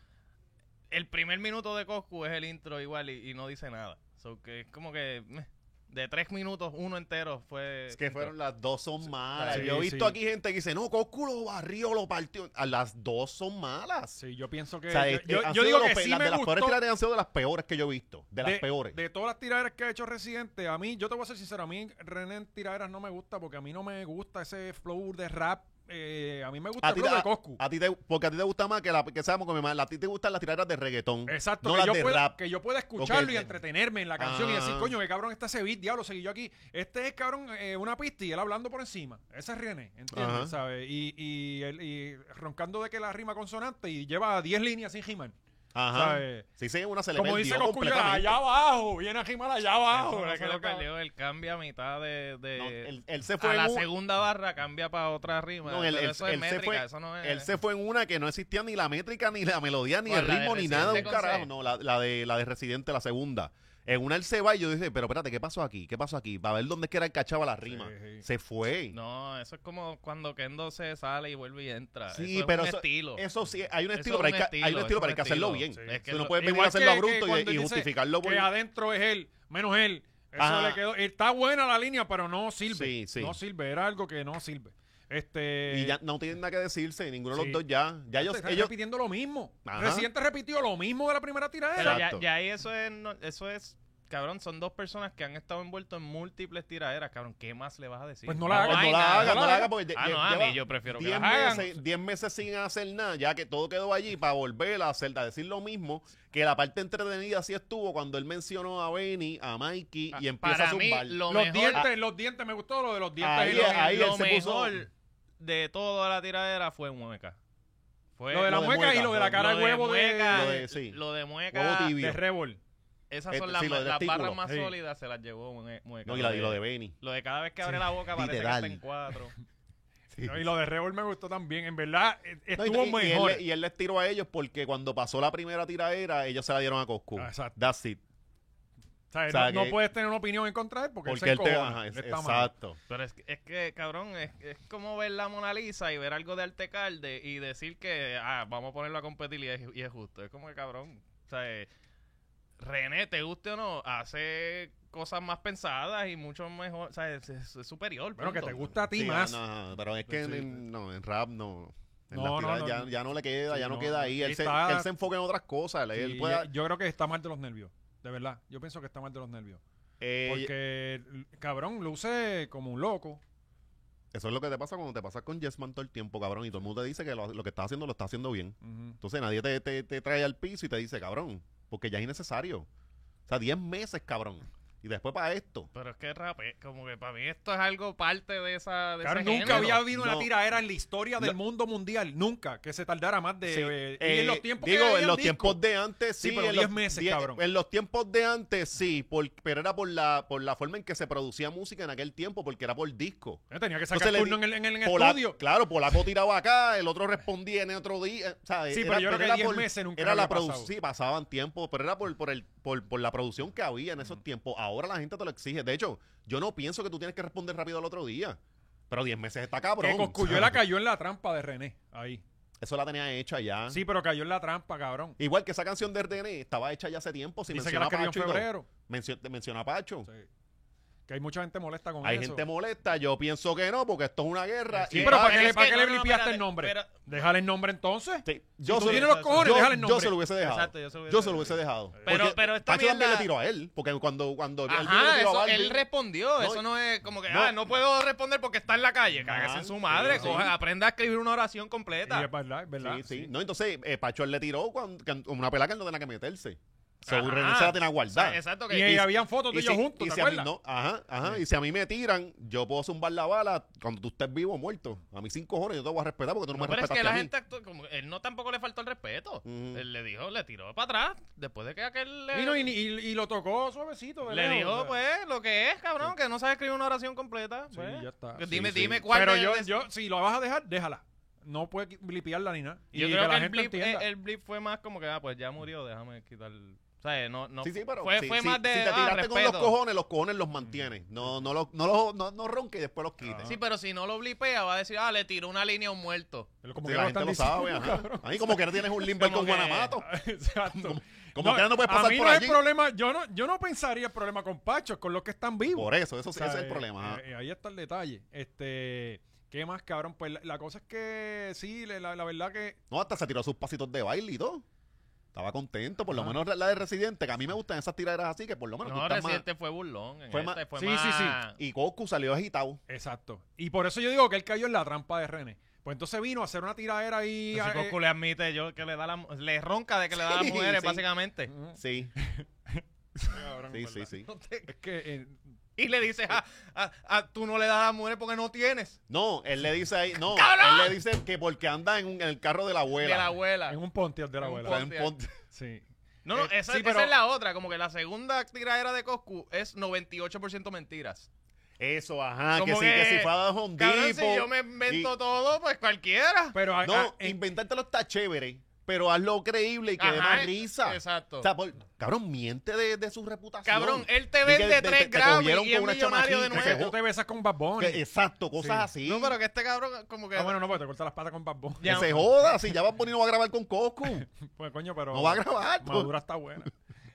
Speaker 2: El primer minuto de Coscu es el intro igual y, y no dice nada. So que es como que. meh, De tres minutos, uno entero fue.
Speaker 3: Es que fueron las dos son malas.
Speaker 1: Sí,
Speaker 3: yo he visto
Speaker 1: sí.
Speaker 3: aquí gente que dice, no, Coscu lo barrió, lo partió. A las dos son malas.
Speaker 1: Sí, yo pienso que.
Speaker 3: O sea,
Speaker 1: yo-
Speaker 3: este,
Speaker 1: yo
Speaker 3: han
Speaker 1: yo
Speaker 3: sido
Speaker 1: digo
Speaker 3: los
Speaker 1: que
Speaker 3: pe-
Speaker 1: sí
Speaker 3: las
Speaker 1: me
Speaker 3: de las peores
Speaker 1: gustó.
Speaker 3: tiraderas han sido de las peores que yo he visto. De las peores.
Speaker 1: de todas las tiraderas que ha hecho Residente, a mí, yo te voy a ser sincero, a mí René en tiraderas no me gusta porque a mí no me gusta ese flow de rap. eh, a mí me gusta
Speaker 3: a
Speaker 1: el
Speaker 3: ti,
Speaker 1: flow
Speaker 3: te-
Speaker 1: de Coscu.
Speaker 3: a- a ti te- porque a ti te gusta más que la que sabemos que a ti te gustan las tiraderas de reggaetón.
Speaker 1: Exacto,
Speaker 3: no
Speaker 1: que,
Speaker 3: las
Speaker 1: yo
Speaker 3: de
Speaker 1: pueda,
Speaker 3: rap.
Speaker 1: que yo pueda escucharlo y
Speaker 3: Ok.
Speaker 1: entretenerme en la canción y decir,
Speaker 3: Ah.
Speaker 1: coño, qué cabrón está ese beat, diablo, seguí yo aquí. Este es, cabrón, eh, una pista y él hablando por encima. Ese es René,
Speaker 3: Ajá.
Speaker 1: ¿entiendes? ¿sabes? Y, y, él- y roncando de que la rima consonante y lleva 10 líneas sin He-Man.
Speaker 3: Ajá.
Speaker 1: ¿sabes?
Speaker 3: Sí, sí, una se le
Speaker 1: Como
Speaker 3: perdió
Speaker 1: dice Coscu,
Speaker 3: completamente.
Speaker 1: allá abajo, viene a He-Man allá abajo.
Speaker 2: Eso fue
Speaker 1: Eso
Speaker 2: que
Speaker 1: es
Speaker 2: le
Speaker 1: lo que-
Speaker 2: perdió el cambio a mitad de. de-
Speaker 3: No,
Speaker 1: eh,
Speaker 3: él, él se fue
Speaker 2: a
Speaker 3: en
Speaker 2: la
Speaker 3: un-
Speaker 2: segunda barra cambia para otra rima.
Speaker 3: No, él-
Speaker 2: pero
Speaker 3: él-
Speaker 2: eso es
Speaker 3: él se
Speaker 2: métrica,
Speaker 3: fue-
Speaker 2: eso no es.
Speaker 3: Él se fue en una que no existía ni la métrica, ni la melodía, ni
Speaker 2: ¿Cuál?
Speaker 3: el
Speaker 2: ¿La de
Speaker 3: ritmo, ni nada de un
Speaker 2: Residente con
Speaker 3: carajo.
Speaker 2: C?
Speaker 3: No, la, la de, la de Residente, la segunda. En una él se va y yo dije, pero espérate, ¿qué pasó aquí? ¿Qué pasó aquí? Para ver dónde es que era el cachaba la rima.
Speaker 1: sí.
Speaker 3: Se fue.
Speaker 2: No, eso es como cuando Kendo se sale y vuelve y entra.
Speaker 3: Sí,
Speaker 2: eso es
Speaker 3: pero
Speaker 2: un
Speaker 3: eso,
Speaker 2: estilo.
Speaker 3: eso sí, hay un
Speaker 2: Eso
Speaker 3: estilo,
Speaker 2: es
Speaker 3: pero hay
Speaker 2: un
Speaker 3: que, hay un
Speaker 2: estilo,
Speaker 3: estilo,
Speaker 2: eso
Speaker 3: pero hay
Speaker 2: es
Speaker 3: que
Speaker 2: un
Speaker 3: hacerlo
Speaker 2: estilo.
Speaker 3: bien.
Speaker 2: Sí, es que
Speaker 3: Tú no
Speaker 2: lo-
Speaker 3: puedes venir a
Speaker 1: Igual
Speaker 3: hacerlo
Speaker 1: que- que
Speaker 3: abrupto
Speaker 1: cuando
Speaker 3: y, y
Speaker 1: dice
Speaker 3: justificarlo por...
Speaker 1: Que adentro es él, menos él. Eso
Speaker 3: Ajá.
Speaker 1: le quedó. Está buena la línea, pero no sirve.
Speaker 3: Sí, sí.
Speaker 1: No sirve. Era algo que no sirve. Este.
Speaker 3: Y ya no tienen nada que decirse, ninguno de
Speaker 1: sí.
Speaker 3: los dos ya. Ya ellos,
Speaker 1: están
Speaker 3: ellos
Speaker 1: repitiendo lo mismo.
Speaker 3: Ajá.
Speaker 1: Reciente repitió lo mismo de la primera
Speaker 2: Pero
Speaker 1: tiradera.
Speaker 2: ya,
Speaker 3: Exacto.
Speaker 2: ya ahí eso es, no- eso es, cabrón, son dos personas que han estado envueltos en múltiples tiraderas, cabrón. ¿Qué más le vas a decir?
Speaker 1: Pues no la
Speaker 3: pues
Speaker 1: hagas,
Speaker 2: hay
Speaker 3: no la
Speaker 2: nada.
Speaker 3: hagan, no
Speaker 1: hagan.
Speaker 3: la hagan porque
Speaker 2: Ah,
Speaker 3: lle-
Speaker 2: no, a
Speaker 3: lleva
Speaker 2: mí yo prefiero que
Speaker 3: 10
Speaker 2: la hagan.
Speaker 3: meses, 10 meses sin hacer nada, ya que todo quedó allí para volver a hacer, a decir lo mismo, que la parte entretenida sí estuvo cuando él mencionó a Benny, a Mikey y empieza
Speaker 2: Ah, Para
Speaker 3: a
Speaker 2: mí,
Speaker 3: zumbar.
Speaker 2: lo
Speaker 1: los
Speaker 2: mejor,
Speaker 1: dientes, los dientes, me gustó lo de los dientes.
Speaker 3: Ahí
Speaker 1: y los-
Speaker 3: es, ahí
Speaker 2: lo
Speaker 3: él se puso-
Speaker 2: mejor de toda la tiradera fue Mueca. Fue
Speaker 1: lo de la
Speaker 3: lo de
Speaker 1: mueca, y
Speaker 3: mueca,
Speaker 1: lo de la cara de huevo de,
Speaker 2: Mueca,
Speaker 3: Lo de- sí.
Speaker 2: lo de
Speaker 3: Huevo
Speaker 2: Mueca,
Speaker 3: tibio.
Speaker 1: de Rebol.
Speaker 2: esas
Speaker 3: Eh,
Speaker 2: son las,
Speaker 3: sí, lo
Speaker 2: ma-
Speaker 3: del
Speaker 2: las barras
Speaker 3: testículo,
Speaker 2: más
Speaker 3: sí.
Speaker 2: sólidas, se las llevó Mue- Mueca.
Speaker 3: No, y, la- y lo de Benny.
Speaker 2: Lo de cada vez que abre la boca parece
Speaker 3: literal.
Speaker 2: que está en cuatro.
Speaker 1: Y lo de Rebol me gustó también. En verdad, eh,
Speaker 3: No, y-
Speaker 1: estuvo
Speaker 3: y, y
Speaker 1: mejor.
Speaker 3: él, le- y él les tiró a ellos porque cuando pasó la primera tiradera, ellos se la dieron a Coscu.
Speaker 1: Ah, exacto.
Speaker 3: That's it.
Speaker 1: O sea,
Speaker 3: o sea,
Speaker 1: no, no
Speaker 3: que-
Speaker 1: puedes tener una opinión en contra de él porque,
Speaker 3: Porque
Speaker 1: él
Speaker 3: él
Speaker 1: se
Speaker 3: te.
Speaker 1: encojona.
Speaker 3: ajá, es-
Speaker 1: Él está mal.
Speaker 3: exacto.
Speaker 2: Pero es, es que, cabrón, es, es como ver la Mona Lisa y ver algo de arte calde y decir que, ah, vamos a ponerlo a competir y es, y es justo. Es como que, cabrón, o sea, eh, René, te guste o no, hace cosas más pensadas y mucho mejor, o sea, es, es- es superior.
Speaker 1: Bueno, que
Speaker 2: punto.
Speaker 1: te gusta a ti
Speaker 3: Sí,
Speaker 1: más.
Speaker 3: ah, no, ajá, pero es que en,
Speaker 1: Sí.
Speaker 3: en- no, en rap no. En
Speaker 1: No,
Speaker 3: las
Speaker 1: no,
Speaker 3: tiradas
Speaker 1: no,
Speaker 3: ya,
Speaker 1: no.
Speaker 3: ya no le queda,
Speaker 1: Sí,
Speaker 3: ya no,
Speaker 1: no,
Speaker 3: queda ahí.
Speaker 1: no.
Speaker 3: Él, se,
Speaker 1: Está-
Speaker 3: que él se enfoca en otras cosas.
Speaker 1: Sí,
Speaker 3: él pueda-
Speaker 1: yo- Yo creo que está mal de los nervios. De verdad. Yo pienso que está mal de los nervios.
Speaker 3: eh,
Speaker 1: Porque, el cabrón, luce como un loco.
Speaker 3: Eso es lo que te pasa cuando te pasas con Jessman todo el tiempo, cabrón. Y todo el mundo te dice que lo, lo que estás haciendo lo estás haciendo bien.
Speaker 1: Ujú.
Speaker 3: Entonces nadie te, te- te trae al piso y te dice, cabrón, porque ya es innecesario. O sea, 10 meses, cabrón. Y después para esto.
Speaker 2: Pero es que rape, como que para mí esto es algo parte de esa. De
Speaker 1: Claro,
Speaker 2: ese
Speaker 1: nunca
Speaker 2: género.
Speaker 1: había habido una
Speaker 3: No.
Speaker 1: tiradera en la historia del
Speaker 3: No.
Speaker 1: mundo mundial. Nunca. Que se tardara más de.
Speaker 3: Sí,
Speaker 1: eh, y
Speaker 3: eh,
Speaker 1: en los tiempos que
Speaker 3: digo,
Speaker 1: había
Speaker 3: en los
Speaker 1: el disco.
Speaker 3: tiempos de antes
Speaker 1: Sí,
Speaker 3: sí,
Speaker 1: pero
Speaker 3: en
Speaker 1: 10
Speaker 3: los-
Speaker 1: meses,
Speaker 3: die-
Speaker 1: cabrón.
Speaker 3: En los tiempos de antes sí, por- pero era por la por la forma en que se producía música en aquel tiempo, porque era por disco.
Speaker 1: Yo Eh, tenía que sacar
Speaker 3: Entonces le
Speaker 1: turno en
Speaker 3: di-
Speaker 1: el, en el- en el
Speaker 3: Pola-
Speaker 1: estudio.
Speaker 3: Claro, Polaco tiraba acá, el otro respondía en otro día. eh, ¿sabes?
Speaker 1: Sí, pero yo creo que 10 meses nunca
Speaker 3: era la
Speaker 1: había pasado.
Speaker 3: produ- Sí, pasaban tiempo, pero era por, por, el, por, por la producción que había en esos tiempos. Ahora la gente te lo exige. De hecho, yo no pienso que tú tienes que responder rápido al otro día. Pero 10 meses está cabrón.
Speaker 1: Que Cosculluela cayó en la trampa de René. Ahí.
Speaker 3: Eso la tenía hecha ya.
Speaker 1: Sí, pero cayó en la trampa, cabrón.
Speaker 3: Igual que esa canción de RDN estaba hecha ya hace tiempo. Si
Speaker 1: Dice que
Speaker 3: menciona
Speaker 1: la
Speaker 3: a
Speaker 1: escribió en
Speaker 3: Pacho. y todo.
Speaker 1: febrero.
Speaker 3: Mencio- te menciona a Pacho.
Speaker 1: Sí. Que hay mucha gente molesta con
Speaker 3: Hay
Speaker 1: eso.
Speaker 3: gente molesta. Yo pienso que no, porque esto es una guerra.
Speaker 1: Sí,
Speaker 3: y
Speaker 1: pero
Speaker 3: va-
Speaker 1: ¿para qué
Speaker 2: es
Speaker 1: le,
Speaker 2: que
Speaker 1: para qué
Speaker 2: no,
Speaker 1: le
Speaker 2: no,
Speaker 1: ripiaste
Speaker 2: espérate,
Speaker 1: el nombre?
Speaker 2: espera.
Speaker 1: Déjale el nombre entonces.
Speaker 3: Sí,
Speaker 1: tú
Speaker 3: se-
Speaker 1: tienes los cojones, déjale el
Speaker 3: yo
Speaker 1: nombre.
Speaker 3: se lo hubiese dejado.
Speaker 2: Exacto, yo se lo hubiese
Speaker 3: Yo se lo
Speaker 2: dejado.
Speaker 3: hubiese dejado.
Speaker 2: Pero-
Speaker 3: Porque
Speaker 2: pero esta
Speaker 3: Pacho también
Speaker 2: mierda-
Speaker 3: le tiró a él. Porque cuando, cuando él le
Speaker 2: Ajá,
Speaker 3: tiró a
Speaker 2: eso,
Speaker 3: Balvin,
Speaker 2: él respondió. eso no es como que,
Speaker 3: no. Ah,
Speaker 2: ah, no puedo responder porque está en la calle. Cágase en su madre.
Speaker 3: sí, sí.
Speaker 2: coja- aprenda a escribir una oración completa.
Speaker 1: Y es verdad, es verdad.
Speaker 3: Sí, sí. No, entonces eh, Pacho él le tiró cuando, que- una pelada que él no tenía que meterse. So,
Speaker 2: Ajá.
Speaker 3: René se la tenía
Speaker 2: O sea,
Speaker 3: guardada.
Speaker 2: exacto.
Speaker 1: Y,
Speaker 2: Que,
Speaker 1: ahí habían fotos de
Speaker 3: Y
Speaker 1: ellos
Speaker 3: si-
Speaker 1: juntos,
Speaker 3: y
Speaker 1: ¿te
Speaker 3: si a mí
Speaker 1: acuerdas?
Speaker 3: no- ajá, ajá. Y si a mí me tiran, yo puedo zumbar la bala cuando tú estés vivo o muerto. A mí cinco horas yo te voy a respetar porque tú no,
Speaker 2: No,
Speaker 3: me
Speaker 2: pero es
Speaker 3: respetas.
Speaker 2: que la gente actuó como- él no tampoco le faltó el respeto.
Speaker 3: Ujú.
Speaker 2: Él le dijo, le tiró para atrás. Después de que aquel le,
Speaker 1: Y, no, y, y- y lo tocó suavecito. de
Speaker 2: le
Speaker 1: lejos, o
Speaker 2: dijo,
Speaker 1: sea.
Speaker 2: pues, lo que es, cabrón, que no sabe escribir una oración completa.
Speaker 1: Sí,
Speaker 2: pues.
Speaker 1: ya está.
Speaker 2: Que Dime,
Speaker 3: Sí, sí.
Speaker 2: dime cuál
Speaker 1: Pero
Speaker 2: de-
Speaker 1: yo,
Speaker 2: de-
Speaker 1: yo, si lo vas a dejar, déjala. No puedes blipearla ni nada. Y
Speaker 2: yo
Speaker 1: que
Speaker 2: creo
Speaker 1: la
Speaker 2: que el
Speaker 1: gente
Speaker 2: blip, eh,
Speaker 1: entienda.
Speaker 3: eh,
Speaker 2: el blip fue más como que, ah, pues ya murió, déjame quitar. O sea, no, no.
Speaker 3: Sí, sí, pero
Speaker 2: fue
Speaker 3: si,
Speaker 2: fue
Speaker 3: si-
Speaker 2: más de.
Speaker 3: si te
Speaker 2: ah,
Speaker 3: tiraste con los
Speaker 2: respeto.
Speaker 3: cojones, los cojones los mantienes. No, no, los- no, los- no, no ronques y después los quites.
Speaker 2: Ah. Sí, pero si no lo blipea, va a decir, ah, le tiró una línea a un muerto.
Speaker 1: Pero como
Speaker 3: Sí,
Speaker 1: que
Speaker 3: la
Speaker 1: lo
Speaker 3: gente
Speaker 1: están
Speaker 3: lo sabe,
Speaker 1: diciendo,
Speaker 3: ajá.
Speaker 1: cabrón.
Speaker 3: A mí como que no tienes un limber
Speaker 2: Como
Speaker 3: con
Speaker 2: que-
Speaker 3: Guanamato.
Speaker 1: Exacto.
Speaker 3: como que ahora no puedes
Speaker 1: a
Speaker 3: pasar
Speaker 1: mí
Speaker 3: por
Speaker 1: no
Speaker 3: allí.
Speaker 1: Es problema, yo, no, yo no pensaría el problema con Pacho, con los que están vivos.
Speaker 3: Por eso, eso
Speaker 1: O
Speaker 3: sí,
Speaker 1: sea,
Speaker 3: ese es el
Speaker 1: eh,
Speaker 3: problema. ajá.
Speaker 1: eh, ahí está el detalle. Este, ¿Qué más, cabrón? Pues la, la cosa es que sí, le- la, la verdad que...
Speaker 3: No, hasta se tiró sus pasitos de baile y todo. Estaba contento, por lo
Speaker 1: Ajá.
Speaker 3: menos la- la de Residente, que a mí me gustan esas tiraderas así, que por lo menos tú
Speaker 2: No,
Speaker 3: estás más-
Speaker 2: reciente fue burlón. En
Speaker 3: Fue
Speaker 2: este
Speaker 3: más-
Speaker 2: fue
Speaker 1: sí,
Speaker 2: más...
Speaker 1: sí, sí.
Speaker 3: Y Goku salió agitado.
Speaker 1: Exacto. Y por eso yo digo que él cayó en la trampa de René. Pues entonces vino a hacer una tiradera ahí...
Speaker 2: Pero si
Speaker 1: eh,
Speaker 2: Coscu le admite yo que le da la, le ronca de que le da a las
Speaker 3: Sí,
Speaker 2: mujeres,
Speaker 3: sí.
Speaker 1: eh,
Speaker 2: básicamente.
Speaker 3: Sí,
Speaker 1: cabrón,
Speaker 3: sí,
Speaker 1: en
Speaker 3: sí,
Speaker 1: verdad.
Speaker 3: sí.
Speaker 1: Es que... eh,
Speaker 2: Y le dices, ah, ah, ah, tú no le das a las mujeres porque no tienes.
Speaker 3: No, él le dice ahí, no,
Speaker 2: ¡Cabrón!
Speaker 3: él le dice que porque anda en, un- en el carro de la abuela.
Speaker 2: De la abuela.
Speaker 1: en un pontier de la
Speaker 2: Ah. En un
Speaker 1: abuela.
Speaker 3: Está en
Speaker 2: Ponte.
Speaker 3: Ponte.
Speaker 1: Sí.
Speaker 2: No, no,
Speaker 1: Eh,
Speaker 2: esa,
Speaker 1: sí,
Speaker 2: esa
Speaker 1: pero-
Speaker 2: es la otra. Como que la segunda tiradera de Coscu es 98% mentiras.
Speaker 3: Eso, ajá, que
Speaker 2: Como
Speaker 3: sí, que
Speaker 2: que-
Speaker 3: si fue a Home
Speaker 2: Cabrón, si
Speaker 3: Depot
Speaker 2: yo me invento
Speaker 3: y-
Speaker 2: todo, Ah, pues cualquiera.
Speaker 1: Pero a- a-
Speaker 3: No,
Speaker 1: en-
Speaker 3: inventártelo está chévere, pero hazlo creíble y que dé
Speaker 2: Ajá,
Speaker 3: más
Speaker 2: eh,
Speaker 3: risa.
Speaker 2: exacto.
Speaker 3: O sea, por- cabrón, miente de, de su reputación.
Speaker 2: Cabrón, eh, él te
Speaker 3: Di
Speaker 2: vende
Speaker 3: de- de-
Speaker 2: tres
Speaker 3: te
Speaker 2: gramos
Speaker 3: cogieron
Speaker 2: y es
Speaker 3: con una
Speaker 2: millonario de
Speaker 3: chamaquita
Speaker 1: que
Speaker 3: que
Speaker 1: tú
Speaker 2: nuevo.
Speaker 1: te besas con Bad Bunny.
Speaker 3: Que- exacto, cosas así.
Speaker 2: No, pero que este cabrón, como que.
Speaker 1: Ah, bueno, no, porque te cortas las patas con Bad Bunny.
Speaker 3: Que
Speaker 2: Ya-
Speaker 3: se joda, si ya va a poner no va a grabar con Coscu.
Speaker 1: Pues coño, pero.
Speaker 3: No va a grabar, tú.
Speaker 1: Madura está buena.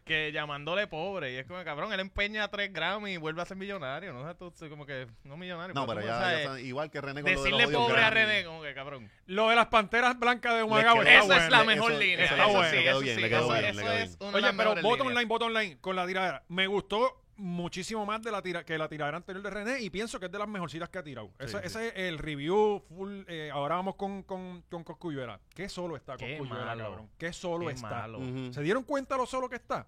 Speaker 2: que llamándole pobre. Y es como, cabrón, él empeña 3 Grammy y vuelve a ser millonario. No sé, tú, tú como que, no millonario.
Speaker 3: No, pero
Speaker 2: pero tú,
Speaker 3: ya,
Speaker 2: o sea,
Speaker 3: ya
Speaker 2: eh,
Speaker 3: saben, igual que René con lo de los
Speaker 2: Decirle
Speaker 3: odios
Speaker 2: pobre a
Speaker 3: Grammy.
Speaker 2: René, como que, cabrón.
Speaker 1: Lo de las panteras blancas de
Speaker 3: Les
Speaker 1: Humacao
Speaker 3: quedó-
Speaker 1: está
Speaker 2: Eso es
Speaker 1: bueno.
Speaker 2: la
Speaker 3: eso-
Speaker 2: mejor
Speaker 3: eso-
Speaker 2: línea.
Speaker 1: eso
Speaker 2: Eso,
Speaker 1: está bueno.
Speaker 2: sí,
Speaker 1: Le
Speaker 3: quedó
Speaker 2: eso
Speaker 3: bien,
Speaker 2: sí.
Speaker 3: le quedó
Speaker 2: eso
Speaker 3: bien,
Speaker 2: eso
Speaker 3: le quedó
Speaker 2: es
Speaker 3: bien.
Speaker 2: una de
Speaker 1: Oye,
Speaker 2: las
Speaker 1: pero
Speaker 2: mejores
Speaker 1: voto
Speaker 2: líneas.
Speaker 1: online, voto online con la tiradera. Me gustó muchísimo más de la tira, que la tiradera anterior de René y pienso que es de las mejorcitas que ha tirado. Ese,
Speaker 3: sí.
Speaker 1: ese es el review full. eh, ahora vamos con, con, con Cosculluela. Qué solo está
Speaker 2: Qué
Speaker 1: Cosculluela,
Speaker 2: malo.
Speaker 1: cabrón. Qué solo
Speaker 2: Qué
Speaker 1: está.
Speaker 2: malo.
Speaker 3: Ujú.
Speaker 1: ¿Se dieron cuenta lo solo que está?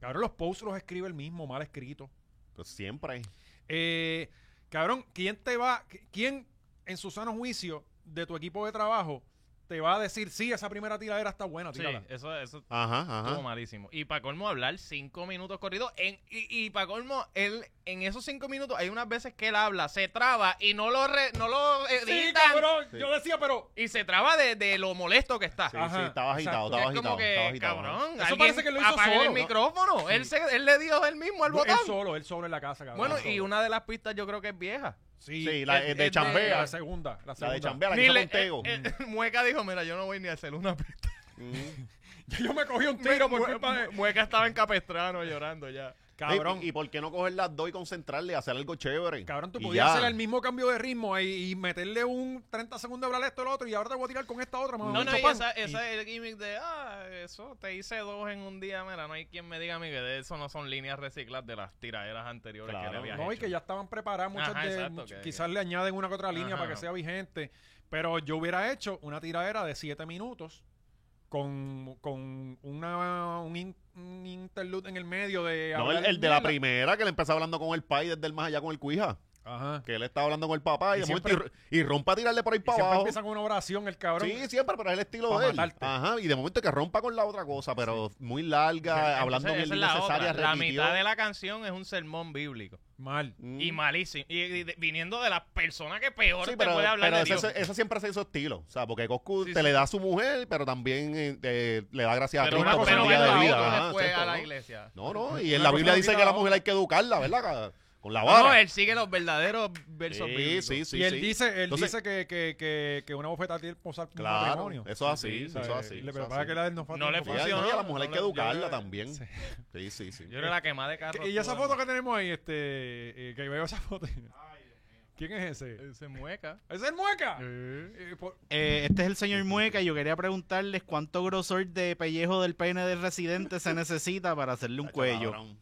Speaker 1: Cabrón, los posts los escribe el mismo, mal escrito.
Speaker 3: Pues siempre.
Speaker 1: Eh, cabrón, ¿quién te va, qu- quién en su sano juicio de tu equipo de trabajo te va a decir, sí, esa primera tiradera está buena,
Speaker 2: Sí,
Speaker 1: tírala"?
Speaker 2: eso, eso
Speaker 3: Ajá,
Speaker 2: estuvo
Speaker 3: ajá.
Speaker 2: malísimo. Y para colmo, hablar cinco minutos corridos. En, y, y para colmo, él, en esos cinco minutos, hay unas veces que él habla, se traba y no lo, re- no lo editan.
Speaker 1: Sí, cabrón,
Speaker 3: Sí.
Speaker 1: yo decía, pero...
Speaker 2: y se traba de, de lo molesto que está.
Speaker 3: Sí,
Speaker 1: Ajá,
Speaker 3: sí, estaba
Speaker 1: exacto.
Speaker 3: agitado, estaba
Speaker 2: es
Speaker 3: agitado.
Speaker 2: como que,
Speaker 3: estaba agitado, ajá.
Speaker 2: cabrón,
Speaker 1: Eso
Speaker 2: alguien
Speaker 1: parece que lo hizo
Speaker 2: apague
Speaker 1: solo,
Speaker 2: el
Speaker 1: ¿no?
Speaker 2: micrófono. Él, se- él le dio él mismo al
Speaker 1: No,
Speaker 2: botón.
Speaker 1: Él solo, él solo en la casa, cabrón.
Speaker 2: bueno,
Speaker 1: Él
Speaker 2: y
Speaker 1: solo.
Speaker 2: una de las pistas yo creo que es vieja.
Speaker 1: Sí,
Speaker 3: Sí, la eh,
Speaker 2: es-
Speaker 3: de
Speaker 2: es-
Speaker 3: chambea.
Speaker 1: la segunda, la segunda.
Speaker 3: La de chambea, la que
Speaker 2: Ni
Speaker 3: hizo
Speaker 2: le-
Speaker 3: Montego.
Speaker 2: eh, eh, Mueca dijo, mira, yo no voy ni a hacer una pista.
Speaker 3: Mm.
Speaker 1: Yo me cogí un tiro por
Speaker 2: Mue-
Speaker 1: culpa de...
Speaker 2: Mue- Mueca estaba en Capestrano llorando ya.
Speaker 1: Cabrón,
Speaker 3: Ey, pues, ¿Y, por qué no coger las dos y concentrarle y hacer algo chévere?
Speaker 1: cabrón, tú
Speaker 3: Y
Speaker 1: podías
Speaker 3: ya.
Speaker 1: hacer el mismo cambio de ritmo ahí y meterle un 30 segundos de hablar esto al otro y ahora te voy a tirar con esta otra. mamá,
Speaker 2: No, no, y
Speaker 1: chopán.
Speaker 2: esa,
Speaker 1: Y-
Speaker 2: esa es el gimmick de, ah, eso, te hice dos en un día, mira, no hay quien me diga a mí que de eso no son líneas recicladas de las tiraderas anteriores que le
Speaker 3: Claro.
Speaker 2: había
Speaker 1: No, y
Speaker 2: hecho.
Speaker 1: que ya estaban preparadas muchas
Speaker 2: Ajá,
Speaker 1: de-
Speaker 2: exacto,
Speaker 1: much-
Speaker 2: que-
Speaker 1: quizás le añaden una que otra línea
Speaker 2: Ajá.
Speaker 1: para que sea vigente. Pero yo hubiera hecho una tiradera de 7 minutos con, con una, un, in- un interlude en el medio de...
Speaker 3: No, el,
Speaker 1: hablar
Speaker 3: el de la
Speaker 1: mierda.
Speaker 3: primera que le empezaba hablando con el pai desde el más allá con el cuija.
Speaker 1: Ajá.
Speaker 3: Que él estaba hablando con el papá y,
Speaker 1: Y
Speaker 3: de momento y- y rompa a tirarle por ahí
Speaker 1: Y
Speaker 3: para
Speaker 1: siempre
Speaker 3: abajo.
Speaker 1: empieza con una oración el cabrón.
Speaker 3: Sí, siempre, pero es el estilo
Speaker 1: Pa'
Speaker 3: de él.
Speaker 1: matarte.
Speaker 3: Ajá, y de momento que rompa con la otra cosa, pero muy larga,
Speaker 2: Entonces,
Speaker 3: hablando bien
Speaker 2: esa es la
Speaker 3: innecesaria,
Speaker 2: otra. La
Speaker 3: repitió.
Speaker 2: mitad de la canción es un sermón bíblico.
Speaker 1: Mal.
Speaker 3: Mm.
Speaker 2: Y malísimo. Y, y de- viniendo de la persona que peor
Speaker 3: Sí,
Speaker 2: te
Speaker 3: pero,
Speaker 2: puede hablar
Speaker 3: pero
Speaker 2: de
Speaker 3: ese,
Speaker 2: Dios.
Speaker 3: ese- ese siempre se hizo estilo. O sea, porque Coscu
Speaker 2: Sí,
Speaker 3: te
Speaker 2: sí.
Speaker 3: le da a su mujer, pero también eh, eh, le da gracias
Speaker 2: pero
Speaker 3: a
Speaker 2: una
Speaker 3: Cristo
Speaker 1: cosa
Speaker 3: por
Speaker 1: no
Speaker 3: el
Speaker 2: pero
Speaker 3: día
Speaker 1: es
Speaker 3: de
Speaker 2: la
Speaker 3: vida.
Speaker 2: otra
Speaker 3: Ajá,
Speaker 2: después
Speaker 3: exacto,
Speaker 2: a la
Speaker 3: ¿no?
Speaker 2: iglesia.
Speaker 3: No, no, y en
Speaker 1: Una
Speaker 3: la
Speaker 1: cosa
Speaker 3: Biblia
Speaker 1: no
Speaker 3: dice
Speaker 1: quita
Speaker 3: que
Speaker 1: la
Speaker 3: la mujer hay que educarla, ¿verdad? Con la
Speaker 2: No,
Speaker 3: vara.
Speaker 2: no, él sigue los verdaderos versos
Speaker 3: sí,
Speaker 2: bíblicos.
Speaker 3: sí, sí.
Speaker 1: y él
Speaker 3: sí.
Speaker 1: dice, él
Speaker 3: Entonces-
Speaker 1: dice que, que, que, que una bofeta tiene que posar un
Speaker 3: Claro,
Speaker 1: matrimonio.
Speaker 3: eso es así,
Speaker 1: Sí,
Speaker 3: eso
Speaker 1: o
Speaker 3: es
Speaker 1: sea,
Speaker 3: así.
Speaker 1: Le
Speaker 3: eso es
Speaker 1: prepara
Speaker 3: así.
Speaker 1: que la del falta
Speaker 2: No le
Speaker 1: un
Speaker 3: Y
Speaker 1: poco.
Speaker 3: ahí,
Speaker 2: funcionó.
Speaker 3: no, y a la mujer hay
Speaker 2: No
Speaker 3: que
Speaker 2: le- yo-
Speaker 3: educarla también. Sí, sí, sí.
Speaker 2: Yo era la quemada de carro.
Speaker 1: Y esa foto que tenemos ahí, este, eh, que veo esa foto. ¿Quién es ese?
Speaker 2: Eh, Se mueca.
Speaker 1: ¿Es el mueca? Eh, por-
Speaker 4: Eh, este es el señor Mueca y yo quería preguntarles cuánto grosor de pellejo del peine del residente se necesita para hacerle un cuello.
Speaker 3: Cabrón.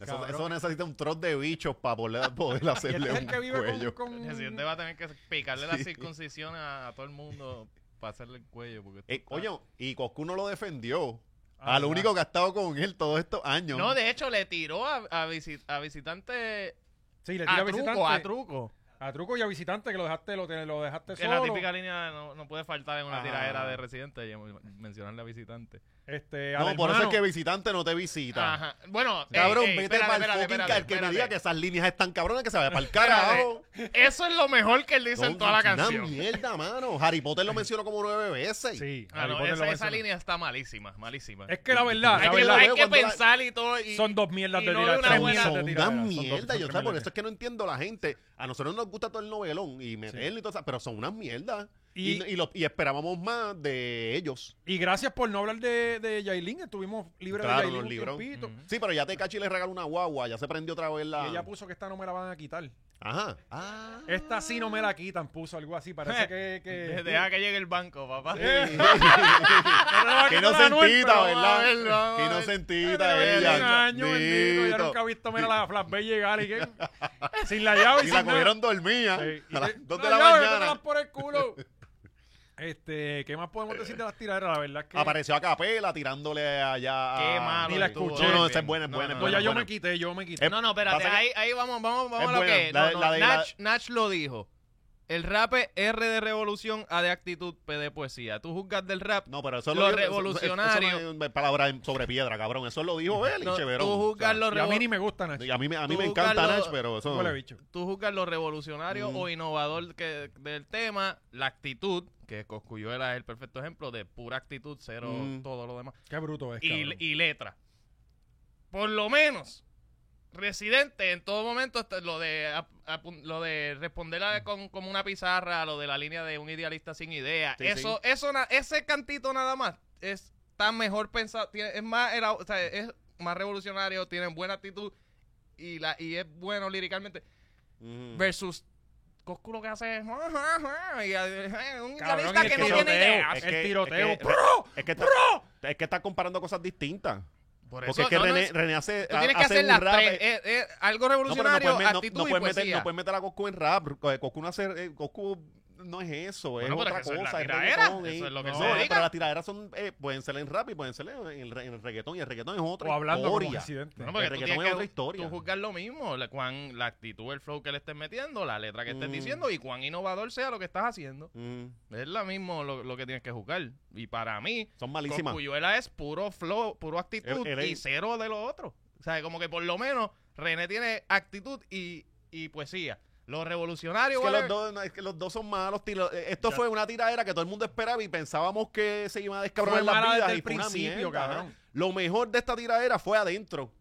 Speaker 3: Eso,
Speaker 1: Cabrón.
Speaker 3: eso necesita un troz de bichos para poder, poder
Speaker 1: y este
Speaker 3: hacerle
Speaker 1: es
Speaker 3: un
Speaker 1: el que vive con-
Speaker 3: cuello.
Speaker 1: con,
Speaker 2: El presidente va a tener que picarle la
Speaker 3: Sí.
Speaker 2: circuncisión a, a todo el mundo para hacerle el cuello. Porque esto
Speaker 3: Eh,
Speaker 2: está-
Speaker 3: oye, y Coscu no lo defendió.
Speaker 1: Ah,
Speaker 3: al único que ha estado con él todos estos años.
Speaker 2: No, de hecho, le tiró a, a, visi- a visitante.
Speaker 1: Sí, le tira a,
Speaker 2: A truco,
Speaker 1: visitante.
Speaker 2: a truco.
Speaker 1: a truco y a visitante que lo dejaste, lo, te- lo dejaste
Speaker 2: Que la
Speaker 1: solo.
Speaker 2: típica línea no, no puede faltar en una
Speaker 3: Ah.
Speaker 2: tiradera de residente. y Mencionarle a visitante.
Speaker 1: Este,
Speaker 3: No,
Speaker 1: al
Speaker 3: por eso es
Speaker 1: hermano.
Speaker 3: que visitante no te visita.
Speaker 2: Ajá. Bueno, eh,
Speaker 3: Cabrón,
Speaker 2: eh,
Speaker 3: vete
Speaker 2: espérate,
Speaker 3: para el
Speaker 2: espérate,
Speaker 3: fucking
Speaker 2: espérate,
Speaker 3: car que me diga que
Speaker 2: espérate.
Speaker 3: esas líneas están cabronas que se vaya para el carajo.
Speaker 2: Eso es lo mejor que él dice en
Speaker 3: No,
Speaker 2: toda la
Speaker 3: una
Speaker 2: canción.
Speaker 3: mierda, mano. Harry Potter lo mencionó como nueve veces.
Speaker 1: Sí,
Speaker 2: Ah,
Speaker 1: Harry Potter
Speaker 2: no,
Speaker 1: lo
Speaker 2: esa, esa
Speaker 1: menciona.
Speaker 2: línea está malísima, malísima.
Speaker 1: Es que la verdad,
Speaker 2: hay
Speaker 1: la
Speaker 3: yo
Speaker 2: que,
Speaker 3: la
Speaker 1: verdad,
Speaker 2: hay
Speaker 3: veo
Speaker 2: que
Speaker 3: cuando la-
Speaker 2: pensar y todo. y-
Speaker 1: son dos mierdas
Speaker 2: y
Speaker 1: de
Speaker 2: no
Speaker 1: tirar.
Speaker 2: de una
Speaker 1: tres
Speaker 2: buena-
Speaker 1: mierdas
Speaker 3: Son
Speaker 1: de
Speaker 3: una
Speaker 1: tiraderas, son dos-
Speaker 3: mierda.
Speaker 1: son
Speaker 3: Yo
Speaker 1: tres
Speaker 3: sé, por
Speaker 1: mierdas.
Speaker 3: eso es que no entiendo la gente. A nosotros nos gusta todo el novelón y meterlo y todo eso, pero son unas mierdas.
Speaker 1: Y-
Speaker 3: Y, y lo- y esperábamos más de ellos.
Speaker 1: Y gracias por no hablar de, de Yailin. Estuvimos libres
Speaker 3: Claro,
Speaker 1: de Yailin
Speaker 3: los
Speaker 1: un
Speaker 3: libros.
Speaker 1: tiempito.
Speaker 2: Ujú.
Speaker 3: Sí, pero ya te cachi le regaló una guagua, ya se prendió otra vez la.
Speaker 1: Y ella puso que esta no me la van a quitar.
Speaker 3: Ajá. Ah.
Speaker 1: Esta sí no me la quitan, puso algo así. Parece que... que...
Speaker 2: Deja que llegue el banco, papá.
Speaker 3: Qué inocentita, ¿verdad? Qué inocentita ella.
Speaker 1: años, bendito. Yo nunca he visto mira, la Flash B llegar y que... sin la llave
Speaker 3: Y
Speaker 1: sin
Speaker 3: la
Speaker 1: nada.
Speaker 3: cogieron dormida
Speaker 1: Sí.
Speaker 3: a las
Speaker 1: Y-
Speaker 3: 2
Speaker 1: no,
Speaker 3: de la
Speaker 1: llave,
Speaker 3: mañana.
Speaker 1: mételas por el culo. Este, ¿qué más podemos decir de las tiraderas? La verdad es que...
Speaker 3: Apareció a capela tirándole allá. a-
Speaker 2: Qué malo.
Speaker 1: Ni la
Speaker 2: estuvo.
Speaker 1: escuché. No, no,
Speaker 3: esa es buena, es buena, es
Speaker 1: Pues ya yo
Speaker 3: Bueno,
Speaker 1: me quité, yo me quité.
Speaker 3: Eh,
Speaker 2: No, no, espérate,
Speaker 3: pasa que-
Speaker 2: ahí, ahí vamos, vamos, vamos
Speaker 3: Es
Speaker 2: a lo
Speaker 3: buena,
Speaker 2: que
Speaker 3: la de-
Speaker 2: no, no,
Speaker 3: la de-
Speaker 2: Nach, Nach lo dijo. El rap es R de revolución, A de actitud, P de poesía. Tú juzgas del rap.
Speaker 3: No, pero eso
Speaker 2: Los
Speaker 3: dijo- eso-
Speaker 2: revolucionarios.
Speaker 3: Eso, no es palabra en- sobre piedra, cabrón. Eso lo dijo él, y
Speaker 2: no,
Speaker 3: Cheverón.
Speaker 2: tú
Speaker 3: O sea,
Speaker 2: juzgas los
Speaker 1: Y a mí
Speaker 2: revo-
Speaker 1: ni me gusta, Nacho.
Speaker 3: y a mí, me- a mí
Speaker 2: tú
Speaker 3: me encanta
Speaker 2: juzgas
Speaker 3: Nach,
Speaker 2: lo-
Speaker 3: pero eso.
Speaker 1: Huele bicho.
Speaker 2: tú juzgas lo revolucionario
Speaker 3: Mm.
Speaker 2: o innovador que, del tema, la actitud, que Coscuyuela es el perfecto ejemplo de pura actitud, cero
Speaker 3: Mm.
Speaker 2: todo lo demás,
Speaker 1: Qué bruto es, cabrón.
Speaker 2: y, y letra. Por lo menos, Residente en todo momento está- lo de ap- apun- lo de responder a- con, como una pizarra, lo de la línea de un idealista sin idea,
Speaker 3: Sí,
Speaker 2: eso eso na- ese cantito nada más es tan mejor pensado, tiene- es más elab- o sea, es más revolucionarios, tienen buena actitud y, la, y es bueno líricamente. Versus Coscu lo que hace es. "Ja, ja, ja", y, eh, un
Speaker 1: Cabrón,
Speaker 2: guitarrista
Speaker 1: y el
Speaker 2: que no
Speaker 1: tiroteo,
Speaker 2: tiene idea.
Speaker 1: es
Speaker 3: Es que-
Speaker 1: Ah, el tiroteo.
Speaker 3: es que-
Speaker 1: ¡Pro!
Speaker 3: Es que, está, es que está comparando cosas distintas.
Speaker 2: Por
Speaker 3: Porque
Speaker 2: eso,
Speaker 3: es que
Speaker 2: no, no,
Speaker 3: René,
Speaker 2: es-
Speaker 3: René hace.
Speaker 2: tú tienes que
Speaker 3: hace
Speaker 2: hacer
Speaker 3: un
Speaker 2: las
Speaker 3: rap,
Speaker 2: tres.
Speaker 3: eh,
Speaker 2: eh, eh,
Speaker 3: no, pero
Speaker 2: algo
Speaker 3: no
Speaker 2: revolucionario,
Speaker 3: puedes met- no-
Speaker 2: actitud
Speaker 3: no
Speaker 2: y
Speaker 3: puedes meter,
Speaker 2: poesía.
Speaker 3: no puedes meter a Goku en rap. Eh, Goku no hace. eh, Goku no es eso. es
Speaker 2: Bueno, pero
Speaker 3: otra
Speaker 2: eso es la
Speaker 3: cosa.
Speaker 2: tiradera,
Speaker 3: reggaetón,
Speaker 2: eso
Speaker 3: eh.
Speaker 2: es lo que
Speaker 3: no,
Speaker 2: se
Speaker 3: eh,
Speaker 2: dedica.
Speaker 3: Pero las tiraderas son, eh, pueden ser en rap y pueden ser en, el re- en el reggaetón. Y el reggaetón es otra
Speaker 1: O hablando como
Speaker 3: historia.
Speaker 1: residente.
Speaker 2: Bueno, porque
Speaker 3: El
Speaker 2: tú
Speaker 3: reggaetón
Speaker 2: tienes
Speaker 3: es
Speaker 2: que
Speaker 3: otra historia.
Speaker 2: tú juzgas lo mismo, la, cuán- la actitud, el flow que le estés metiendo, la letra que estés
Speaker 3: Mm.
Speaker 2: diciendo y cuán innovador sea lo que estás haciendo.
Speaker 3: Mm,
Speaker 2: Es lo mismo lo, lo que tienes que juzgar. Y para mí,
Speaker 3: son malísimas.
Speaker 2: Coscuyuela es puro flow, puro
Speaker 3: Él-
Speaker 2: actitud
Speaker 3: él es-
Speaker 2: y cero de lo otro. O sea, como que por lo menos René tiene actitud y, y poesía. Los
Speaker 3: Es
Speaker 2: revolucionarios,
Speaker 3: que, los
Speaker 2: whatever,
Speaker 3: dos, no, es que los dos son malos. tiro- eh, Esto fue una tiradera que todo el mundo esperaba y pensábamos que se iba a descabronar
Speaker 1: Fue
Speaker 3: las
Speaker 1: mala
Speaker 3: vidas.
Speaker 1: desde
Speaker 3: y
Speaker 1: el
Speaker 3: fue una
Speaker 1: principio,
Speaker 3: mierda,
Speaker 1: cabrón.
Speaker 3: ¿eh? Lo mejor de esta tiradera fue adentro.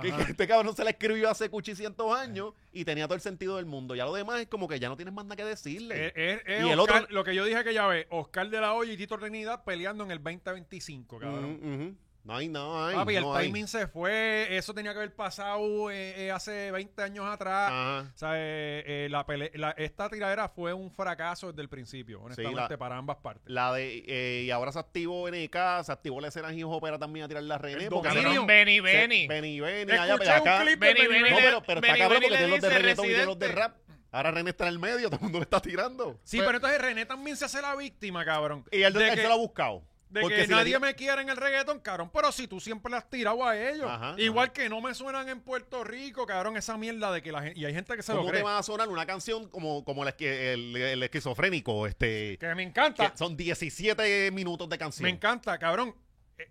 Speaker 3: Que, que este cabrón se la escribió hace cuchicientos años y tenía todo el sentido del mundo. Ya lo demás es como que ya no tienes más nada que decirle.
Speaker 1: Es- es- es
Speaker 3: Y el
Speaker 1: E-, Oscar-
Speaker 3: otro-
Speaker 1: lo que yo dije que ya ve, Oscar de la Hoya y Tito Trinidad peleando en el 2025, cabrón.
Speaker 3: Mm, ujú. No hay, no hay.
Speaker 1: Papi, el
Speaker 3: no hay.
Speaker 1: timing se fue, eso tenía que haber pasado eh, eh, hace 20 años atrás.
Speaker 3: Ajá.
Speaker 1: O sea, eh, eh, la pele- la- esta tiradera fue un fracaso desde el principio, honestamente,
Speaker 3: la-
Speaker 1: para ambas partes.
Speaker 3: La de, eh, y ahora se activó NK, se activó la escena Hijo Opera también a tirar la René.
Speaker 1: El
Speaker 3: porque
Speaker 1: dominio.
Speaker 3: se-
Speaker 2: cabrón, Benny
Speaker 3: se-
Speaker 2: Benny.
Speaker 3: Benny, Benny, allá,
Speaker 1: Escuché
Speaker 3: pero acá.
Speaker 1: un clip de
Speaker 2: Benny,
Speaker 1: Benny
Speaker 2: Benny
Speaker 1: Benny.
Speaker 3: No,
Speaker 2: le-
Speaker 3: pero, pero está
Speaker 2: Benny
Speaker 3: cabrón
Speaker 2: Benny
Speaker 3: porque tiene
Speaker 2: le
Speaker 3: los de
Speaker 2: dice
Speaker 3: reggaetón y tiene los de
Speaker 2: residente.
Speaker 3: rap. Ahora René está en el medio, todo el mundo le está tirando.
Speaker 1: Sí, pero entonces René también se hace la víctima, cabrón.
Speaker 3: Y él,
Speaker 1: de
Speaker 3: él
Speaker 1: que,
Speaker 3: se lo ha buscado.
Speaker 1: de
Speaker 3: Porque
Speaker 1: que
Speaker 3: si le
Speaker 1: nadie
Speaker 3: di-
Speaker 1: me quiere en el reggaetón, cabrón. Pero si tú siempre las has tirado a ellos.
Speaker 3: Ajá,
Speaker 1: Igual
Speaker 3: ajá.
Speaker 1: que no me suenan en Puerto Rico, cabrón, esa mierda de que la gente... Y hay gente que se lo
Speaker 3: ¿Cómo
Speaker 1: cree.
Speaker 3: te va a sonar una canción como, como el, esqui- el- el esquizofrénico? Este,
Speaker 1: Que me encanta.
Speaker 3: que son 17 minutos de canción.
Speaker 1: Me encanta, cabrón. Eh,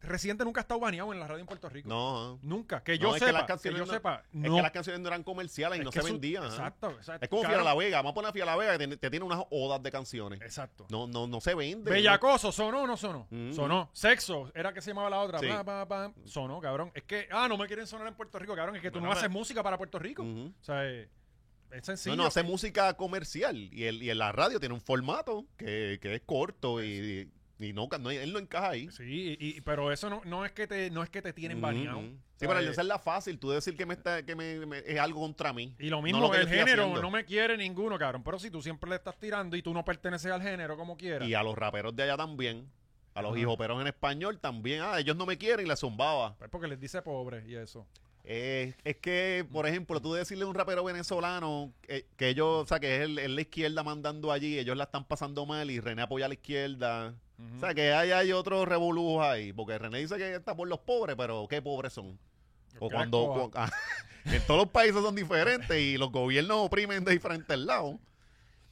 Speaker 1: Residente nunca ha estado baneado en la radio en Puerto Rico.
Speaker 3: No,
Speaker 1: Nunca. Que
Speaker 3: No,
Speaker 1: yo
Speaker 3: es que
Speaker 1: sepa.
Speaker 3: las
Speaker 1: Que,
Speaker 3: canciones
Speaker 1: yo
Speaker 3: no-
Speaker 1: sepa.
Speaker 3: es
Speaker 1: No.
Speaker 3: que las canciones no eran comerciales y
Speaker 1: Es
Speaker 3: no
Speaker 1: que
Speaker 3: se
Speaker 1: su-
Speaker 3: vendían. ajá.
Speaker 1: Exacto, exacto.
Speaker 3: Es como Fiera
Speaker 1: Cabrón,
Speaker 3: La Vega. Vamos a poner a Fiera La Vega que tiene, te tiene unas odas de canciones.
Speaker 1: Exacto.
Speaker 3: No, no, no se vende.
Speaker 1: Bellacoso, ¿sonó o no sonó?
Speaker 3: Mm.
Speaker 1: Sonó. Sexo, era que se llamaba la otra.
Speaker 3: Sí.
Speaker 1: Ba, ba, ba. Sonó, cabrón. Es que, ah, no me quieren sonar en Puerto Rico, cabrón. Es que tú
Speaker 3: Bueno,
Speaker 1: no
Speaker 3: me-
Speaker 1: haces música para Puerto Rico.
Speaker 3: Ujú.
Speaker 1: O sea, eh, es sencillo.
Speaker 3: no, no, hace música comercial. Y, el, y en la radio tiene un formato que, que es corto y, y no, ca- no- él no encaja ahí.
Speaker 1: Sí, y- y- pero eso no, no es que te no es que te tienen
Speaker 3: Ujú,
Speaker 1: baneado.
Speaker 3: ujú.
Speaker 1: O
Speaker 3: Sí,
Speaker 1: sea,
Speaker 3: para
Speaker 1: eh,
Speaker 3: él hacerla fácil, tú decir que, me está, que me, me- es algo contra mí.
Speaker 1: Y lo
Speaker 3: No
Speaker 1: mismo,
Speaker 3: lo que yo
Speaker 1: el
Speaker 3: estoy
Speaker 1: género
Speaker 3: haciendo.
Speaker 1: no me quiere ninguno, cabrón. Pero si tú siempre le estás tirando y tú no perteneces al género como quieras.
Speaker 3: Y a los raperos de allá también. A los
Speaker 1: Ajá.
Speaker 3: hijoperos en español también. Ah, ellos no me quieren y la zumbaba.
Speaker 1: Pues porque les dice pobre y eso.
Speaker 3: Eh, es que, por ejemplo, tú decirle a un rapero venezolano eh, que ellos, o sea, que es, el- es la izquierda mandando allí, ellos la están pasando mal y René apoya a la izquierda.
Speaker 1: Ujú.
Speaker 3: O sea, que hay, hay otro revolú ahí, porque René dice que está por los pobres, pero ¿qué pobres son? O
Speaker 1: Porque
Speaker 3: cuando,
Speaker 1: la escoba.
Speaker 3: cu- ah, en todos los países son diferentes y los gobiernos oprimen de diferentes lados.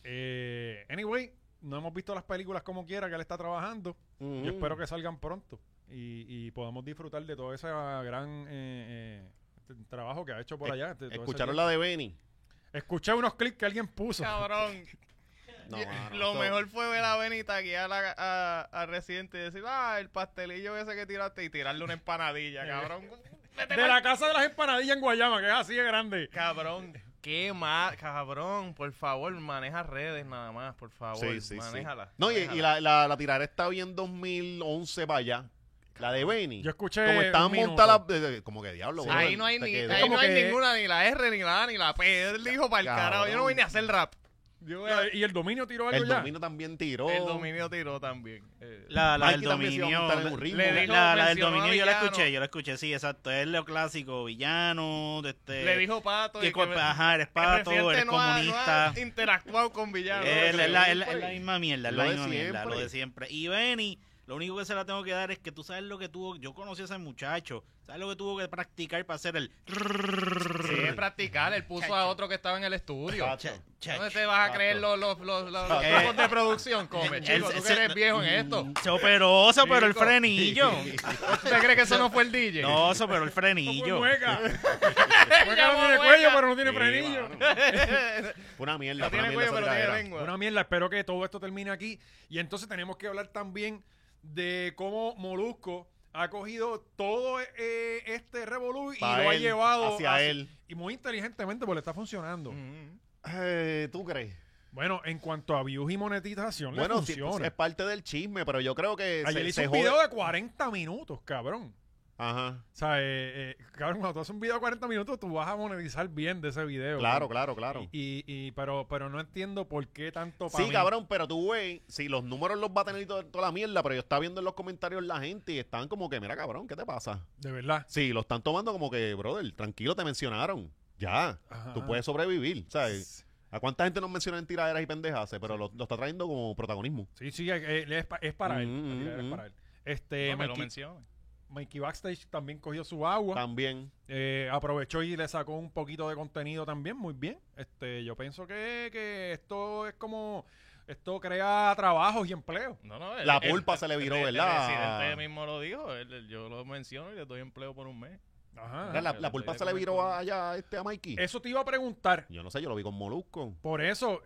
Speaker 1: Eh, anyway, no hemos visto las películas como quiera que él está trabajando.
Speaker 3: Mm.
Speaker 1: Yo espero que salgan pronto y, y podamos disfrutar de todo ese ah, gran eh, eh, t- trabajo que ha hecho por
Speaker 3: Ec-
Speaker 1: allá. de todo ese
Speaker 3: ¿Escucharon
Speaker 1: tiempo.
Speaker 3: la de Benny?
Speaker 1: Escuché unos clips que alguien puso.
Speaker 2: cabrón.
Speaker 3: No,
Speaker 2: Ye-
Speaker 3: mano,
Speaker 2: lo
Speaker 3: esto-
Speaker 2: mejor fue ver a Benita guiar a, a, a Residente y decir, ah, el pastelillo ese que tiraste y tirarle una empanadilla, cabrón. Vete
Speaker 1: De
Speaker 2: pa'l
Speaker 1: la casa de las empanadillas en Guayama, que es así de grande.
Speaker 2: Cabrón, qué mal, cabrón, por favor, maneja redes nada más, por favor,
Speaker 3: Sí, sí, sí.
Speaker 2: manéjala.
Speaker 3: No, y,
Speaker 2: manéjala.
Speaker 3: y la, la, la tirar está bien 2011 para allá. La de Benny.
Speaker 1: Yo escuché
Speaker 3: Como
Speaker 1: un
Speaker 3: estaban
Speaker 1: minuto.
Speaker 3: montadas las. eh, eh, Como que diablo,
Speaker 1: Sí.
Speaker 2: Ahí no hay,
Speaker 3: te
Speaker 2: ni,
Speaker 3: quedó.
Speaker 2: ahí
Speaker 1: como
Speaker 2: no hay
Speaker 1: que-
Speaker 2: ninguna, ni la R, ni la A, ni la P. Él dijo para el
Speaker 3: Cabrón.
Speaker 2: carajo, yo no vine a hacer rap. Yo voy a-
Speaker 1: Y el dominio tiró algo
Speaker 3: El
Speaker 1: ya.
Speaker 3: dominio también tiró.
Speaker 2: El dominio tiró también. eh.
Speaker 4: Oh. La, la del
Speaker 3: Mikey también se iba a
Speaker 4: dominio.
Speaker 3: montar en un ritmo.
Speaker 4: le-
Speaker 2: Le dijo-
Speaker 4: la, la del
Speaker 2: mencionó a
Speaker 4: dominio yo la
Speaker 2: villano.
Speaker 4: escuché, yo la escuché, sí, exacto. Es lo clásico, villano, de este.
Speaker 2: Le dijo pato.
Speaker 4: que,
Speaker 2: y
Speaker 4: col-
Speaker 2: me-
Speaker 4: ajá, eres
Speaker 2: que
Speaker 4: pato,
Speaker 2: Residente
Speaker 4: eres
Speaker 2: no ha- no
Speaker 4: comunista.
Speaker 2: ha interactuado con villanos.
Speaker 4: Es la- es la- es la-
Speaker 3: siempre.
Speaker 4: es la misma mierda, es
Speaker 3: Lo
Speaker 4: la
Speaker 3: de
Speaker 4: misma mierda,
Speaker 3: siempre.
Speaker 4: lo de siempre. Y Benny, lo único que se la tengo que dar es que tú sabes lo que tuvo, yo conocí a ese muchacho, sabes lo que tuvo que practicar para hacer el...
Speaker 2: Sí, es practicar. Él puso a otro que estaba en el estudio.
Speaker 3: Chacho.
Speaker 4: Chacho.
Speaker 2: ¿Dónde te vas a
Speaker 3: Chacho.
Speaker 2: creer los, los, los, los- los
Speaker 3: Chacho.
Speaker 2: grupos de producción? Come,
Speaker 4: Él-
Speaker 2: chico.
Speaker 4: él-
Speaker 2: Tú que
Speaker 4: se- Mm.
Speaker 2: eres viejo en esto.
Speaker 4: Se operó, se operó el
Speaker 2: Chico.
Speaker 4: frenillo.
Speaker 2: ¿Usted cree que eso no fue el DJ?
Speaker 4: No, se operó el
Speaker 1: Como
Speaker 4: frenillo.
Speaker 1: Mueca. Mueca no
Speaker 2: Llamó
Speaker 1: tiene
Speaker 2: Mueca.
Speaker 1: cuello, pero no tiene
Speaker 3: Sí,
Speaker 1: frenillo.
Speaker 3: mano.
Speaker 2: no
Speaker 3: Fue una mierda. fue
Speaker 2: tiene
Speaker 3: una mierda
Speaker 2: cuello, pero
Speaker 3: esa
Speaker 2: tiene
Speaker 3: tiradera.
Speaker 2: lengua.
Speaker 1: Una mierda, espero que todo esto termine aquí. Y entonces tenemos que hablar también de cómo Molusco ha cogido todo eh, este revolú y
Speaker 3: Pa'
Speaker 1: lo ha
Speaker 3: él,
Speaker 1: llevado
Speaker 3: hacia él.
Speaker 1: Y muy inteligentemente porque le está funcionando.
Speaker 2: Mm.
Speaker 3: Eh, ¿Tú crees?
Speaker 1: Bueno, en cuanto a views y monetización, le
Speaker 3: Bueno, sí, pues,
Speaker 1: funciona.
Speaker 3: es parte del chisme, pero yo creo que
Speaker 1: Ayer
Speaker 3: se,
Speaker 1: hizo
Speaker 3: se
Speaker 1: un
Speaker 3: jode-
Speaker 1: video de 40 minutos, cabrón.
Speaker 3: Ajá.
Speaker 1: O sea, eh, eh, cabrón, cuando tú haces un video de 40 minutos, tú vas a monetizar bien de ese video.
Speaker 3: Claro,
Speaker 1: güey.
Speaker 3: claro, claro.
Speaker 1: Y, y- y- pero, pero no entiendo por qué tanto pa'
Speaker 3: Sí,
Speaker 1: mí.
Speaker 3: cabrón, pero tú, güey, si los números los va a tener y todo- toda la mierda, pero yo estaba viendo en los comentarios la gente y están como que, mira, cabrón, ¿qué te pasa?
Speaker 1: De verdad.
Speaker 3: Sí, lo están tomando como que, brother, tranquilo, te mencionaron. Ya,
Speaker 1: Ajá.
Speaker 3: tú puedes eh. sobrevivir, ¿sabes? ¿A cuánta gente nos mencionan en tiraderas y pendejas? eh? Pero lo, lo está trayendo como protagonismo.
Speaker 1: Sí, sí, eh, eh, es, pa- es para él.
Speaker 3: Mm,
Speaker 1: la tiradera
Speaker 3: mm,
Speaker 1: es para él. Este,
Speaker 2: No me lo
Speaker 1: Mikey-
Speaker 2: menciono.
Speaker 1: Mikey Backstage también cogió su agua.
Speaker 3: También.
Speaker 1: eh, aprovechó y le sacó un poquito de contenido también. Muy bien. Este, yo pienso que, que esto es como. Esto crea trabajos y empleo.
Speaker 2: No, no, el-
Speaker 3: La
Speaker 2: el-
Speaker 3: pulpa se le viró,
Speaker 2: el-
Speaker 3: ¿verdad?
Speaker 2: El presidente mismo lo dijo. él- él- yo lo menciono y le doy empleo por un mes.
Speaker 1: Ajá.
Speaker 3: la, la-
Speaker 2: que
Speaker 3: la
Speaker 2: lo
Speaker 3: pulpa
Speaker 2: estoy
Speaker 3: se le viró
Speaker 2: recomendando.
Speaker 3: a- allá a este, a Mikey.
Speaker 1: Eso te iba a preguntar.
Speaker 3: Yo no sé, yo lo vi con Molusco.
Speaker 1: Por eso,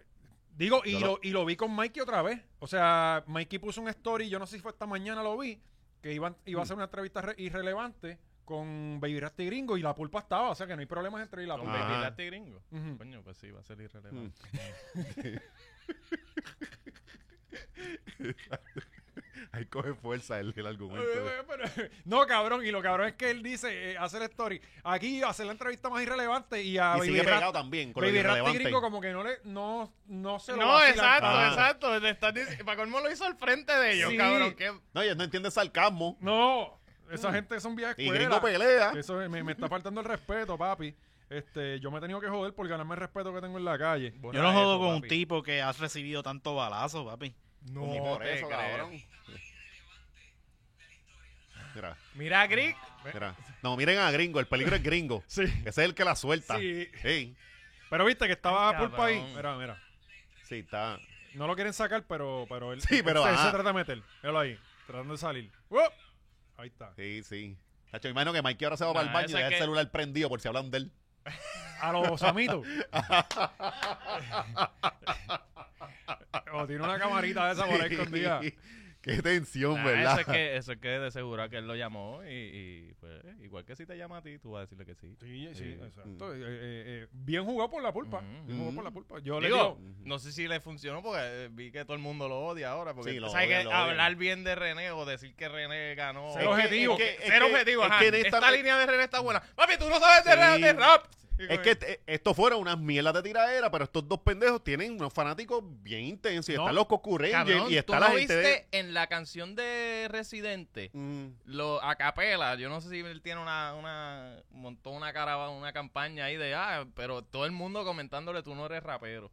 Speaker 1: digo, y
Speaker 3: Yo
Speaker 1: lo,
Speaker 3: lo-
Speaker 1: y lo vi con Mikey otra vez. O sea, Mikey puso una story, yo no sé si fue esta mañana, lo vi, que iban-
Speaker 3: Mm.
Speaker 1: iba a hacer una entrevista re- irrelevante con Baby Rasta y Gringo y la pulpa estaba, o sea que no hay problemas entre él y la
Speaker 2: Con
Speaker 1: pulpa.
Speaker 3: Ajá. Mm.
Speaker 2: Baby Lati Gringo.
Speaker 1: Ujú. Eh,
Speaker 2: Coño, pues sí, va a ser irrelevante.
Speaker 3: Ahí coge fuerza el, el argumento.
Speaker 1: Eh, pero- No, cabrón, y lo cabrón es que él dice, eh, hace la story, aquí hacer la entrevista más irrelevante y a
Speaker 3: Y
Speaker 1: Baby
Speaker 3: sigue
Speaker 1: Rasta-
Speaker 3: pegado también con lo
Speaker 1: Baby Rasta y
Speaker 3: irrelevante.
Speaker 1: Gringo como que no le, no, no se lo
Speaker 2: No,
Speaker 1: vacilan
Speaker 2: exacto,
Speaker 1: tanto.
Speaker 3: Ah.
Speaker 2: exacto. Le estás dic- Para colmo lo hizo al frente de ellos,
Speaker 1: Sí.
Speaker 2: cabrón. qué-
Speaker 3: No, ellos no entienden sarcasmo.
Speaker 1: No, esa gente son viejas
Speaker 3: Mm. Y
Speaker 1: escuelas.
Speaker 3: Gringo pelea.
Speaker 1: Eso es- me, me está faltando el respeto, papi. Este, yo me he tenido que joder por ganarme el respeto que tengo en la calle.
Speaker 4: Yo no jodo con un tipo que has recibido tanto balazo, papi.
Speaker 3: Ni
Speaker 1: No,
Speaker 3: por
Speaker 2: te
Speaker 3: eso,
Speaker 2: creo.
Speaker 3: cabrón. Mira,
Speaker 2: Mira, Grig.
Speaker 3: mira. No, miren a Gringo, el peligro es Gringo.
Speaker 1: sí.
Speaker 3: Ese es el que la suelta.
Speaker 1: Sí.
Speaker 3: Ey,
Speaker 1: Pero viste que estaba
Speaker 2: Ay,
Speaker 1: pulpa ahí.
Speaker 2: cabrón.
Speaker 1: Mira, mira.
Speaker 3: sí, está.
Speaker 1: No lo quieren sacar, pero, pero él,
Speaker 3: Sí, pero,
Speaker 1: él se, él se
Speaker 3: ajá.
Speaker 1: trata de meter. Míralo ahí, tratando de salir. ¡Wow! Ahí está.
Speaker 3: Sí, sí. Cacho, me imagino que Mikey ahora se va para el
Speaker 2: Nah,
Speaker 3: baño y
Speaker 2: ese
Speaker 3: deja el
Speaker 2: que-
Speaker 3: celular prendido por si hablan de él.
Speaker 1: A los amitos. o tiene una camarita de esa por ahí escondida.
Speaker 3: Qué tensión,
Speaker 2: Nah,
Speaker 3: ¿verdad?
Speaker 2: eso, es que, eso es que de seguro que él lo llamó y, y, pues igual que si te llama a ti, tú vas a decirle que sí.
Speaker 1: Sí, sí,
Speaker 3: Sí.
Speaker 1: exacto. Eh, eh, eh, bien jugado por la pulpa.
Speaker 2: Ujú.
Speaker 1: Bien jugado por la pulpa. Yo le
Speaker 2: Mm. Digo,
Speaker 1: digo,
Speaker 2: no sé si le funcionó porque eh, vi que todo el mundo lo odia ahora. Porque
Speaker 3: Sí, lo
Speaker 2: ¿sabes
Speaker 3: odian,
Speaker 2: que
Speaker 3: lo odian.
Speaker 2: hablar bien de René o decir que René ganó.
Speaker 1: Ser objetivo.
Speaker 2: que-
Speaker 3: Es que- es
Speaker 2: ser
Speaker 3: que-
Speaker 2: objetivo,
Speaker 3: es
Speaker 2: ajá.
Speaker 3: que en
Speaker 2: esta,
Speaker 3: esta-
Speaker 2: línea de René está buena. Papi, tú no sabes de, rap,
Speaker 3: Sí.
Speaker 2: de rap.
Speaker 3: Es que te- esto fueron unas mierdas de tiradera, pero estos dos pendejos tienen unos fanáticos bien intensos. Y
Speaker 1: No,
Speaker 3: están los Cocu Rangers,
Speaker 2: Cabrón,
Speaker 3: y
Speaker 2: tú
Speaker 3: está la
Speaker 2: no
Speaker 3: gente
Speaker 2: viste en la canción de Residente.
Speaker 3: de. Mm.
Speaker 2: Lo, a capela, yo no sé si él tiene una, una montó una caravana, una campaña ahí de ah, pero todo el mundo comentándole tú no eres rapero.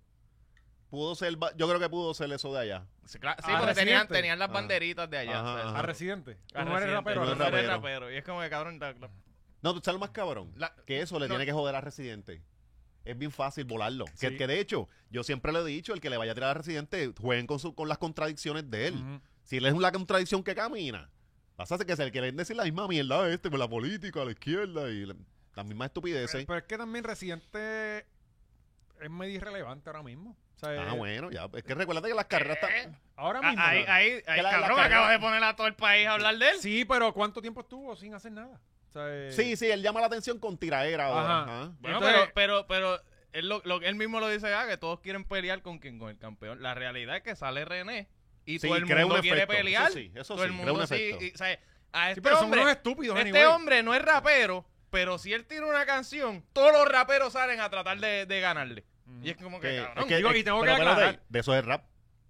Speaker 3: Pudo ser, ba- yo creo que pudo ser eso de allá.
Speaker 2: Sí, cla- sí,
Speaker 1: Ah,
Speaker 2: porque tenían,
Speaker 1: Residente.
Speaker 2: tenían las
Speaker 3: Ajá.
Speaker 2: banderitas de allá.
Speaker 3: Ajá,
Speaker 2: ¿sabes?
Speaker 3: ajá.
Speaker 1: a Residente. Tú
Speaker 2: Ah,
Speaker 1: no eres
Speaker 2: Residente,
Speaker 1: rapero.
Speaker 2: tú
Speaker 3: no
Speaker 1: Residente.
Speaker 2: no eres
Speaker 3: rapero.
Speaker 2: rapero. Y es como que cabrón. la- la-
Speaker 3: No, tú sabes lo más cabrón.
Speaker 2: la-
Speaker 3: Que eso le
Speaker 2: no.
Speaker 3: tiene que joder a Residente. Es bien fácil volarlo. Que,
Speaker 1: Sí.
Speaker 3: que de hecho, yo siempre le he dicho, el que le vaya a tirar a Residente, jueguen con, su- con las contradicciones de él.
Speaker 1: Ujú.
Speaker 3: Si él es una contradicción que camina, pasa a ser que se le quieren decir la misma mierda a este, por la política, a la izquierda y la- ¿eh? las mismas
Speaker 1: Pero,
Speaker 2: Pues,
Speaker 3: estupideces.
Speaker 1: pero es que también Residente es medio irrelevante ahora mismo. O sea,
Speaker 3: ah,
Speaker 1: eh,
Speaker 3: bueno, ya. Es que recuérdate que las carreras están...
Speaker 1: Ahora
Speaker 2: Ah,
Speaker 1: mismo.
Speaker 2: ahí,
Speaker 1: claro.
Speaker 2: ahí, ahí,
Speaker 3: Que la- la
Speaker 2: cabrón,
Speaker 3: carga-
Speaker 2: acabas de poner a todo el país a hablar de él.
Speaker 1: Sí, pero ¿cuánto tiempo estuvo sin hacer nada? O sea, eh,
Speaker 3: Sí, sí, él llama la atención con tiraera ahora.
Speaker 1: Ajá.
Speaker 3: ajá.
Speaker 2: Bueno,
Speaker 1: Entonces-
Speaker 2: pero, pero, pero él, lo, lo- él mismo lo dice, ah, que todos quieren pelear con quien, con el campeón. La realidad es que sale René y
Speaker 3: Sí,
Speaker 2: todo el
Speaker 3: crea
Speaker 2: mundo
Speaker 3: un
Speaker 2: quiere
Speaker 3: efecto. Eso
Speaker 2: pelear.
Speaker 3: sí, eso
Speaker 2: todo el
Speaker 3: sí, crea
Speaker 2: mundo
Speaker 3: un
Speaker 2: sí,
Speaker 3: efecto.
Speaker 2: y, o sea, a
Speaker 1: Sí,
Speaker 2: este
Speaker 1: pero son
Speaker 2: hombre,
Speaker 1: unos estúpidos.
Speaker 2: este
Speaker 1: anyway.
Speaker 2: hombre no es rapero, pero si él tira una canción, todos los raperos salen a tratar de, de ganarle. Y es como que,
Speaker 3: Que-
Speaker 2: cabrón,
Speaker 3: es que-
Speaker 1: digo,
Speaker 3: es-
Speaker 1: y tengo
Speaker 3: pero
Speaker 1: que
Speaker 3: espérate,
Speaker 1: aclarar.
Speaker 3: De eso es rap.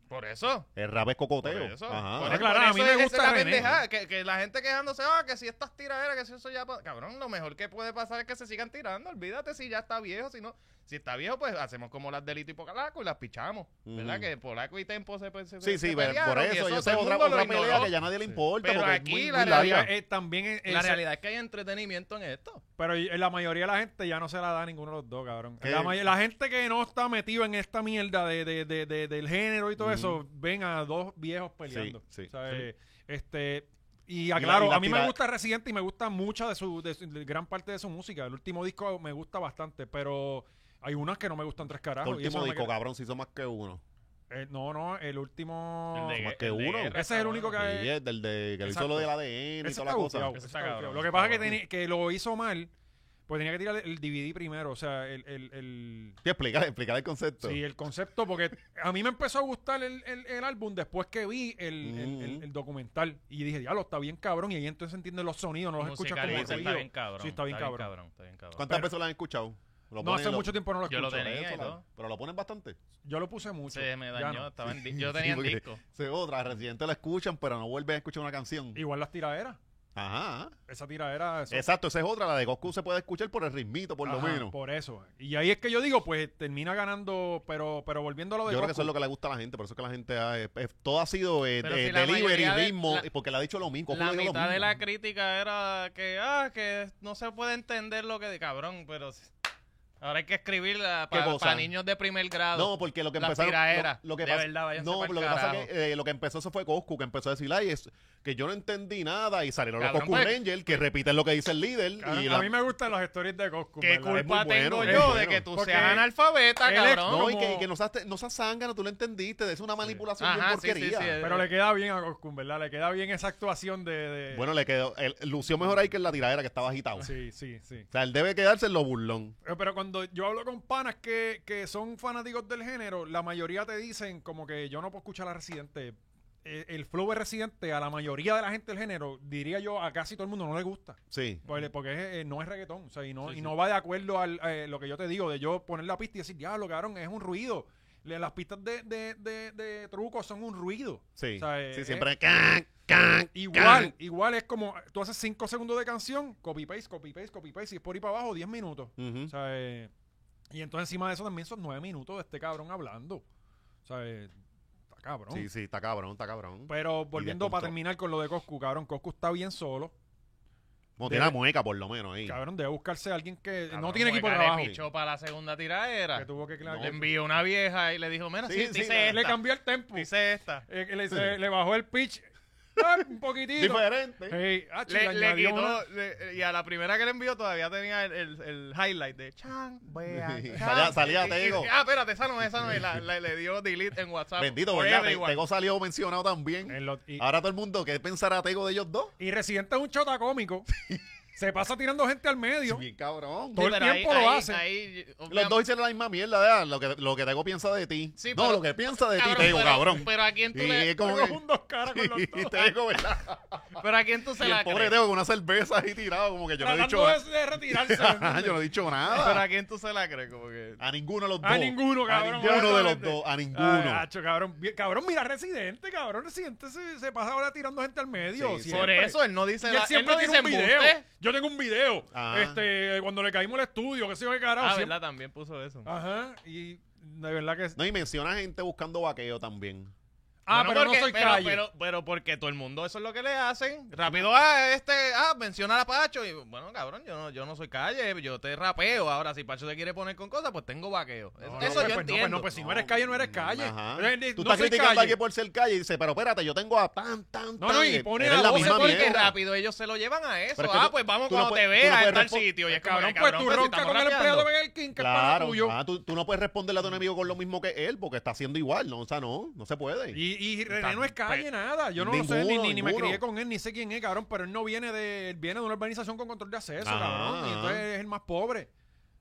Speaker 2: por eso.
Speaker 3: El rap es
Speaker 2: Por
Speaker 3: cocoteo.
Speaker 2: eso.
Speaker 3: Ajá.
Speaker 2: Por
Speaker 1: Ah,
Speaker 2: eso-
Speaker 1: claro,
Speaker 2: por
Speaker 1: a mí
Speaker 2: eso
Speaker 1: me
Speaker 2: es- esa
Speaker 1: gusta
Speaker 2: es la
Speaker 1: René.
Speaker 2: pendejada, que, que la gente quejándose, ah, que si estas tiraderas, que si eso ya... pa-". Cabrón, lo mejor que puede pasar es que se sigan tirando. Olvídate si ya está viejo, si no... Si está viejo, pues hacemos como las delito y Polaco y las pichamos. ¿Verdad?
Speaker 3: Ujú.
Speaker 2: Que Polaco y Tempo se, pues, se-
Speaker 3: Sí,
Speaker 2: se
Speaker 3: sí, pero
Speaker 2: pelearon
Speaker 3: por
Speaker 2: y
Speaker 3: eso, yo sé
Speaker 2: todo el
Speaker 3: otra,
Speaker 2: mundo lo
Speaker 3: otra pelea
Speaker 2: ignoró.
Speaker 3: que ya nadie le importa.
Speaker 2: Pero
Speaker 3: porque es
Speaker 2: aquí
Speaker 3: muy-
Speaker 2: la
Speaker 3: muy
Speaker 1: La
Speaker 2: realidad
Speaker 3: larga.
Speaker 1: realidad, eh, también es-
Speaker 2: La
Speaker 1: es-
Speaker 2: realidad es que hay entretenimiento en esto.
Speaker 1: Pero eh, la mayoría de la gente ya no se la da a ninguno de los dos, cabrón.
Speaker 3: ¿Qué?
Speaker 1: La, may- la gente que no está metido en esta mierda de, de- de- de- del género y todo
Speaker 3: Ujú.
Speaker 1: eso, ven a dos viejos peleando.
Speaker 3: Sí, sí,
Speaker 1: O sea,
Speaker 3: sí.
Speaker 1: eh, este, y aclaro,
Speaker 3: y la
Speaker 1: a mí me
Speaker 3: tira-
Speaker 1: gusta Residente y me gusta mucha de su, de su- de gran parte de su música. El último disco me gusta bastante, pero hay unas que no me gustan tres
Speaker 3: El
Speaker 1: carajos. y eso
Speaker 3: último
Speaker 1: no me
Speaker 3: disco,
Speaker 1: queda-
Speaker 3: cabrón, si son más que uno.
Speaker 1: Eh, no, no, el último...
Speaker 3: de- más que uno.
Speaker 1: Ese es el único que-
Speaker 3: Sí, el del de que él
Speaker 1: Exacto.
Speaker 3: hizo lo del ADN
Speaker 1: Ese
Speaker 3: y toda
Speaker 1: está
Speaker 3: la cosa.
Speaker 1: bufiado,
Speaker 2: Ese
Speaker 1: ese está
Speaker 2: está cabrón,
Speaker 1: bufiado. Lo que
Speaker 2: está
Speaker 1: pasa es que,
Speaker 2: cabrón.
Speaker 1: teni- que lo hizo mal, Pues tenía que tirar el DVD primero, o sea, el, el, el-
Speaker 3: Sí, explicar, explicar el concepto.
Speaker 1: sí, el concepto, porque a mí me empezó a gustar el, el- el álbum después que vi el, el-
Speaker 3: Mm.
Speaker 1: el- el documental. Y dije, diablo, está bien cabrón. Y ahí entonces entiendes los sonidos, no los escuchas como
Speaker 2: Musicalmente está
Speaker 1: ruido.
Speaker 2: bien cabrón.
Speaker 1: Sí, está bien cabrón.
Speaker 2: está bien cabrón.
Speaker 3: ¿Cuántas personas han escuchado? Lo
Speaker 1: No
Speaker 3: ponen,
Speaker 1: hace
Speaker 3: lo-
Speaker 1: mucho tiempo no lo
Speaker 2: Yo lo
Speaker 1: escucho.
Speaker 2: tenía.
Speaker 3: Eso,
Speaker 2: y
Speaker 3: la-
Speaker 2: todo.
Speaker 3: Pero lo ponen bastante.
Speaker 1: Yo lo puse mucho.
Speaker 2: Se me
Speaker 1: ya
Speaker 2: dañó,
Speaker 1: no.
Speaker 2: estaba en di- yo
Speaker 3: Sí,
Speaker 2: tenía el
Speaker 3: porque
Speaker 2: disco.
Speaker 3: Sí, otra, residente la escuchan, pero no vuelven a escuchar una canción.
Speaker 1: Igual las tiraderas.
Speaker 3: Ajá.
Speaker 1: Esa tiradera. eso-
Speaker 3: Exacto, esa es otra, la de Goku se puede escuchar por el ritmito, por lo
Speaker 1: Ajá,
Speaker 3: menos.
Speaker 1: Por eso. Y ahí es que yo digo, pues termina ganando, pero, pero volviendo a lo de
Speaker 3: Yo creo que
Speaker 1: Goku,
Speaker 3: eso es lo que le gusta a la gente, por eso es que la gente ha, eh, eh, todo ha sido eh,
Speaker 2: Pero
Speaker 3: eh,
Speaker 2: si la
Speaker 3: delivery,
Speaker 2: mayoría de-
Speaker 3: ritmo,
Speaker 2: la-
Speaker 3: y porque le ha dicho lo mismo. Goku
Speaker 2: La
Speaker 3: le dijo lo
Speaker 2: mitad de
Speaker 3: mismo.
Speaker 2: la crítica era que, ah, que no se puede entender lo que... Cabrón, pero... si- Ahora hay que escribirla
Speaker 3: ¿Qué
Speaker 2: para
Speaker 3: cosa?
Speaker 2: niños de primer grado.
Speaker 3: No, porque lo que
Speaker 2: Las
Speaker 3: empezaron.
Speaker 2: tiraderas.
Speaker 3: lo, lo que
Speaker 2: De
Speaker 3: pasa-
Speaker 2: verdad, váyanse
Speaker 3: no,
Speaker 2: pa'l
Speaker 3: lo que pasa
Speaker 2: carajo.
Speaker 3: que eh, lo que empezó eso fue Goku, que empezó a decir, ay, es que yo no entendí nada, y salieron los
Speaker 2: Cabrón,
Speaker 3: Goku
Speaker 2: pues-
Speaker 3: Rangers, que repiten lo que dice el líder.
Speaker 1: cabrón,
Speaker 3: y
Speaker 1: a
Speaker 3: la-
Speaker 1: mí me gustan los stories de Goku.
Speaker 2: ¿Qué
Speaker 1: pues, ¿verdad? Es
Speaker 2: culpa
Speaker 1: muy bueno,
Speaker 2: tengo
Speaker 1: es
Speaker 2: yo
Speaker 1: muy
Speaker 2: de
Speaker 1: bueno.
Speaker 2: que tú
Speaker 1: Porque
Speaker 2: seas analfabeta,
Speaker 1: él es-
Speaker 2: cabrón?
Speaker 3: No, y que,
Speaker 1: como-
Speaker 3: y que no seas, no seas zángano, tú lo entendiste, es una manipulación bien
Speaker 2: Ajá, sí, sí,
Speaker 3: porquería.
Speaker 2: sí, es-
Speaker 1: Pero le queda bien a Goku, ¿verdad? Le queda bien esa actuación de... de-
Speaker 3: Bueno, le quedó, el, lució mejor ahí que en la tiradera que estaba agitado.
Speaker 1: Sí, sí, sí.
Speaker 3: O sea, él debe quedarse en lo burlón.
Speaker 1: Eh, Pero cuando yo hablo con panas que, que son fanáticos del género, la mayoría te dicen como que yo no puedo escuchar a Residente. Eh, El flow de Residente a la mayoría de la gente del género, diría yo, a casi todo el mundo no le gusta.
Speaker 3: Sí.
Speaker 1: Porque, porque es, eh, no es reggaetón, o sea, y no,
Speaker 2: Sí,
Speaker 1: y
Speaker 2: sí.
Speaker 1: no va de acuerdo a lo que yo te digo, de yo poner la pista y decir, diablo, cabrón, es un ruido. Le- Las pistas de, de, de, de truco son un ruido.
Speaker 3: Sí.
Speaker 1: O sea, eh,
Speaker 3: sí,
Speaker 1: eh,
Speaker 3: siempre. can, can,
Speaker 1: Igual, igual es como, tú haces 5 segundos de canción, copy-paste, copy-paste, copy-paste, y es por ahí para abajo 10 minutos.
Speaker 3: can. Ujú.
Speaker 1: O sea, eh, y entonces encima de eso también son 9 minutos de este cabrón hablando. O sea, eh, está cabrón. Pues,
Speaker 3: Sí, sí, está cabrón, está cabrón.
Speaker 1: Pero volviendo
Speaker 3: descontrol.
Speaker 1: para terminar con lo de Coscu, cabrón, Coscu está bien solo.
Speaker 3: Como tiene la mueca, por lo menos ahí.
Speaker 1: Cabrón, debe buscarse a alguien que no
Speaker 2: Cabrón,
Speaker 1: tiene equipo de
Speaker 2: porque le
Speaker 1: trabajo.
Speaker 2: pichó para la segunda tiradera.
Speaker 1: Que tuvo que
Speaker 3: No,
Speaker 2: Le
Speaker 1: claro,
Speaker 2: envió una vieja y le dijo, mira,
Speaker 3: Sí,
Speaker 2: sí,
Speaker 3: sí,
Speaker 2: dice
Speaker 3: la-
Speaker 2: esta.
Speaker 1: Le cambió el tempo.
Speaker 2: Dice esta.
Speaker 1: Eh, que le, se- le bajó el pitch ah, un poquitito.
Speaker 3: Diferente.
Speaker 1: Ey, ah,
Speaker 2: Le,
Speaker 1: chile,
Speaker 2: le
Speaker 1: añadió una-
Speaker 2: quitó, le- y a la primera que le envió todavía tenía el, el- el highlight de Chan, vea,
Speaker 3: Sí,
Speaker 2: Chan.
Speaker 3: salía- salía, te
Speaker 2: Y- y-
Speaker 3: digo.
Speaker 2: Ah, espérate, esa no, esa no. y la- la- le dio delete en WhatsApp.
Speaker 3: Bendito,
Speaker 2: For
Speaker 3: ¿verdad? Te-
Speaker 2: everyone.
Speaker 3: Tego salió mencionado también.
Speaker 1: en lo- y,
Speaker 3: Ahora todo el Ah. mundo, ¿qué pensará Tego de ellos dos?
Speaker 1: y Residente es un chota cómico. se pasa tirando gente al medio.
Speaker 3: Bien cabrón.
Speaker 1: todo el
Speaker 2: pero
Speaker 1: tiempo lo hace.
Speaker 2: ahí-
Speaker 3: Los dos hicieron la misma mierda, ¿verdad? Lo que, lo que Tego piensa de ti.
Speaker 2: Sí,
Speaker 3: no,
Speaker 2: pero-
Speaker 3: lo que piensa de ti,
Speaker 2: Cabrón,
Speaker 3: Tego,
Speaker 2: pero-
Speaker 3: cabrón.
Speaker 2: Pero a quién tú
Speaker 3: Y
Speaker 2: le-
Speaker 3: es como
Speaker 1: Tengo
Speaker 3: que-
Speaker 1: un dos caras con los
Speaker 3: Sí,
Speaker 1: dos.
Speaker 3: Tego, ¿verdad?
Speaker 2: pero a quién tú se
Speaker 3: Y
Speaker 2: la
Speaker 3: el pobre
Speaker 2: crees.
Speaker 3: Tego con una cerveza ahí tirado, como que yo no he dicho
Speaker 1: Tratando
Speaker 3: nada.
Speaker 1: de, de retirarse.
Speaker 3: Ajá, yo no he dicho
Speaker 2: Pero
Speaker 3: nada.
Speaker 2: a quién tú se la crees, como que...
Speaker 3: A ninguno de los dos.
Speaker 1: A ninguno, cabrón.
Speaker 3: A ninguno de los
Speaker 1: honestamente.
Speaker 3: dos. A ninguno.
Speaker 1: Ah, hacho, cabrón. Bien- Cabrón, mira Residente, cabrón. Residente se, se pasa ahora tirando gente al medio.
Speaker 3: Sí,
Speaker 1: siempre.
Speaker 2: Por eso él no dice
Speaker 1: Y
Speaker 2: la-
Speaker 1: él siempre
Speaker 2: no
Speaker 1: tiene un
Speaker 2: dice
Speaker 1: video.
Speaker 2: embuste.
Speaker 1: Yo tengo un video.
Speaker 3: Ah.
Speaker 1: Este, cuando le caímos al estudio, que se yo qué carajo.
Speaker 2: Ah,
Speaker 1: siempre-
Speaker 2: verdad, también puso eso.
Speaker 1: Ajá. Y de verdad que.
Speaker 3: No, y menciona gente buscando vaqueo también.
Speaker 1: ah,
Speaker 2: Bueno,
Speaker 1: pero
Speaker 2: porque-
Speaker 1: no soy
Speaker 2: pero,
Speaker 1: calle.
Speaker 2: Pero, pero porque todo el mundo eso es lo que le hacen. Rápido, ah, este, ah, menciona a Pacho. Y bueno, cabrón, yo no, yo no soy calle, yo te rapeo. Ahora, si Pacho te quiere poner con cosas, pues tengo vaqueo.
Speaker 1: No,
Speaker 2: Es-
Speaker 1: no, pues, pues,
Speaker 2: eso yo
Speaker 1: no, pues,
Speaker 2: entiendo.
Speaker 1: no, pues, si no eres calle, no eres calle.
Speaker 3: Ajá.
Speaker 1: Pero él dice,
Speaker 3: Tú
Speaker 1: no
Speaker 3: estás
Speaker 1: soy
Speaker 3: criticando
Speaker 1: calle.
Speaker 3: a alguien por ser calle y dice, pero espérate, yo tengo a tan, tan,
Speaker 1: No,
Speaker 3: tan.
Speaker 1: no, y pone
Speaker 3: Eres
Speaker 1: a
Speaker 3: la
Speaker 1: voces
Speaker 3: misma
Speaker 1: porque
Speaker 2: porque
Speaker 3: mierda.
Speaker 2: rápido ellos se lo llevan a eso.
Speaker 3: Pero es que
Speaker 2: ah,
Speaker 3: tú-
Speaker 2: pues vamos
Speaker 3: tú no
Speaker 2: cuando
Speaker 3: puedes-
Speaker 2: te
Speaker 3: tú
Speaker 2: veas
Speaker 3: no
Speaker 2: en tal
Speaker 3: puedes respon-
Speaker 2: sitio. Y es como
Speaker 1: Cabrón,
Speaker 2: que,
Speaker 1: pues tú
Speaker 2: pues si
Speaker 1: roncas
Speaker 2: estamos
Speaker 1: con el empleado de
Speaker 2: rapeando.
Speaker 1: Burger King, que es para
Speaker 3: Claro,
Speaker 1: tuyo.
Speaker 3: ah, tú, tú no puedes responderle a tu enemigo con lo mismo que él porque está haciendo igual, ¿no? O sea, no, no se puede.
Speaker 1: Y, y René no es calle, nada. Yo no lo sé, ni,
Speaker 3: Ninguno,
Speaker 1: ni- ni me
Speaker 3: ninguno.
Speaker 1: crié con él, ni sé quién es, cabrón. Pero él no viene de. Él viene de una urbanización con control de acceso,
Speaker 3: Ajá.
Speaker 1: cabrón. Y entonces es el más pobre.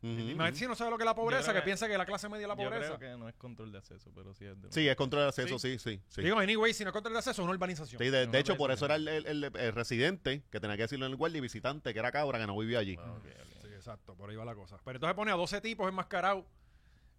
Speaker 3: Ujú.
Speaker 1: Imagínate si no sabe lo que es la
Speaker 2: Yo
Speaker 1: pobreza,
Speaker 2: creo
Speaker 1: que
Speaker 2: que-
Speaker 1: piensa que la clase media es la
Speaker 2: Yo
Speaker 1: pobreza.
Speaker 2: creo que no es control de acceso, pero sí es de...
Speaker 3: Sí, es control de acceso, sí, sí. sí.
Speaker 1: Digo, anyway, si no es control de acceso, es una urbanización.
Speaker 3: Sí, de,
Speaker 2: no
Speaker 3: de hecho,
Speaker 2: parece
Speaker 3: por
Speaker 2: que
Speaker 3: eso era el, el- el- el residente que tenía que decirlo en el guardia y visitante, que era cabra, que no vivía allí.
Speaker 2: Ah, ok, ok.
Speaker 1: Sí, exacto, por ahí va la cosa. Pero entonces pone a 12 tipos enmascarados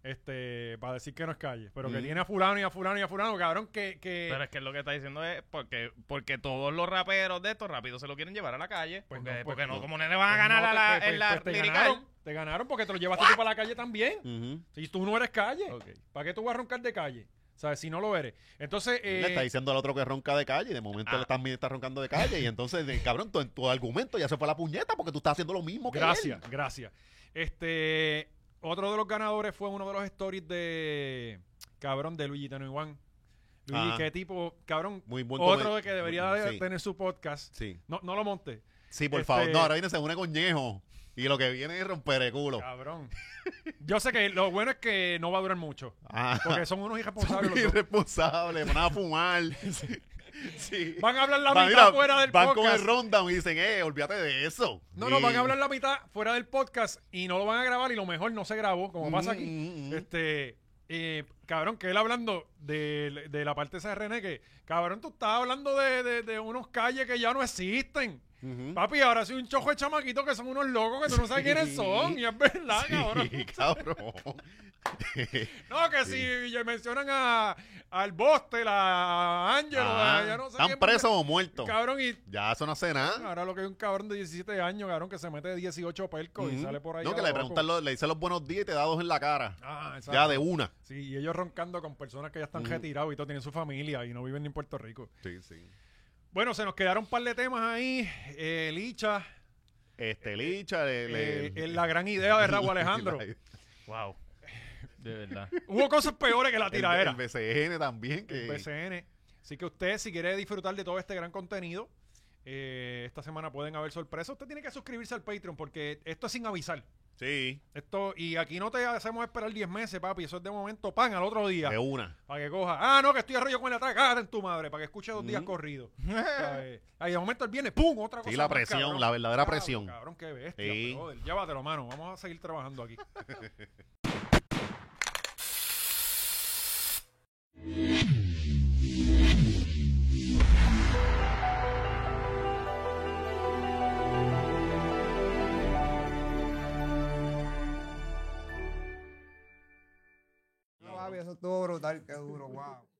Speaker 1: este, para decir que no es calle. Pero que
Speaker 3: Ujú.
Speaker 1: tiene a fulano y a fulano y a fulano, cabrón, que... que-
Speaker 2: Pero es que lo que está diciendo es porque, porque todos los raperos de estos rápido se lo quieren llevar a la calle.
Speaker 1: Pues
Speaker 2: porque
Speaker 1: no,
Speaker 2: no,
Speaker 1: pues
Speaker 2: porque
Speaker 1: no.
Speaker 2: no, como no le van a ganar
Speaker 1: pues
Speaker 2: a
Speaker 1: no,
Speaker 2: la,
Speaker 1: pues- pues-
Speaker 2: en la
Speaker 1: pues te
Speaker 2: lirical.
Speaker 1: ganaron, te ganaron porque te lo llevaste tú para la calle también.
Speaker 3: Ujú.
Speaker 1: Si tú no eres calle,
Speaker 2: Ok.
Speaker 1: ¿para qué tú vas a roncar de calle? ¿Sabes? Si no lo eres. Entonces...
Speaker 3: Le está
Speaker 1: eh,
Speaker 3: diciendo al otro que ronca de calle y de momento
Speaker 2: Ah.
Speaker 3: él también está roncando de calle. Y entonces, de- cabrón, tu, tu argumento ya se fue a la puñeta porque tú estás haciendo lo mismo que
Speaker 1: Gracias,
Speaker 3: él.
Speaker 1: gracias. Este, otro de los ganadores fue uno de los stories de cabrón de Luigi Tano Iván. Luigi,
Speaker 3: Ah.
Speaker 1: qué tipo, cabrón,
Speaker 3: Muy buen
Speaker 1: otro
Speaker 3: comen-
Speaker 1: de que debería de
Speaker 3: Sí.
Speaker 1: tener su podcast.
Speaker 3: Sí.
Speaker 1: No, no lo monte,
Speaker 3: Sí, por
Speaker 1: Este-
Speaker 3: favor. No, ahora viene, se une con Ñejo. Y lo que viene es romper el culo.
Speaker 1: cabrón. Yo sé que lo bueno es que no va a durar mucho,
Speaker 3: Ah,
Speaker 1: porque son unos irresponsables los dos.
Speaker 3: irresponsable, van a fumar. Sí.
Speaker 1: Van a hablar la
Speaker 3: Van,
Speaker 1: mitad
Speaker 3: mira,
Speaker 1: fuera del
Speaker 3: van con
Speaker 1: podcast.
Speaker 3: el rundown y dicen, eh, olvídate de eso.
Speaker 1: No, no,
Speaker 3: Y-
Speaker 1: van a hablar la mitad fuera del podcast y no lo van a grabar y lo mejor no se grabó, como pasa aquí.
Speaker 3: Mm, mm, mm.
Speaker 1: Este, eh, cabrón, que él hablando de, de la parte esa de René, que cabrón, tú estás hablando de, de- de unos calles que ya no existen.
Speaker 3: Ujú.
Speaker 1: Papi, ahora soy un chojo de chamaquitos que son unos locos que tú no sabes quiénes
Speaker 3: Sí.
Speaker 1: son. Y es verdad, cabrón.
Speaker 3: Sí, cabrón.
Speaker 1: No, que si ya mencionan a, al Bostel, a Ángelo,
Speaker 3: Ah,
Speaker 1: a- ya no sé
Speaker 3: ¿Están
Speaker 1: quién,
Speaker 3: presos o muertos?
Speaker 1: Cabrón, y
Speaker 3: Ya eso no hace nada.
Speaker 1: ahora lo que hay un cabrón de 17 años, cabrón, que se mete 18 percos y
Speaker 3: Ujú.
Speaker 1: sale por ahí.
Speaker 3: No,
Speaker 1: a
Speaker 3: que
Speaker 1: lo
Speaker 3: le
Speaker 1: loco.
Speaker 3: preguntan, los- le dicen los buenos días y te da dos en la cara.
Speaker 1: Ah, exacto.
Speaker 3: Ya de una.
Speaker 1: Sí, y ellos roncando con personas que ya están retirados y todo, tienen su familia y no viven ni en Puerto Rico.
Speaker 3: Sí, sí.
Speaker 1: Bueno, se nos quedaron un par de temas ahí. Eh, Licha,
Speaker 3: Este, Licha, le, le-
Speaker 1: eh, eh, la gran idea de Raúl Alejandro.
Speaker 3: El,
Speaker 2: Wow. De verdad.
Speaker 1: Hubo cosas peores que la
Speaker 3: el
Speaker 1: tiradera.
Speaker 3: BCN también. Que,
Speaker 1: El BCN. Así que usted, si quiere disfrutar de todo este gran contenido, eh, esta semana pueden haber sorpresas. Usted tiene que suscribirse al Patreon porque esto es sin avisar.
Speaker 3: Sí,
Speaker 1: Esto, y aquí no te hacemos esperar 10 meses, papi. Eso es de momento pan al otro día.
Speaker 3: de una.
Speaker 1: Para que coja. Ah, no, que estoy arroyo con el ataque. Ah, en tu madre. Para que escuche dos días
Speaker 3: Mm.
Speaker 1: corridos. ¿Sabes? Ahí de momento él viene. ¡Pum! Otra cosa.
Speaker 3: Sí, la
Speaker 1: más,
Speaker 3: presión,
Speaker 1: cabrón.
Speaker 3: la verdadera
Speaker 1: Diablo,
Speaker 3: presión.
Speaker 1: Cabrón, qué bestia.
Speaker 3: Sí.
Speaker 1: brother. Llévatelo, mano. Vamos a seguir trabajando aquí.
Speaker 7: No, papi, eso estuvo brutal, qué duro, wow.